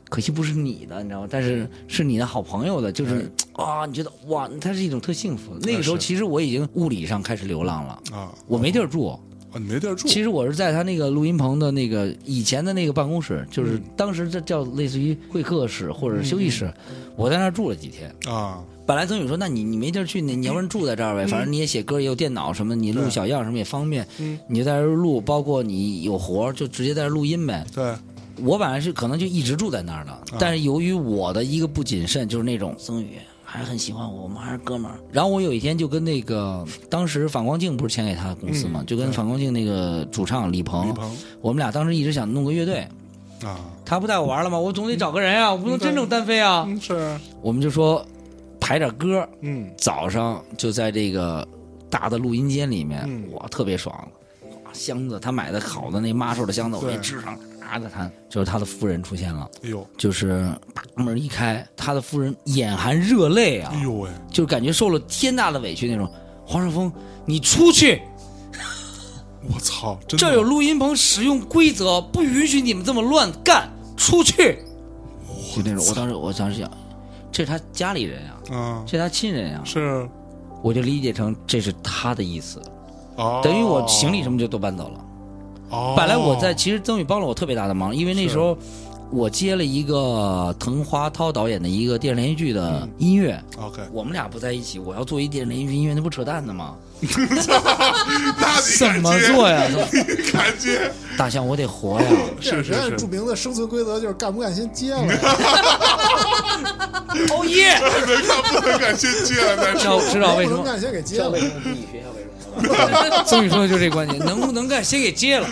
S5: 可惜不是你的，你知道吗？但是是你的好朋友的，就是啊，你觉得哇，它是一种特幸福。那个时候
S3: 是
S5: 其实我已经物理上开始流浪了，
S3: 啊，
S5: 我没地儿住。
S3: 啊，你没地儿住，
S5: 其实我是在他那个录音棚的那个以前的那个办公室，就是当时这叫类似于会客室或者休息室，我在那儿住了几天。
S3: 啊，
S5: 本来曾宇说，那你你没地儿去，你你要不然住在这儿呗，反正你也写歌，也有电脑什么，你录
S3: 嗯对
S5: 小样什么也方便，
S3: 嗯
S5: 你就在这儿录，包括你有活儿就直接在这儿录音呗。
S3: 对，
S5: 我本来是可能就一直住在那
S3: 啊
S5: 儿的，但是由于我的一个不谨慎，就是那种曾宇还是很喜欢我，我们还是哥们儿。然后我有一天就跟那个当时反光镜不是签给他的公司嘛，
S3: 嗯
S5: 就跟反光镜那个主唱李鹏，
S3: 李鹏
S5: 我们俩当时一直想弄个乐队，哦
S3: 啊，
S5: 他不带我玩了吗？我总得找个人啊，我不能真正单飞啊。
S3: 嗯是啊，
S5: 我们就说排点歌儿，
S3: 嗯
S5: 早上就在这个大的录音间里面，
S3: 嗯
S5: 哇，特别爽。哇箱子他买的好的那马手的箱子，我
S3: 对
S5: 一支上，啊的弹，就是他的夫人出现了，
S3: 哎呦
S5: 就是把门一开，他的夫人眼含热泪啊，
S3: 哎呦喂，
S5: 就是感觉受了天大的委屈那种。黄少峰，你出去！
S3: 我操，真的
S5: 这有录音棚使用规则，不允许你们这么乱干，出去！就那种，我当时我当时想，这是他家里人啊，
S3: 啊
S5: 这，是他亲人啊，
S3: 是
S5: 我就理解成这是他的意思。
S3: 哦，
S5: 等于我行李什么就都搬走了。
S3: 哦，
S5: 本来我在其实曾宇帮了我特别大的忙，因为那时候我接了一个滕华涛导演的一个电视连续剧
S6: 嗯
S5: 的音乐，
S3: OK，
S5: 我们俩不在一起，我要做一电视连续剧音乐，那不扯淡的吗？
S3: 那你
S5: 怎么做呀？
S3: 感觉
S5: 大象，我得活 呀！
S3: 是是
S6: 人家
S3: 是
S6: 著名的生存规则就是干不干先 接了，
S5: 哦 耶！
S3: 能看不能看先接了再
S5: 知
S3: 说，
S5: 道哦知道为
S6: 不
S5: 什么？
S6: 能干先给接了。
S5: 曾宇说的就是这观点，能不能干先给接了。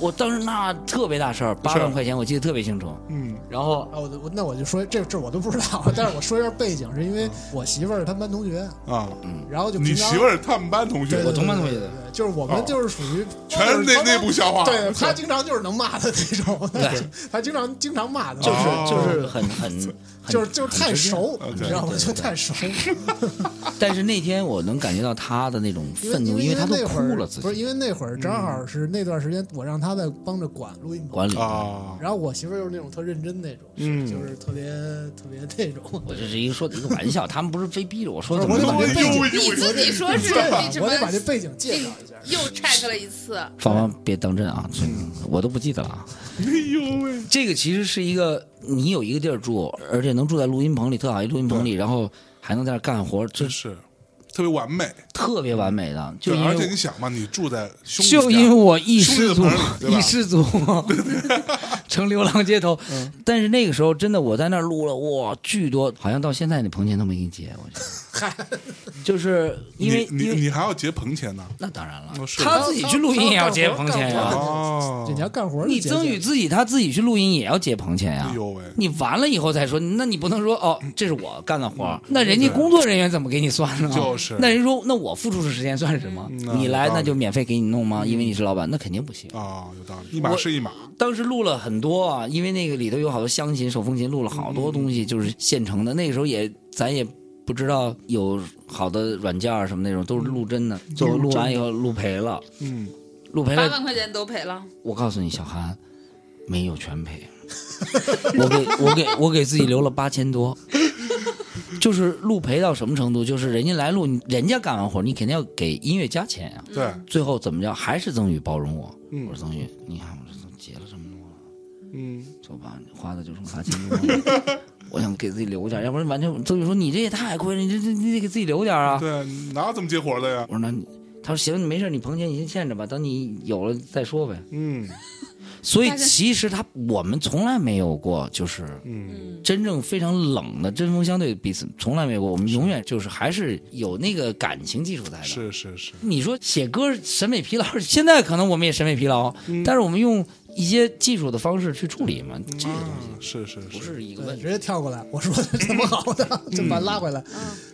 S5: 我当时那特别大事儿，八万块钱我记得特别清楚。
S3: 嗯
S5: 然后
S6: 啊，我我那我就说这这我都不知道，但是我说一下背景，是
S5: 嗯
S6: 因为我媳妇儿是他们班同学，
S3: 啊，
S6: 然后就
S3: 你
S6: 平常
S3: 媳妇儿他们班同
S6: 对
S3: 学
S6: 对，
S5: 我同班同学
S6: 对
S5: 的哦
S6: 对就是我们就是属于
S3: 全是内内部消化，
S6: 对他经常就是能骂的那种，
S5: 对
S6: 他经常经常骂的，
S5: 就是
S3: 哦
S5: 就是很很
S6: 就是就是太熟，
S3: 很
S6: 你
S3: 直接
S6: 知道吗？
S5: 对对
S6: 就
S5: 对
S6: 太熟，
S5: 但是那天我能感觉到他的那种
S6: 因为
S5: 愤怒，
S6: 因
S5: 因为他都
S6: 那会
S5: 哭
S6: 儿
S5: 了自
S6: 不是
S5: 己。嗯
S6: 因为那会儿正好是那段时间，我让他在帮着管录音棚，
S5: 管理，
S3: 啊，
S6: 然后我媳妇儿就是那种特认真那种，
S3: 嗯
S6: 就是特别特别那种。
S5: 我这是一个说的一个玩笑，他们不是非逼着我说
S6: 不
S5: 怎
S6: 是
S5: 么
S6: 我
S5: 怎
S6: 得
S5: 么
S6: 把
S3: 我
S6: 这背景
S3: 呦，
S4: 你自己说是你什
S6: 我
S4: 么
S6: 得？把这背景介绍一下。
S4: 又 check 了一次，
S5: 芳芳别当真啊，这我都不记得了啊。
S3: 哎呦喂，
S5: 这个其实是一个你有一个地儿住，而且能住在录音棚里，特好一录音棚里，然后还能在那儿干活，这
S3: 真
S5: 是
S3: 是特别完美。
S5: 特别完美的。就
S3: 对
S5: 因
S3: 而
S5: 为
S3: 且你想嘛，你住在兄弟
S5: 就
S3: 家
S5: 因为我一失足
S3: 兄弟的盆儿里，对吧嗯
S5: 一失足 成流浪街头。但是那个时候真的，我在那儿录了哇，巨多，好像到现在那棚钱都没给你结，我觉得。就是因为
S3: 你
S5: 因
S3: 你
S5: 为
S3: 你还要结棚钱呢。
S5: 那当然了
S3: 哦，是
S5: 他自己去录音也要结棚钱
S6: 啊
S5: 呀。
S3: 哦，
S6: 你要干活儿
S5: 你
S6: 就解决
S5: 曾宇自己他自己去录音也要结棚钱呀
S3: 哎。呦喂，
S5: 你完了以后再说，那你不能说哦，这是我干的活儿，
S3: 嗯
S5: 那人家工作人员怎么给你算呢？
S3: 就是
S5: 那人说，那我付出的时间算什么？
S3: 嗯那
S5: 你来
S3: 有道理嗯
S5: 那就免费给你弄吗？因为你是老板，那肯定不行。
S3: 啊，有道理，一码
S5: 我
S3: 是一码。
S5: 当时录了很多啊，因为那个里头有好多湘琴、手风琴，录了好
S3: 嗯
S5: 多东西，就是现成的。那个时候也咱也不知道有好的软件儿什么那种，都是录真的。最后录完以后录赔了，
S3: 嗯，
S5: 录赔
S4: 八
S5: 了。
S4: 万块钱都赔了，
S5: 我告诉你，小韩没有全赔，我给我给我给自己留了八千多。就是录赔到什么程度？就是人家来录，你人家干完活，你肯定要给音乐家钱啊。
S3: 对，
S5: 最后怎么着，还是曾宇包容我。
S3: 嗯
S5: 我说曾宇，你看我这都结了这么多了。
S3: 嗯，
S5: 走吧，花的就剩仨千多了，我想给自己留点儿，要不然完全周宇说你这也太亏了，你这这你得给自己留点儿啊。
S3: 对，哪有这么接活的呀？
S5: 我说那你，他说行，你没事，你棚钱你先欠着吧，等你有了再说呗。
S3: 嗯
S5: 所以
S4: 但是
S5: 其实他我们从来没有过就是
S3: 嗯，
S5: 真正非常冷的针锋相对，彼此从来没有过，我们永远就是还是有那个感情基础在的。
S3: 是是是，
S5: 你说写歌审美疲劳，现在可能我们也审美疲劳，
S3: 嗯
S5: 但是我们用一些技术的方式去处理嘛，这个东西
S3: 啊，是是
S5: 不
S3: 是，
S5: 是一个
S6: 对，
S5: 问题
S6: 直。接跳过来，我说的怎么好的，
S3: 嗯
S6: 就把他拉回来。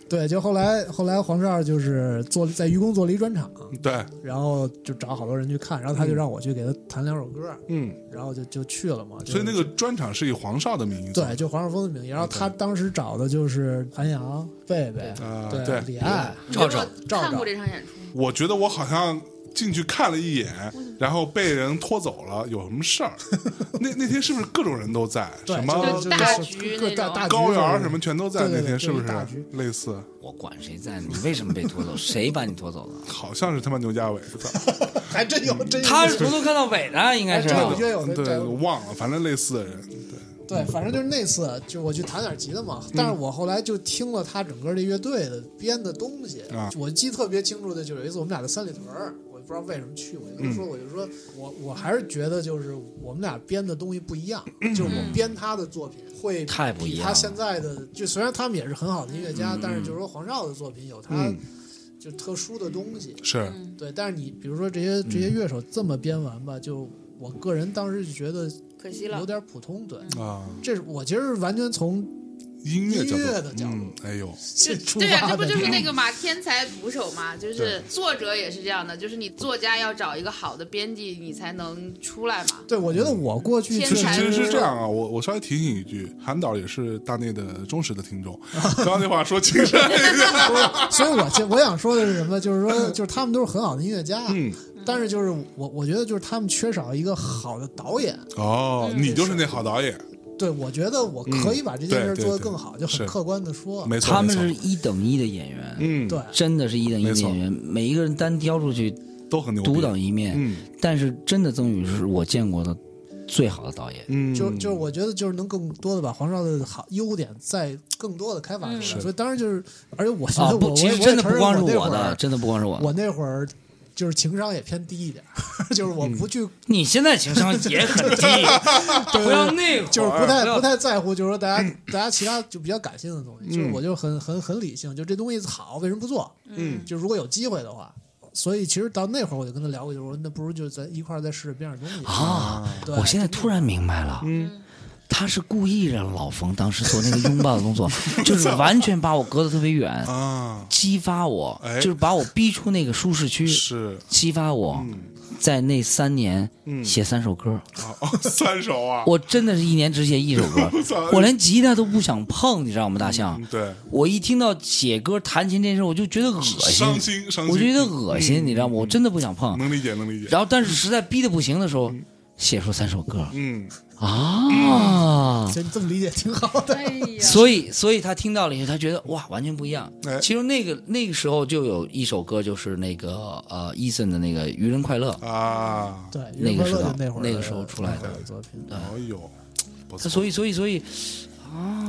S6: 对，就后来后来黄少就是做在愚公做了一专场，
S3: 对，
S6: 然后就找好多人去看，然后他就让我去给他弹两首歌，
S3: 嗯，
S6: 然后就就去了嘛。就
S3: 所以那个专场是以黄少的名义做
S6: 对，就黄少峰的名义，然后他当时找的就是韩阳、贝贝、
S3: 啊，
S6: 对
S3: 对，
S6: 李艾，
S5: 赵
S4: 你
S5: 赵
S4: 有没有
S6: 赵
S4: 看
S6: 赵
S4: 过这场演出，
S3: 我觉得我好像进去看了一眼，然后被人拖走了，有什么事儿？那那天是不是各种人都在？
S6: 对
S3: 什
S6: 就
S3: 么
S6: 是
S4: 大
S6: 就是
S4: 局
S6: 各
S4: 那
S6: 大
S4: 种
S6: 大局
S3: 高原
S6: 就
S3: 儿
S6: 是
S3: 什么全都在
S6: 对对
S3: 那
S6: 对
S3: 天，是不
S6: 就是大局
S3: 是类似？
S5: 我管谁在呢？你为什么被 拖走？谁把你拖走了？
S3: 好像是他妈牛家伟，操
S6: 还真有真有
S5: 他是从头看到尾的，应该
S6: 哎
S5: 是
S6: 真有真有
S3: 对，
S6: 真有
S3: 我忘了，反正类似的人，对，
S6: 对，反正就是那次，就我去弹点吉他
S5: 嗯
S6: 嘛。但是我后来就听了他整个这乐队的编的东西，
S3: 啊
S6: 我记得特别清楚的，就有一次我们俩在三里屯儿，我也不知道为什么去，我就
S5: 嗯
S6: 跟他说，我就说我我还是觉得就是我们俩编的东西不一样，就是我编他的作品会
S5: 嗯太不一
S6: 比
S5: 样
S6: 他
S5: 了嗯
S6: 现在的，就虽然他们也是很好的音乐家，但是就是说黄少的作品有他
S3: 嗯
S6: 就特殊的东西，
S3: 是
S6: 对。但是你比如说这些这些
S5: 嗯
S6: 乐手这么编完吧，就我个人当时就觉得
S4: 可惜
S6: 有
S4: 了。
S6: 点普通，对。
S3: 啊，
S6: 这是我其实是完全从
S3: 音乐角
S6: 音乐的
S3: 度，
S6: 角度
S3: 嗯，哎呦，
S6: 这出
S4: 对呀、
S6: 发
S4: 这不
S6: 的
S4: 就是那个嘛，天才捕手嘛，就是作者也是这样的，就是你作家要找一个好的编辑，你才能出来嘛。
S6: 对，我觉得我过去
S4: 天
S3: 其
S6: 就
S3: 实
S4: 才
S3: 其实
S4: 是
S3: 是这样啊，我我稍微提醒一句，韩导也是大内的忠实的听 众。刚刚那话说精神，
S6: 所以我就我想说的是什么？就是说，就是他们都是很好的音乐家，
S3: 嗯，
S6: 但是就是我我觉得就是他们缺少一个好的导演。
S3: 哦，你就是那好导演，
S6: 对，我觉得我可以把这件
S3: 嗯
S6: 事儿
S3: 对
S6: 做得
S3: 对
S6: 更好，就很
S3: 是
S6: 客观的说，
S3: 没错，
S5: 他们
S3: 没
S5: 是
S3: 错
S5: 一等一的演员，
S3: 嗯，
S6: 对，
S5: 真的是一等一的
S3: 没错
S5: 演员，每一个人单挑出去
S3: 都很牛逼，
S5: 独当一面。
S3: 嗯
S5: 但是真的，曾宇是我见过的最好的导演。
S3: 嗯，
S6: 就就是我觉得就是能更多的把黄少的好优点再更多的开发出来。
S3: 是
S4: 嗯
S6: 所以当然就是，而且我觉
S5: 啊，
S6: 得我、
S5: 不，
S6: 我
S5: 其
S6: 也
S5: 实真的
S6: 承
S5: 不
S6: 认
S5: 光是
S6: 那
S5: 我
S6: 会
S5: 的，
S6: 儿，啊
S5: 真的不光是我
S6: 我
S5: 的。
S6: 那会儿就是情商也偏低一点儿， 就是
S3: 嗯
S6: 我不去
S5: 你现在情商 也很低，
S6: 对
S5: 不要那会儿
S6: 就是不太
S5: 要嗯
S6: 不太在乎，就是说大家大家其他就比较感性的东西，就是我就很很很理性，就这东西好，为什么不做？
S3: 嗯，
S6: 就如果有机会的话，所以其实到那会儿我就跟他聊过，就是说那不如就咱一块儿再试试编点东西
S5: 啊！
S6: 对，
S5: 我现在突然明白了，
S6: 嗯
S5: 他是故意让老冯当时做那个拥抱的动 作，就是完全把我隔得特别远，
S3: 啊，
S5: 激发我，
S3: 哎
S5: 就是把我逼出那个舒适区，
S3: 是
S5: 激发我
S6: 嗯
S5: 在那三年写三首歌。
S3: 啊，哦三首啊，
S5: 我真的是一年只写一首 歌
S3: 操，
S5: 我连吉他都不想碰，你知道吗？大象
S3: 嗯，对，
S5: 我一听到写歌、弹琴这事儿，我就觉得恶
S3: 伤
S5: 心，
S3: 心嗯伤心，
S5: 我觉得恶心，你知道吗？我真的不想碰。
S3: 能理解能理解，
S5: 然后，但是实在逼得不行的时候，写出三首歌
S3: 嗯，
S5: 啊。
S6: 所以你这么理解挺好的。
S4: 哎呀
S5: 所以，所以他听到了以后，他觉得哇，完全不一样
S3: 哎。
S5: 其实那个那个时候就有一首歌，就是那个呃，Eason 的那个《愚人快乐》。
S3: 啊，
S6: 对，
S5: 那个
S6: 娱乐
S5: 时候
S6: 就那会儿
S5: 那个时候出来的
S6: 那会儿作品，
S3: 哎呦，不
S5: 他
S3: 错，
S5: 所以，所以，所以，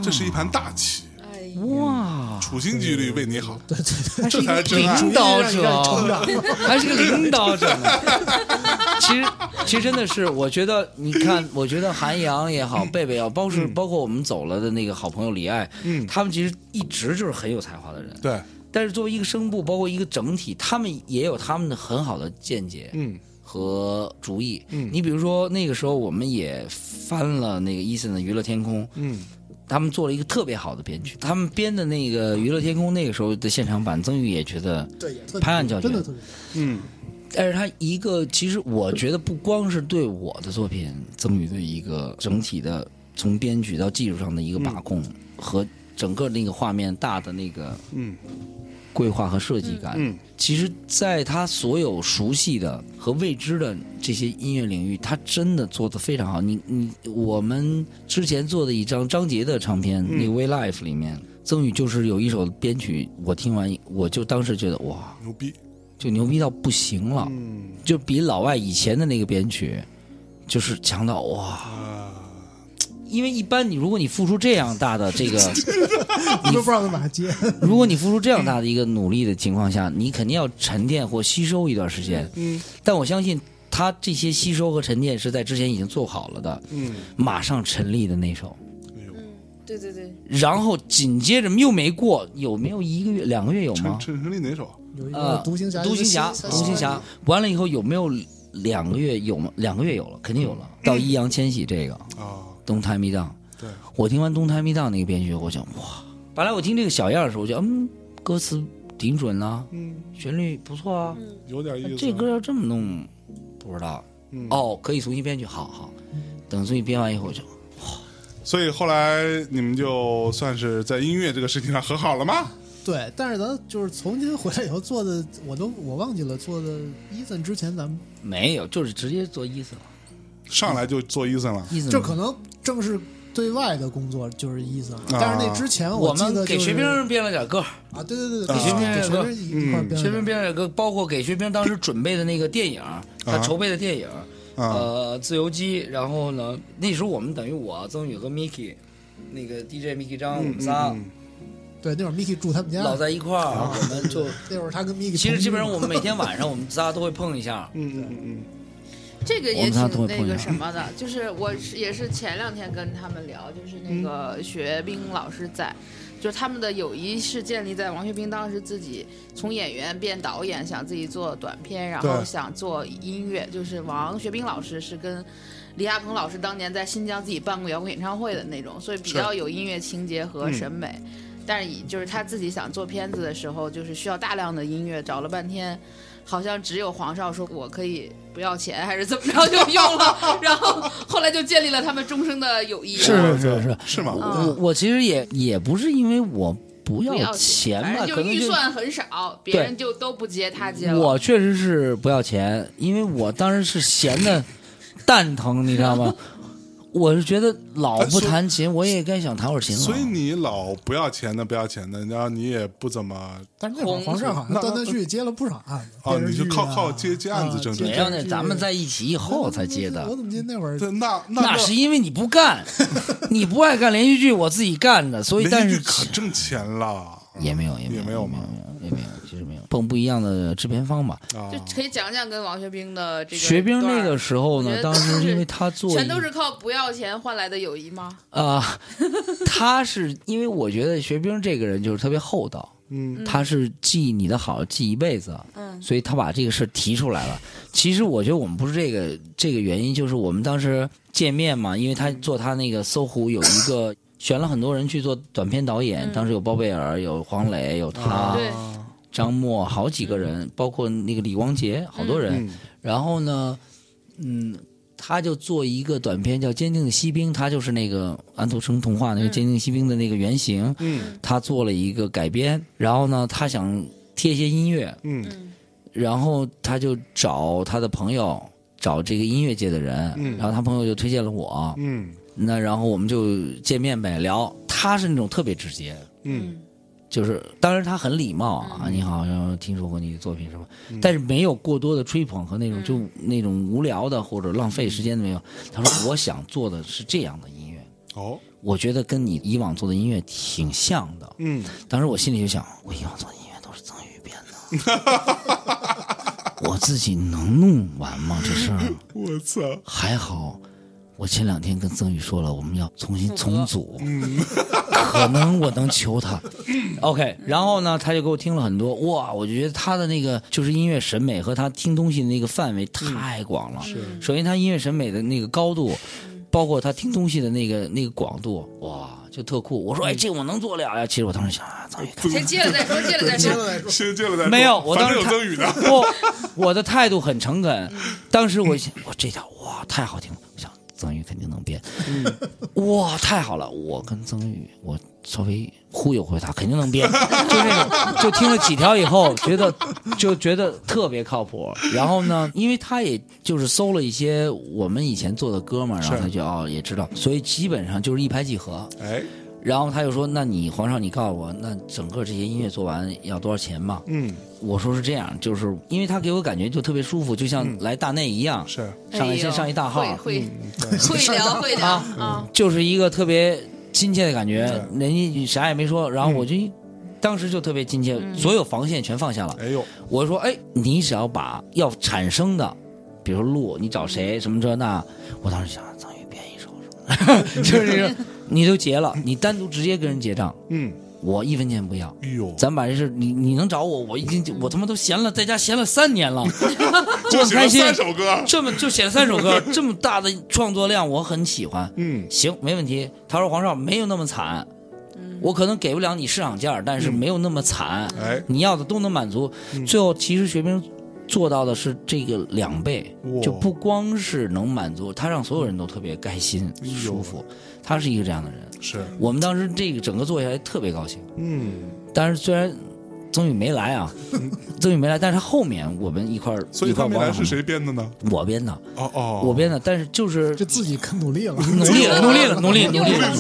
S3: 这是一盘大棋，
S4: 哎呀，
S5: 哇，
S3: 处心积虑为你好，
S6: 对对
S5: 还是
S3: 这
S5: 一个
S3: 才是真爱
S5: 领导
S6: 对，让你成
S5: 者，
S6: 长。
S5: 还是个领导者呢。 其实，其实真的是，我觉得，你看， 我觉得韩阳也好，贝贝也好，包是包括我们走了的那个好朋友李艾，
S3: 嗯
S5: 他们其实一直就是很有才华的人。
S3: 对，
S5: 但是作为一个声部，包括一个整体，他们也有他们的很好的见解，
S3: 嗯
S5: 和主意。
S3: 嗯
S5: 你比如说那个时候，我们也翻了那个 Eason 的《娱乐天空》，
S3: 嗯
S5: 他们做了一个特别好的编曲，他们编的那个《娱乐天空》那个时候的现场版，曾宇也觉得，
S6: 对，也特别
S5: 拍案叫绝
S6: 真的特别。
S3: 嗯，
S5: 但是他一个其实我觉得不光是对我的作品，曾宇对一个整体的从编曲到技术上的一个把控、和整个那个画面大的那个
S3: 嗯
S5: 规划和设计感，
S3: 嗯
S5: 其实，在他所有熟悉的和未知的这些音乐领域，他真的做得非常好。你你，我们之前做的一张张杰的唱片《
S3: 嗯
S5: 那个 We Life》里面，曾宇就是有一首编曲，我听完我就当时觉得哇，
S3: 牛逼，
S5: 就牛逼到不行了，
S3: 嗯
S5: 就比老外以前的那个编曲，就是强到哇。
S3: 啊，
S5: 因为一般你如果你付出这样大的这 个，
S6: 我都不知道怎么接。
S5: 如果你付出这样大的一个努力的情况下，你肯定要沉淀或吸收一段时间。
S3: 嗯
S5: 但我相信他这些吸收和沉淀是在之前已经做好了的，
S3: 嗯，
S5: 马上成立的那首，
S3: 哎呦，
S4: 嗯对对对，
S5: 然后紧接着又没过，有没有一个月、两个月有
S3: 陈
S5: 吗？
S3: 陈陈立哪首？
S6: 有一
S5: 呃
S6: 个独行侠，
S5: 独行侠，
S6: 一个
S5: 独行侠，完了以后有没有两个月有吗？两个月有了，肯定有了。
S6: 嗯
S5: 到易烊千玺这个
S3: 啊，
S5: 《Don't Tie Me Down》，
S3: 对，
S5: 我听完《Don't Tie Me Down》那个编曲，我想哇，本来我听这个小样的时候，我觉得嗯，歌词挺准啊，
S3: 嗯，
S5: 旋律不错啊，
S6: 嗯
S3: 有点意思啊。
S5: 这歌要这么弄，不知道。
S3: 嗯，
S5: 哦，可以重新编曲，好好。等重新编完以后我就，
S3: 所以后来你们就算是在音乐这个事情上和好了吗？
S6: 对，但是咱就是从今回来以后做的，我都我忘记了做的。伊森之前咱们
S5: 没有，就是直接做伊森了。
S3: 上来就做伊森了，
S5: 伊森
S6: 这可能正是对外的工作就是伊森
S3: 啊
S6: 了，但是那之前
S5: 我
S6: 记
S5: 们
S6: 得
S5: 给
S6: 就
S5: 学
S6: 是
S5: 兵编了点歌，
S6: 啊，对对对
S3: 给
S6: 对，
S3: 学兵
S6: 给
S5: 这
S6: 学
S5: 个
S6: 兵一块儿编
S5: 嗯学兵
S6: 的
S5: 编了点歌，包括给学兵当时准备的那个电影，他筹备的电影，
S3: 啊，
S5: 呃，自由基。然后呢，那时候我们等于我曾宇和 Miki，那个 DJ Miki 张，我
S3: 嗯
S5: 们仨
S3: 嗯
S6: 对，那会儿 Miki 住他们家，
S5: 老在一块儿，我们就。
S6: 嗯那会儿他跟 Miki
S5: 其
S6: 同
S5: 实
S6: 居
S5: 基本上
S6: 嘛
S5: 我们每天晚上我们仨都会碰一下，
S3: 嗯嗯嗯
S4: 这个
S5: 我
S4: 也
S5: 们仨都
S4: 挺
S5: 会碰
S4: 那
S5: 一
S4: 个
S5: 下
S4: 什么的，就是我是也是前两天跟他们聊，就是那
S5: 嗯
S4: 个学兵老师在，就是他们的友谊是建立在王学兵当时自己从演员变导演，想自己做短片，然后
S3: 对
S4: 想做音乐，就是王学兵老师是跟。李亚鹏老师当年在新疆自己办过摇滚演唱会的那种，所以比
S3: 是
S4: 较有音乐情节和
S3: 嗯
S4: 审美。但是以就是他自己想做片子的时候，就是需要大量的音乐，找了半天，好像只有黄少说我可以不要钱，还是怎么着就用了，然后后来就建立了他们终生的友谊。
S5: 是是是
S3: 嗯，是吗？
S5: 啊我我其实也也不是因为我不
S4: 不
S5: 要
S4: 要
S5: 钱
S4: 反
S5: 吧，
S4: 正
S5: 可
S4: 就
S5: 能
S4: 预
S5: 就
S4: 算很少，别人就都不接，他接了。
S5: 我确实是不要钱，因为我当时是闲的蛋疼，你知道 吗？我是觉得老不弹琴，我也该想弹会儿琴啊了。
S3: 所以你老不要钱的不要钱的，然后你也不怎么
S6: 但是那会儿黄胜好像断断续续接了不少案子，
S3: 哦
S6: 电视
S3: 你就
S6: 剧
S3: 靠
S6: 啊
S3: 靠接接案子挣
S6: 接
S3: 钱
S5: 没有
S6: 电
S5: 那
S6: 视剧
S5: 咱们在一起以后才接
S6: 我
S5: 的，
S6: 怎么记得那会儿
S3: 对那那
S5: 那是因为你 不干，你不爱干连续剧，我自己干的，所以
S3: 连
S5: 但
S3: 续
S5: 是
S3: 剧可挣钱了，
S5: 也没有
S3: 也
S5: 没有
S3: 没
S5: 没
S3: 有
S5: 没
S3: 嘛
S5: 有也没有，其实没有碰不一样的制片方吧。
S3: 啊
S4: 就可以讲讲跟王学兵的这个
S5: 学兵
S4: 段
S5: 那
S4: 儿
S5: 个时候
S4: 我
S5: 呢，
S4: 觉得
S5: 当时
S4: 都是
S5: 因为他做
S4: 全
S5: 一
S4: 都是靠不要钱换来的友谊吗？
S5: 啊，他是因为我觉得学兵这个人就是特别厚道，
S3: 嗯
S5: 他是记你的好记一辈子，
S4: 嗯
S5: 所以他把这个事儿提出来了。其实我觉得我们不是这个这个原因，就是我们当时见面嘛，因为他
S4: 嗯
S5: 做他那个搜狐有一个选了很多人去做短片导演，
S4: 嗯
S5: 当时有包贝尔、有黄磊、有他、
S4: 对嗯
S5: 张默，好几个人，包括那个李光洁，好多人。
S3: 嗯
S5: 然后呢，嗯，他就做一个短片叫《坚定的锡兵》，他就是那个安徒生童
S4: 嗯
S5: 话那个《坚定的锡兵》的那个原型，
S3: 嗯
S5: 他做了一个改编。然后呢，他想贴一些音乐，
S3: 嗯
S4: 嗯
S5: 然后他就找他的朋友，找这个音乐界的人，
S3: 嗯
S5: 然后他朋友就推荐了我，
S3: 嗯
S5: 那然后我们就见面呗聊。他是那种特别直接，
S3: 嗯
S5: 就是当然他很礼貌啊，你好，然后听说过你的作品什么，
S3: 嗯
S5: 但是没有过多的吹捧和那种就那种无聊的或者浪费时间的没有。他说我想做的是这样的音乐，
S3: 哦，
S5: 我觉得跟你以往做的音乐挺像的。
S3: 嗯，
S5: 当时我心里就想，我以往做的音乐都是曾宇编的， 我自己能弄完吗？这事儿
S3: 我操，
S5: 还好。我前两天跟曾宇说了，我们要重新重组，可能我能求他。OK，然后呢，他就给我听了很多，哇，我就觉得他的那个就是音乐审美和他听东西的那个范围太广了。首先他音乐审美的那个高度，包括他听东西的那个那个广度，哇，就特酷。我说，哎，这我能做了呀。其实我当时想啊，曾宇干
S4: 先接了再说，接了再说。
S6: 再说，
S3: 先进了 再说
S5: 没有，我当
S3: 反
S5: 时
S3: 正有曾
S5: 看
S3: 宇的，
S5: 不， 我的态度很诚恳。当时我想，我这条哇太好听了，我想曾宇肯定能编， 哇太好了，我跟曾宇我稍微忽悠忽悠他，肯定能编，就那种就听了几条以后，觉得就觉得特别靠谱。然后呢，因为他也就是搜了一些我们以前做的歌嘛，然后
S3: 是
S5: 他就哦也知道，所以基本上就是一拍即合。
S3: 哎，
S5: 然后他又说：“那你皇上，你告诉我，那整个这些音乐做完要多少钱嘛？”
S3: 嗯，
S5: 我说是这样，就是因为他给我感觉就特别舒服，就像来大内一样，
S3: 是嗯
S5: 上来先上一大号，
S4: 哎
S5: 嗯
S4: 会会会聊会聊
S5: 啊
S4: 啊，
S5: 就是一个特别亲切的感觉
S3: 是。
S5: 人家啥也没说，然后我就、当时就特别亲切，所有防线全放下了。
S3: 哎呦，
S5: 我说：“哎，你只要把要产生的，比如说录，你找谁什么这那，我当时想张宇编一首什么， 就是这种你都结了，你单独直接跟人结账，
S3: 嗯，
S5: 我一分钱不要。”
S3: 哎呦，
S5: 咱把这事，你你能找我，我已经我他妈都闲了，在家闲了三年了，我
S3: 就
S5: 很
S3: 写
S5: 开
S3: 了
S5: 心。
S3: 三首歌，
S5: 这么就写了三首歌，这么大的创作量，我很喜欢。
S3: 嗯，
S5: 行，没问题。他说皇上没有那么惨，我可能给不了你市场价，但是没有那么惨，
S3: 嗯哎，嗯
S5: 你要的都能满足。最后其实学兵做到的是这个两倍，
S3: 哇
S5: 就不光是能满足，他让所有人都特别开心、
S3: 哎呦
S5: 舒服。他是一个这样的人，
S3: 是，
S5: 我们当时这个整个做下来特别高兴。
S3: 嗯，
S5: 但是虽然曾宇没来 啊，曾宇没来，但是他后面我们一块儿
S3: 所以
S5: 一块
S3: 他
S5: 儿
S3: 没
S5: 玩
S3: 来
S5: 了
S3: 是谁编的呢？
S5: 很多？我编的，
S3: 哦哦，
S5: 我编的，但是就是
S6: 就自己肯努力了。
S5: 努 力了，努力了，努力了，努力
S4: 又
S5: 了，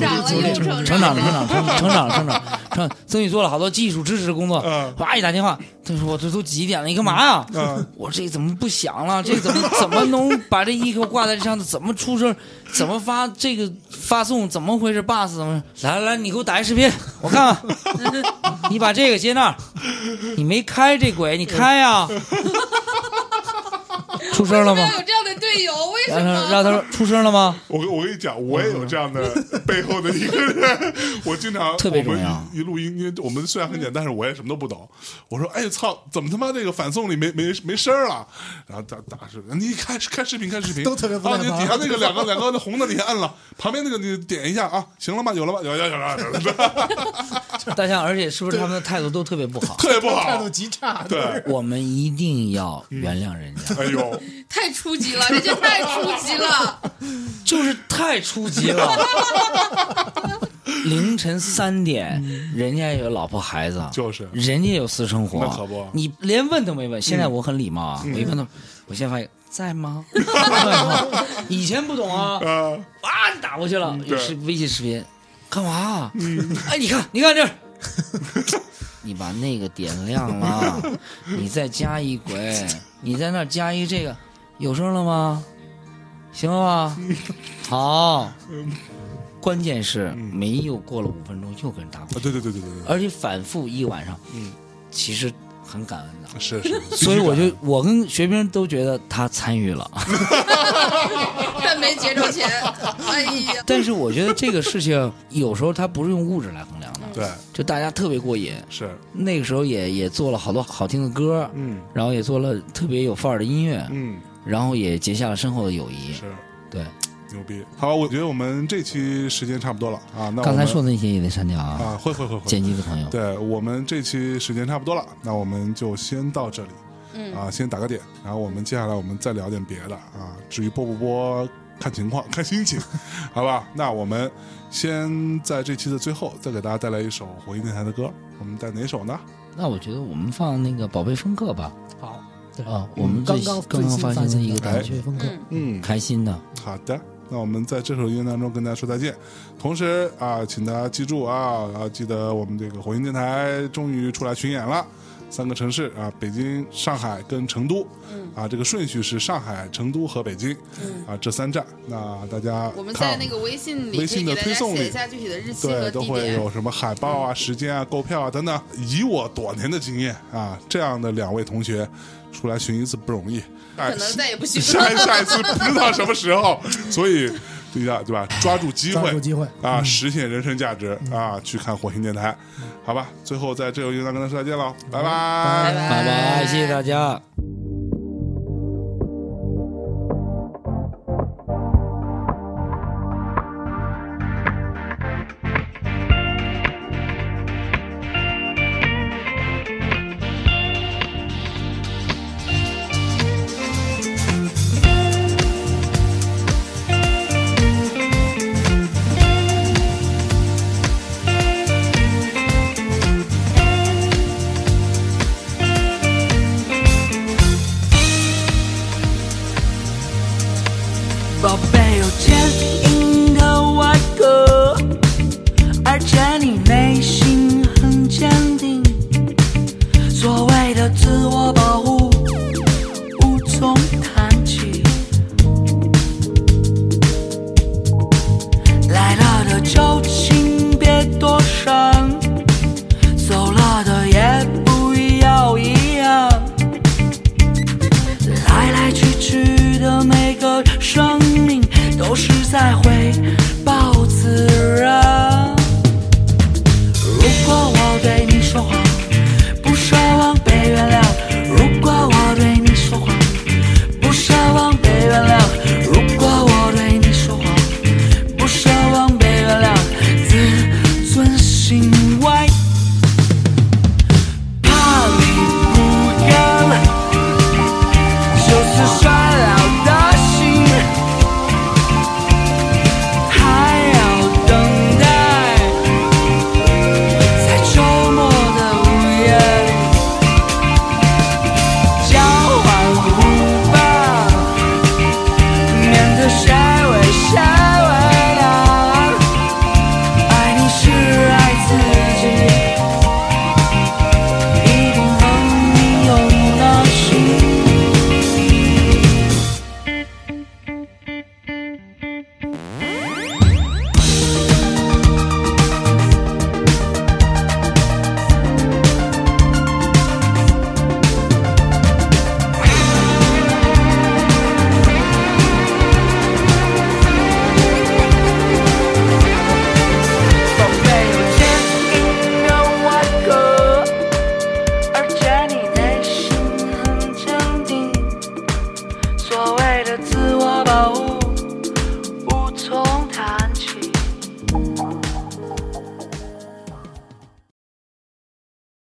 S4: 成长了，
S5: 努力
S4: 又 成长
S5: 了成长了，成长了，成长，成长了，成长了，成长。曾宇做了好多技术支持的工作，
S3: 嗯
S5: 哇！一打电话，他说：“我这都几点了？你干嘛呀？”
S3: 嗯
S5: 我说这怎么不响了？这怎么怎么能把这一给我挂在这上头？怎么出声？怎么发这个发送？怎么回事？bus 怎么？来来来，你给我打一视频，我看看。 你把这个接那儿，你没开这鬼，你 开呀！出声了吗？
S4: 有这样的队友，为什
S5: 让他
S4: 么？
S5: 让他说出声了吗？
S3: 我跟我跟你讲，我也有这样的背后的一个人，我经常
S5: 特别
S3: 我们
S5: 重要
S3: 一一录音，因为我们虽然很简单，但是我也什么都不懂。我说，哎操，怎么他妈这个反送里没没没声儿了？然后大大视频，你看看视频看视频，
S6: 都特别不耐
S3: 啊，你底
S6: 烦
S3: 下那个两个两个那红的你按了，旁边那个你点一下啊，行了吗？有了吧？有有有了，有了
S5: 大象，而且是不是他们的态度都特别不好？
S3: 特别不
S6: 态
S3: 好
S6: 度，极差，
S3: 对，
S5: 我们一定要原谅人家，
S3: 哎呦，
S4: 太初级了，你 这太初级了。
S5: 就是太初级了。 凌晨三点，人家有老婆孩子，
S3: 就是
S5: 人家有私生活，
S3: 那可不
S5: 你连问都没问。现在我很礼貌啊，我一问他，我先发现在 吗？在吗？以前不懂啊，
S3: 啊，
S5: 啊，打过去了，
S3: 对
S5: 有是微信视频，干嘛啊？哎，你看，你看这儿。 你把那个点亮了， 你再加一鬼，你在那儿加一这个，有声了吗？行了吧？好。关键是没有过了五分钟又跟人打过去，
S3: 啊对对对对对对，
S5: 而且反复一晚上。其实很感恩的。
S3: 是是，
S5: 所以我就我跟学兵都觉得他参与了，
S4: 但没结着钱，哎呀，
S5: 但是我觉得这个事情有时候它不是用物质来衡量的，
S3: 对
S5: 就大家特别过瘾。
S3: 是，
S5: 那个时候也也做了好多好听的歌，
S3: 嗯
S5: 然后也做了特别有范儿的音乐，
S3: 嗯
S5: 然后也结下了深厚的友谊。
S3: 是。
S5: 对，
S3: 牛逼！好，我觉得我们这期时间差不多了啊。那我们
S5: 刚才说的那些也得删掉
S3: 啊，
S5: 啊，
S3: 会会会会，
S5: 剪辑的朋友。
S3: 对我们这期时间差不多了，那我们就先到这里，嗯啊，先打个点，然后我们接下来我们再聊点别的啊。至于播不播，看情况，看心情，好吧？那我们先在这期的最后再给大家带来一首火音电台的歌，我们带哪首呢？
S5: 那我觉得我们放那个《宝贝风客》吧，
S6: 好，对
S5: 啊我们
S6: 刚
S5: 最
S6: 刚
S5: 刚刚
S6: 最新
S5: 发现的一个
S6: 单
S5: 单
S6: 曲
S5: 曲
S6: 《风格》，
S3: 嗯，
S5: 开心的。
S3: 好的，那我们在这首音乐当中跟大家说再见。同时啊，请大家记住啊，啊，记得我们这个火星电台终于出来巡演了。三个城市啊，北京、上海跟成都，
S4: 嗯
S3: 啊，这个顺序是上海、成都和北京，啊，这三站。那大家
S4: 我们
S3: 看
S4: 在那个微信里
S3: 微信
S4: 可以
S3: 的
S4: 给
S3: 推
S4: 大
S3: 送里
S4: 家写一下具体的日期和
S3: 对，都
S4: 地
S3: 会
S4: 点。
S3: 有什么海报啊、时间啊、购票啊等等。以我多年的经验啊，这样的两位同学出来巡一次不容易，哎
S4: 可能再也不 去
S3: 下一下一次不知道什么时候，所以对呀，对吧？抓住
S5: 嗯
S3: 机
S6: 抓
S3: 会，
S6: 住机会嗯
S3: 啊，实现人生价值啊！去看火星电台，好吧？最后在这个地方跟大家说再见了，拜拜
S4: 拜
S5: 拜拜，谢谢大家。
S7: 宝贝，有坚硬的外壳，而且你内心很坚定。所谓的自我保护，无从谈起。来了的就请别多想，走了的也不要一样。来来去去的每个生命，都是在回